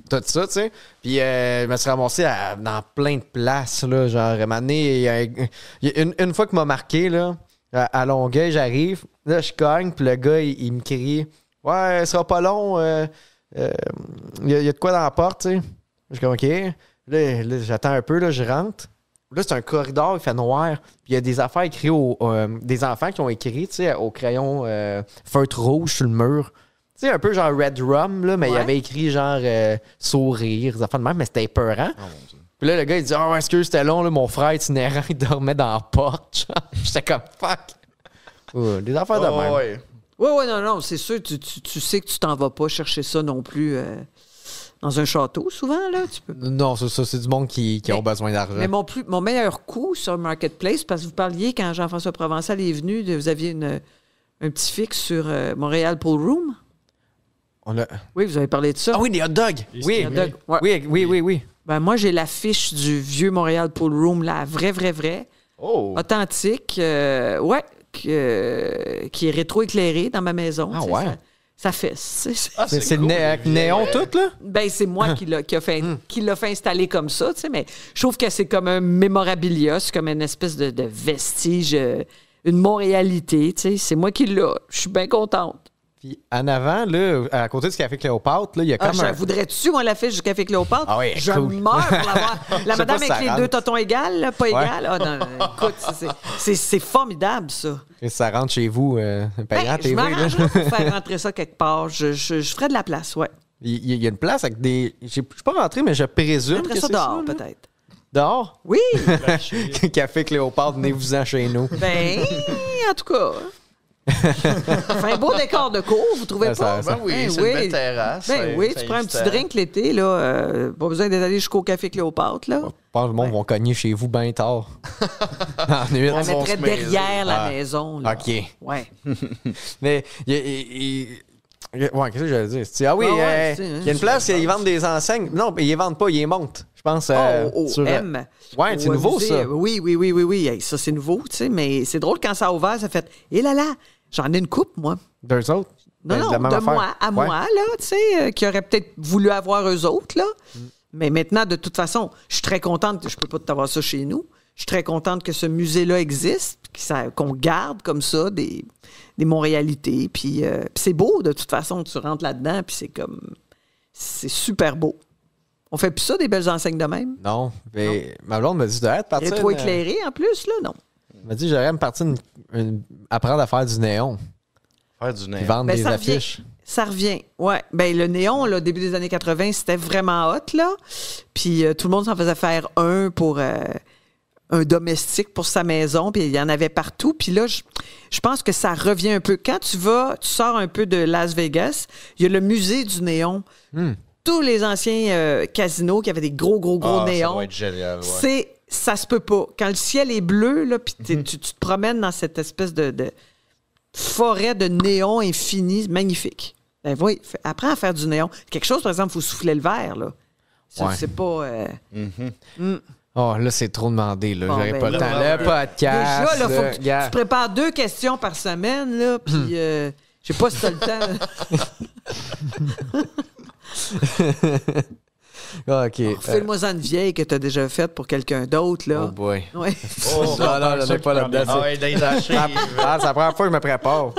[SPEAKER 1] Tout ça, tu sais. Puis euh, je me suis ramassé à- dans plein de places, là. Genre, à un moment donné, il y a- il y a une, une fois qu'il m'a marqué, là, à, à Longueuil, j'arrive, là, je cogne, puis le gars, il, il me crie « Ouais, ce sera pas long, euh, euh, il y, a- il y a de quoi dans la porte, tu sais. » Je suis comme « OK. » Là, là, j'attends un peu, là, je rentre. Là, c'est un corridor, il fait noir. Puis il y a des affaires écrites au. euh, des enfants qui ont écrit, tu sais, au crayon euh, feutre rouge sur le mur. Tu sais, un peu genre Red Rum, là, mais il
[SPEAKER 2] Ouais.
[SPEAKER 1] avait écrit genre euh, sourire, des affaires de même, mais c'était épeurant. Puis là, le gars, il dit Ah, ouais, excuse, c'était long, là, mon frère itinérant, il dormait dans la porte. genre. J'étais comme fuck. Ouais, des affaires de
[SPEAKER 3] Ah,
[SPEAKER 1] même.
[SPEAKER 3] ouais.
[SPEAKER 2] Oui, oui, non, non, c'est sûr, tu, tu- tu sais que tu t'en vas pas chercher ça non plus euh, dans un château, souvent, là, tu peux.
[SPEAKER 1] Non, c'est ça, c'est du monde qui, qui ont besoin d'argent.
[SPEAKER 2] Mais mon, plus, mon meilleur coup sur Marketplace, parce que vous parliez quand Jean-François Provençal est venu, de- vous aviez une, un petit fixe sur euh, Montréal Pool Room.
[SPEAKER 1] On a-
[SPEAKER 2] Oui, vous avez parlé de ça.
[SPEAKER 1] Ah oui, des hot dogs.
[SPEAKER 4] Les
[SPEAKER 1] Oui,
[SPEAKER 2] hot dogs, ouais.
[SPEAKER 1] oui, oui, oui, oui.
[SPEAKER 2] Ben, moi, j'ai l'affiche du vieux Montréal Pool Room, la vraie, vraie, vraie,
[SPEAKER 3] Oh.
[SPEAKER 2] authentique, euh, ouais, que- euh, qui est rétroéclairée dans ma maison.
[SPEAKER 1] Ah
[SPEAKER 2] tu sais,
[SPEAKER 1] ouais.
[SPEAKER 2] Ça, ça fesse. tu sais, c'est-
[SPEAKER 3] Ah,
[SPEAKER 1] C'est c'est le
[SPEAKER 3] cool,
[SPEAKER 1] né- avec néon
[SPEAKER 3] ouais.
[SPEAKER 1] tout, là?
[SPEAKER 2] Ben, c'est moi qui l'a qui a
[SPEAKER 1] Hmm.
[SPEAKER 2] fait, qui l'a fait installer comme ça, tu sais, mais je trouve que c'est comme un mémorabilia, c'est comme une espèce de, de vestige, euh, une Montréalité, tu sais. C'est moi qui l'a. Je suis bien contente.
[SPEAKER 1] Puis en avant, là, à côté du café Cléopâtre, là, il y a
[SPEAKER 2] Ah,
[SPEAKER 1] comme
[SPEAKER 2] je
[SPEAKER 1] un.
[SPEAKER 2] voudrais-tu, moi, la fiche du Café Cléopâtre?
[SPEAKER 1] Ah oui,
[SPEAKER 2] je
[SPEAKER 1] cool.
[SPEAKER 2] meurs pour l'avoir. La
[SPEAKER 1] Je sais pas
[SPEAKER 2] madame
[SPEAKER 1] si
[SPEAKER 2] avec
[SPEAKER 1] ça
[SPEAKER 2] les
[SPEAKER 1] rentre.
[SPEAKER 2] deux totons égales, là, pas égales. Ah non, non, écoute, c'est- c'est- c'est formidable, ça.
[SPEAKER 1] Et Ça rentre chez vous, euh,
[SPEAKER 2] Ben,
[SPEAKER 1] payant
[SPEAKER 2] je
[SPEAKER 1] TV. là.
[SPEAKER 2] m'arrangerai pour faire rentrer ça quelque part. Je, je, je ferai de la place, ouais.
[SPEAKER 1] Il il y, a une place avec des. j'ai- Je suis pas rentré, mais je présume.
[SPEAKER 2] Après
[SPEAKER 1] que
[SPEAKER 2] ça
[SPEAKER 1] c'est
[SPEAKER 2] dehors,
[SPEAKER 1] là.
[SPEAKER 2] peut-être.
[SPEAKER 1] Dehors?
[SPEAKER 2] Oui,
[SPEAKER 1] café Cléopâtre, venez-vous-en chez nous.
[SPEAKER 2] ben, en tout cas. Enfin, beau décor de cours, vous trouvez
[SPEAKER 1] Ben, ça-
[SPEAKER 2] pas?
[SPEAKER 1] ça-
[SPEAKER 3] Ben oui,
[SPEAKER 2] Ben
[SPEAKER 3] c'est une belle terrasse.
[SPEAKER 2] Ben
[SPEAKER 3] euh,
[SPEAKER 2] oui,
[SPEAKER 3] ça
[SPEAKER 2] tu prends un
[SPEAKER 3] existe,
[SPEAKER 2] petit
[SPEAKER 3] euh,
[SPEAKER 2] drink l'été, là. euh, pas besoin d'aller jusqu'au Café Cléopâtre, là.
[SPEAKER 1] Je pense que le monde va cogner chez vous bien tard. en nuit.
[SPEAKER 2] On
[SPEAKER 3] On va
[SPEAKER 2] mettrait
[SPEAKER 3] se mêler.
[SPEAKER 2] derrière la
[SPEAKER 1] Ah.
[SPEAKER 2] maison, là.
[SPEAKER 1] OK.
[SPEAKER 2] Ouais.
[SPEAKER 1] Mais il y a. il- il- il- Ouais, qu'est-ce que j'allais dire? C'est- Ah oui,
[SPEAKER 2] Ah ouais,
[SPEAKER 1] euh,
[SPEAKER 2] c'est-
[SPEAKER 1] il y a une place, ils vendent des enseignes. Non, mais ils les vendent pas, ils les montent. Je pense. euh,
[SPEAKER 2] Oh,
[SPEAKER 1] sur, euh,
[SPEAKER 2] M.
[SPEAKER 1] ouais, c'est
[SPEAKER 2] Au
[SPEAKER 1] nouveau,
[SPEAKER 2] musée.
[SPEAKER 1] ça.
[SPEAKER 2] euh, Oui, oui, oui, oui, oui. Hey, ça, c'est nouveau, tu sais, mais c'est drôle quand ça a ouvert, ça fait Eh là là, j'en ai une coupe, moi.
[SPEAKER 1] Deux autres?
[SPEAKER 2] Non,
[SPEAKER 1] Ben,
[SPEAKER 2] non,
[SPEAKER 1] la même
[SPEAKER 2] de
[SPEAKER 1] affaire.
[SPEAKER 2] moi à
[SPEAKER 1] Ouais.
[SPEAKER 2] moi, là, tu sais, euh, qui auraient peut-être voulu avoir eux autres, là.
[SPEAKER 1] Mm.
[SPEAKER 2] Mais maintenant, de toute façon, je suis très contente, je peux pas t'avoir ça chez nous. Je suis très contente que ce musée-là existe, puis que ça- qu'on garde comme ça des, des Montréalités. Puis, euh, puis c'est beau, de toute façon, tu rentres là-dedans, puis c'est comme. C'est super beau. On fait plus ça, des belles enseignes de même.
[SPEAKER 1] Non, mais ma blonde m'a dit d'arrêter de partir. euh,
[SPEAKER 2] Rétro-éclairé, en plus, là, non.
[SPEAKER 1] Elle m'a dit j'aurais me partir une- une- apprendre à faire du néon,
[SPEAKER 3] Faire du
[SPEAKER 1] puis
[SPEAKER 3] néon.
[SPEAKER 1] vendre
[SPEAKER 2] Ben,
[SPEAKER 1] des
[SPEAKER 2] ça revient.
[SPEAKER 1] affiches.
[SPEAKER 2] Ça revient, ouais. Ben le néon, là, début des années 80, c'était vraiment hot, là. Puis euh, tout le monde s'en faisait faire un pour euh, un domestique pour sa maison, puis il y en avait partout. Puis là, je, je pense que ça revient un peu. Quand tu vas, tu sors un peu de Las Vegas, il y a le musée du néon.
[SPEAKER 1] Hmm.
[SPEAKER 2] Tous les anciens euh, casinos qui avaient des gros, gros, gros
[SPEAKER 3] Ah, Ça
[SPEAKER 2] néons.
[SPEAKER 3] doit être génial, ouais.
[SPEAKER 2] C'est ça se peut pas. Quand le ciel est bleu, là, puis
[SPEAKER 1] Mhm.
[SPEAKER 2] t'es- tu, tu te promènes dans cette espèce de, de forêt de néon infini, magnifique. Ben oui, f- apprends à faire du néon. Quelque chose, par exemple, faut souffler le verre, là. Ça,
[SPEAKER 1] Ouais.
[SPEAKER 2] C'est pas. euh,
[SPEAKER 1] Oh, là, c'est trop demandé, là.
[SPEAKER 2] Bon,
[SPEAKER 1] J'aurais
[SPEAKER 2] ben,
[SPEAKER 1] pas le
[SPEAKER 3] là,
[SPEAKER 1] temps.
[SPEAKER 3] là,
[SPEAKER 1] Le podcast.
[SPEAKER 2] Déjà, là, faut
[SPEAKER 1] le-
[SPEAKER 2] que tu,
[SPEAKER 1] gars.
[SPEAKER 2] tu prépares deux questions par semaine,
[SPEAKER 1] Mhm.
[SPEAKER 2] là, puis euh, je sais pas si t'as le temps.
[SPEAKER 1] Ah, OK. euh,
[SPEAKER 2] Fais-moi ça une vieille que tu as déjà faite pour quelqu'un d'autre,
[SPEAKER 1] oh
[SPEAKER 2] là.
[SPEAKER 1] boy.
[SPEAKER 2] Ouais.
[SPEAKER 1] Oh, non, non, j'en ai pas là-dedans.
[SPEAKER 3] Ah ouais, dans les archives.
[SPEAKER 1] Ah, c'est la première fois que je me prépare.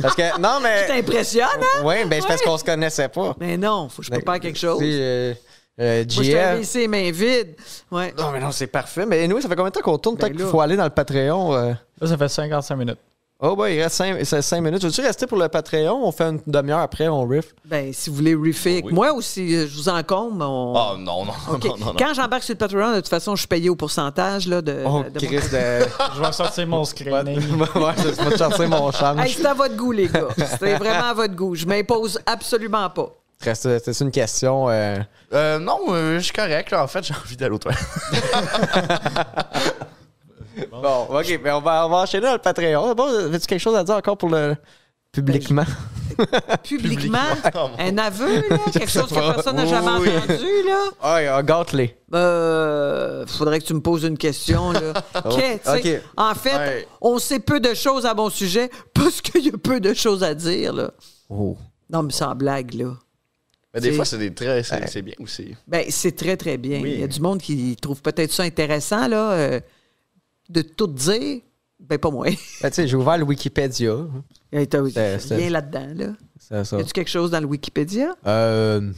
[SPEAKER 1] Parce que, non,
[SPEAKER 2] Tu
[SPEAKER 1] mais.
[SPEAKER 2] t'impressionnes, hein?
[SPEAKER 1] Oui, ben, c'est parce
[SPEAKER 2] Ouais.
[SPEAKER 1] qu'on se connaissait pas.
[SPEAKER 2] Mais non, faut que je prépare quelque chose.
[SPEAKER 1] Tu sais, euh, euh,
[SPEAKER 2] Moi, je t'avais
[SPEAKER 1] JF.
[SPEAKER 2] laissé les mains vides. Ouais.
[SPEAKER 1] Non, mais non, c'est parfait. Mais nous, ça fait combien de temps qu'on tourne?
[SPEAKER 2] Ben
[SPEAKER 1] Peut-être qu'il
[SPEAKER 2] là.
[SPEAKER 1] faut aller dans le Patreon. euh.
[SPEAKER 4] Là, ça fait 55 minutes.
[SPEAKER 1] Oh, bah, il reste 5 minutes. Veux-tu rester pour le Patreon? On fait une demi-heure après, on riff.
[SPEAKER 2] Ben, si vous voulez refaire avec
[SPEAKER 3] Oui.
[SPEAKER 2] moi ou si euh, je vous encombre, on...
[SPEAKER 3] Oh non, non, non,
[SPEAKER 2] OK.
[SPEAKER 3] non, non, non.
[SPEAKER 2] Quand j'embarque sur le Patreon, de toute façon, je suis payé au pourcentage là, de,
[SPEAKER 1] Oh,
[SPEAKER 2] de mon-
[SPEAKER 1] Chris, de.
[SPEAKER 4] Je vais sortir mon screening.
[SPEAKER 1] ouais, je vais te chasser mon charme.
[SPEAKER 2] Hey, c'est à votre goût, les gars. C'est vraiment à votre goût. Je m'impose absolument pas.
[SPEAKER 1] Reste- C'est une question. euh,
[SPEAKER 3] Euh, non, euh, je suis correct. là. En fait, j'ai envie d'aller au toilette.
[SPEAKER 1] Bon, ok, mais on va, on va enchaîner dans le Patreon. Bon, as-tu quelque chose à dire encore pour le publiquement?
[SPEAKER 2] Publiquement,
[SPEAKER 3] Oh, mon-
[SPEAKER 2] un aveu, là, quelque chose que
[SPEAKER 1] pas.
[SPEAKER 2] personne n'a jamais
[SPEAKER 1] Oui.
[SPEAKER 2] entendu, là.
[SPEAKER 1] Ah, euh, gâte-les.
[SPEAKER 2] Euh, faudrait que tu me poses une question, là. OK, tu sais,
[SPEAKER 1] OK.
[SPEAKER 2] En fait,
[SPEAKER 3] Ouais.
[SPEAKER 2] on sait peu de choses à mon sujet parce qu'il y a peu de choses à dire, là.
[SPEAKER 1] Oh.
[SPEAKER 2] Non, mais sans blague, là.
[SPEAKER 3] Mais des
[SPEAKER 2] C'est-
[SPEAKER 3] fois, c'est des traits, c'est c'est bien aussi.
[SPEAKER 2] Ben, c'est très, très bien.
[SPEAKER 3] Oui.
[SPEAKER 2] Il y a du monde qui trouve peut-être ça intéressant, là, euh, de tout dire. Ben, pas moi.
[SPEAKER 1] Ben, tu sais, j'ai ouvert le Wikipédia.
[SPEAKER 2] Il y
[SPEAKER 1] C'est-
[SPEAKER 2] a
[SPEAKER 1] c'est-
[SPEAKER 2] rien là-dedans, là.
[SPEAKER 1] C'est ça.
[SPEAKER 2] Y a-tu quelque chose dans le Wikipédia?
[SPEAKER 1] Euh.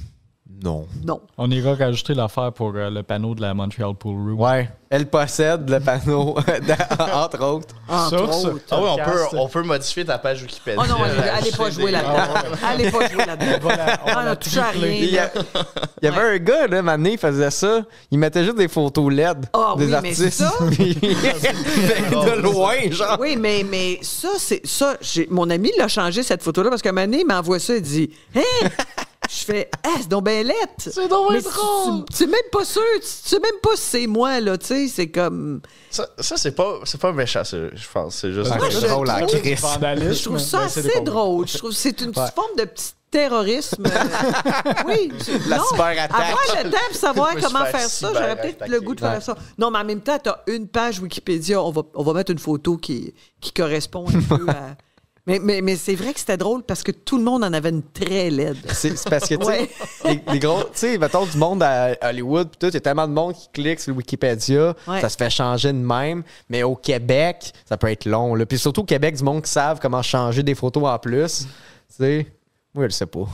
[SPEAKER 1] Non.
[SPEAKER 2] Non.
[SPEAKER 4] On ira rajouter l'affaire pour euh, le panneau de la Montreal Pool Room.
[SPEAKER 1] Ouais. Elle possède le panneau, dans- entre autres.
[SPEAKER 2] Entre
[SPEAKER 4] Sur ce-
[SPEAKER 2] autres.
[SPEAKER 3] Ah oui, on peut,
[SPEAKER 4] Podcast.
[SPEAKER 3] on peut modifier ta page Wikipédia.
[SPEAKER 2] Oh non, allez,
[SPEAKER 3] Rajouter
[SPEAKER 2] allez pas
[SPEAKER 3] des-
[SPEAKER 2] jouer là-dedans. Allez pas jouer là-dedans.
[SPEAKER 4] Voilà, on
[SPEAKER 2] Ah,
[SPEAKER 4] va la
[SPEAKER 2] non, touche à
[SPEAKER 4] tripler.
[SPEAKER 2] rien.
[SPEAKER 1] Il y, a- il y avait un gars, là, m'amener, il faisait ça. Il mettait juste des photos LED
[SPEAKER 2] Ah
[SPEAKER 1] des
[SPEAKER 2] oui, mais
[SPEAKER 1] artistes.
[SPEAKER 2] ça?
[SPEAKER 1] Puis- de loin, genre.
[SPEAKER 2] Oui, mais, mais ça, c'est ça. j'ai- Mon ami l'a changé cette photo-là parce qu'à un moment donné, il m'envoie ça et dit Hein? Je fais Ah, c'est donc ben laid. C'est donc ben drôle. Tu tu es même pas sûr. Tu tu sais même pas si c'est moi, là. Tu sais, c'est comme.
[SPEAKER 3] Ça, ça, c'est pas, c'est pas méchant, ça, je pense. C'est juste.
[SPEAKER 1] Ah,
[SPEAKER 2] Moi,
[SPEAKER 1] c'est
[SPEAKER 2] je
[SPEAKER 1] drôle, hein,
[SPEAKER 2] trouve-
[SPEAKER 1] Chris.
[SPEAKER 4] Vandalisme.
[SPEAKER 2] Je trouve ça
[SPEAKER 4] Ben, c'est des
[SPEAKER 2] assez
[SPEAKER 4] pauvres.
[SPEAKER 2] drôle. Je trouve que c'est une
[SPEAKER 1] Ouais.
[SPEAKER 2] petite forme de petit terrorisme. oui. c'est-
[SPEAKER 1] La
[SPEAKER 2] non.
[SPEAKER 1] cyberattaque.
[SPEAKER 2] Avoir le temps pour savoir
[SPEAKER 3] Je me suis
[SPEAKER 2] comment
[SPEAKER 3] fait
[SPEAKER 2] faire ça, j'aurais peut-être le goût de faire
[SPEAKER 1] Ouais.
[SPEAKER 2] ça. Non, mais en même temps, tu as une page Wikipédia. On va, on va mettre une photo qui, qui correspond un peu à. Mais, mais, mais c'est vrai que c'était drôle parce que tout le monde en avait une très laide.
[SPEAKER 1] C'est c'est parce que, tu sais,
[SPEAKER 2] Ouais.
[SPEAKER 1] les, les gros, tu sais, mettons du monde à Hollywood, pis tout, il y a tellement de monde qui clique sur le Wikipédia,
[SPEAKER 2] Ouais.
[SPEAKER 1] ça se fait changer de même. Mais au Québec, ça peut être long, là. Puis surtout au Québec, du monde qui savent comment changer des photos en plus. Tu sais, moi, je le sais pas.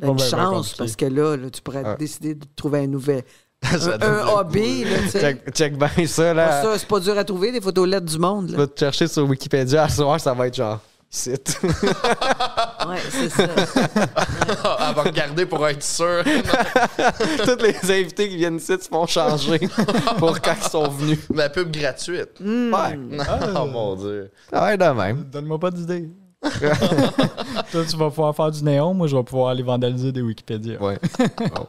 [SPEAKER 2] T'as une
[SPEAKER 4] bien, bien
[SPEAKER 2] chance
[SPEAKER 4] compliqué.
[SPEAKER 2] parce que là, là, tu pourrais décider de trouver un nouvel.
[SPEAKER 3] Ça
[SPEAKER 2] Un,
[SPEAKER 3] donne
[SPEAKER 2] un
[SPEAKER 3] le
[SPEAKER 2] hobby, là, tu sais.
[SPEAKER 1] Check, check bien ça, là.
[SPEAKER 2] Ça, c'est pas dur à trouver, des photos laides du monde.
[SPEAKER 1] Tu
[SPEAKER 2] là.
[SPEAKER 1] vas te chercher sur Wikipédia à soir, ça va être genre. site.
[SPEAKER 2] Ouais, c'est ça.
[SPEAKER 1] hein.
[SPEAKER 3] Ah, Elle va regarder pour être sûre.
[SPEAKER 1] Tous les invités qui viennent ici se font changer pour quand ils sont venus.
[SPEAKER 3] La pub gratuite.
[SPEAKER 2] Hmm.
[SPEAKER 1] Ouais. Ah.
[SPEAKER 3] Oh mon dieu.
[SPEAKER 1] Ouais, de même.
[SPEAKER 4] Donne-moi pas d'idée. Toi, tu vas pouvoir faire du néon, moi, je vais pouvoir aller vandaliser des Wikipédia.
[SPEAKER 1] Ouais. Bon.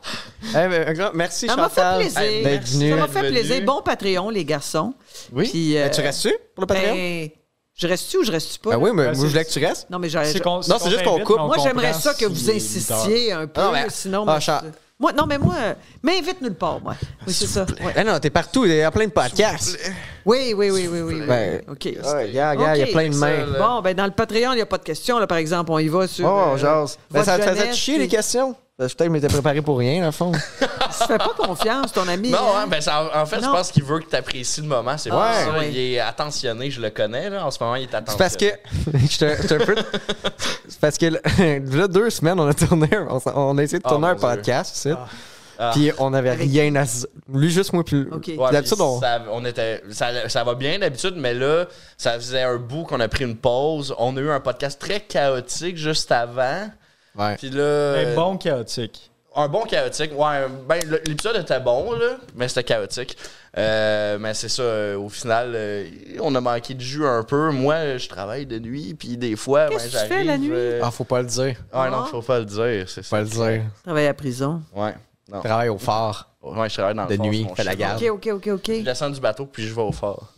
[SPEAKER 1] Eh ben, un grand- merci,
[SPEAKER 2] Ça m'a fait
[SPEAKER 1] Chantal. Ben,
[SPEAKER 2] plaisir.
[SPEAKER 1] Hey, d'être venue.
[SPEAKER 2] Ça m'a fait
[SPEAKER 3] Bienvenue.
[SPEAKER 2] plaisir. Bon Patreon, les garçons.
[SPEAKER 1] Oui.
[SPEAKER 2] Puis,
[SPEAKER 1] Ben,
[SPEAKER 2] euh,
[SPEAKER 1] tu restes-tu pour le Patreon? Ben,
[SPEAKER 2] Ben, je reste-tu ou je reste-tu pas? là?
[SPEAKER 1] oui, mais
[SPEAKER 4] Ben,
[SPEAKER 1] moi, je voulais que tu restes.
[SPEAKER 2] Ben, Non, mais j'aurais-
[SPEAKER 4] C'est qu'on-
[SPEAKER 1] Non, c'est juste qu'on
[SPEAKER 4] t'invite,
[SPEAKER 1] coupe.
[SPEAKER 4] mais on
[SPEAKER 2] Moi, j'aimerais
[SPEAKER 4] comprend
[SPEAKER 2] ça que
[SPEAKER 4] si
[SPEAKER 2] vous
[SPEAKER 4] il est huit heures.
[SPEAKER 2] insistiez un peu.
[SPEAKER 1] Non, mais-
[SPEAKER 2] sinon,
[SPEAKER 1] Ah,
[SPEAKER 2] moi,
[SPEAKER 1] Char-
[SPEAKER 2] je- moi, non, mais moi, euh, m'invite nulle part, moi. Oui, c'est ça. Ouais.
[SPEAKER 1] Ben non, t'es partout, il y a plein de podcasts.
[SPEAKER 2] Oui, oui, oui, oui, oui. oui.
[SPEAKER 1] Ben,
[SPEAKER 2] OK.
[SPEAKER 1] Ouais, regarde, regarde, il y a
[SPEAKER 2] Ok,
[SPEAKER 1] plein de
[SPEAKER 2] ça,
[SPEAKER 1] mains.
[SPEAKER 3] là.
[SPEAKER 2] Bon, ben, dans le Patreon, il n'y a pas de questions, là, par exemple. On y va sur.
[SPEAKER 1] Oh,
[SPEAKER 2] euh,
[SPEAKER 1] jase. Ben,
[SPEAKER 2] votre
[SPEAKER 1] ça te faisait
[SPEAKER 2] jeunesse,
[SPEAKER 1] chier les
[SPEAKER 2] puis-
[SPEAKER 1] questions. Ben, Peut-être que je m'étais préparé pour rien, dans le fond.
[SPEAKER 2] Tu fais pas confiance, ton ami.
[SPEAKER 3] Non,
[SPEAKER 2] hein?
[SPEAKER 3] hein, ben ça- en fait, je
[SPEAKER 2] Non.
[SPEAKER 3] pense qu'il veut que tu apprécies le moment. C'est
[SPEAKER 2] Ah,
[SPEAKER 3] pour ça.
[SPEAKER 2] ouais.
[SPEAKER 3] Il est attentionné, je le connais. Là. En ce moment, il est attentionné.
[SPEAKER 1] C'est parce que. je suis un- je suis un peu- C'est parce que, là, deux semaines, on a tourné. un- On, s'en- on a essayé de
[SPEAKER 3] Ah,
[SPEAKER 1] tourner
[SPEAKER 3] mon
[SPEAKER 1] un
[SPEAKER 3] Dieu.
[SPEAKER 1] podcast, tu sais.
[SPEAKER 3] Ah.
[SPEAKER 1] Puis on n'avait
[SPEAKER 2] Avec-
[SPEAKER 1] rien à. se- Lui, juste moi, plus.
[SPEAKER 2] Ok.
[SPEAKER 1] Puis
[SPEAKER 3] Ouais,
[SPEAKER 1] D'habitude,
[SPEAKER 3] puis
[SPEAKER 1] on.
[SPEAKER 3] ça, on était, ça, ça va bien d'habitude, mais là, ça faisait un bout qu'on a pris une pause. On a eu un podcast très chaotique juste avant.
[SPEAKER 1] Ouais.
[SPEAKER 3] Puis là,
[SPEAKER 4] Mais bon, chaotique.
[SPEAKER 3] un bon chaotique. Ouais, ben, le- l'épisode était bon, là, mais c'était chaotique. Euh, mais c'est ça, euh, au final, euh, on a manqué de jus un peu. Moi, je travaille de nuit, puis des fois, ben,
[SPEAKER 2] Qu'est-ce que tu fais
[SPEAKER 3] j'arrive.
[SPEAKER 2] la nuit?
[SPEAKER 3] euh,
[SPEAKER 1] Ah, faut pas le dire.
[SPEAKER 3] Ah non, faut pas le dire, c'est
[SPEAKER 1] Faut
[SPEAKER 3] ça.
[SPEAKER 1] pas le dire.
[SPEAKER 2] Travaille à prison.
[SPEAKER 3] Ouais, non.
[SPEAKER 1] Travaille au phare.
[SPEAKER 3] Ouais, je travaille dans le
[SPEAKER 1] De
[SPEAKER 3] fort,
[SPEAKER 1] nuit,
[SPEAKER 3] c'est mon
[SPEAKER 1] fais la
[SPEAKER 3] chef.
[SPEAKER 1] garde.
[SPEAKER 2] OK, OK, OK, OK.
[SPEAKER 3] Ah. Je descends du bateau, puis je vais au fort.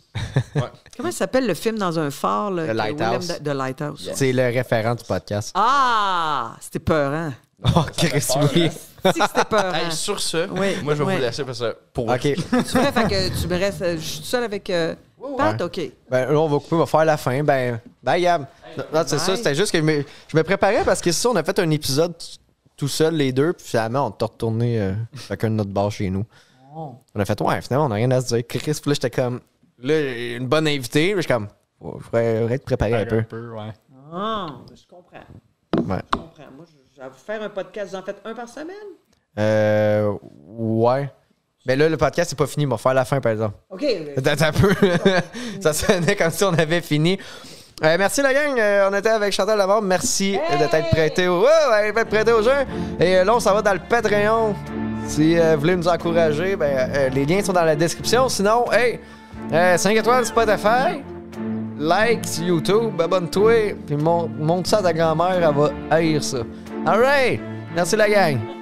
[SPEAKER 2] Comment ça s'appelle le film dans un phare? Là,
[SPEAKER 1] The
[SPEAKER 2] que Willem
[SPEAKER 1] Lighthouse.
[SPEAKER 2] Da- The Lighthouse.
[SPEAKER 1] C'est le référent du podcast.
[SPEAKER 2] Ah! C'était peurant.
[SPEAKER 1] Oh, Chris,
[SPEAKER 3] Ah, fait peur,
[SPEAKER 1] oui.
[SPEAKER 2] Si, c'était peurant.
[SPEAKER 3] Hey, sur ce,
[SPEAKER 2] Ah. Oui,
[SPEAKER 3] moi, je vais
[SPEAKER 2] oui.
[SPEAKER 3] vous laisser parce que pour
[SPEAKER 1] OK.
[SPEAKER 2] Tu me fait que tu me restes. euh, Je suis seule avec euh, Pat, OK.
[SPEAKER 1] Ben, là, on va couper, on va faire la fin. Ben, bye, Gab. Non, c'est
[SPEAKER 2] Bye.
[SPEAKER 1] ça, c'était juste que je me, je me préparais parce que ça, on a fait un épisode tout seul, les deux, puis finalement, on t'a retourné euh, chacun de notre bar chez nous. On a fait, ouais, finalement, on n'a rien à se dire. Chris, puis là, j'étais comme, là, j'ai une bonne invitée, mais je suis comme, Ouais, je pourrais être préparé un peu.
[SPEAKER 4] ouais.
[SPEAKER 2] Ah, je comprends.
[SPEAKER 1] Ouais.
[SPEAKER 2] Je comprends. Moi, je- j'avoue, faire un podcast, vous en faites un par semaine?
[SPEAKER 1] Euh, ouais. Mais là, le podcast, c'est pas fini. On va faire la fin, par exemple.
[SPEAKER 2] OK. mais-
[SPEAKER 1] Attends un peu. ça sonnait comme si on avait fini. Euh, merci la gang, Euh, on était avec Chantal Lavard. Merci de t'être prêté au, ouais, ouais, d'être prêté au jeu. Et euh, là, on s'en va dans le Patreon. Si euh, vous voulez nous encourager, ben, euh, les liens sont dans la description. Sinon, hey, euh, 5 étoiles Spotify, like sur YouTube, abonne-toi, puis mon- montre ça à ta grand-mère, elle va haïr ça. Alright, merci la gang.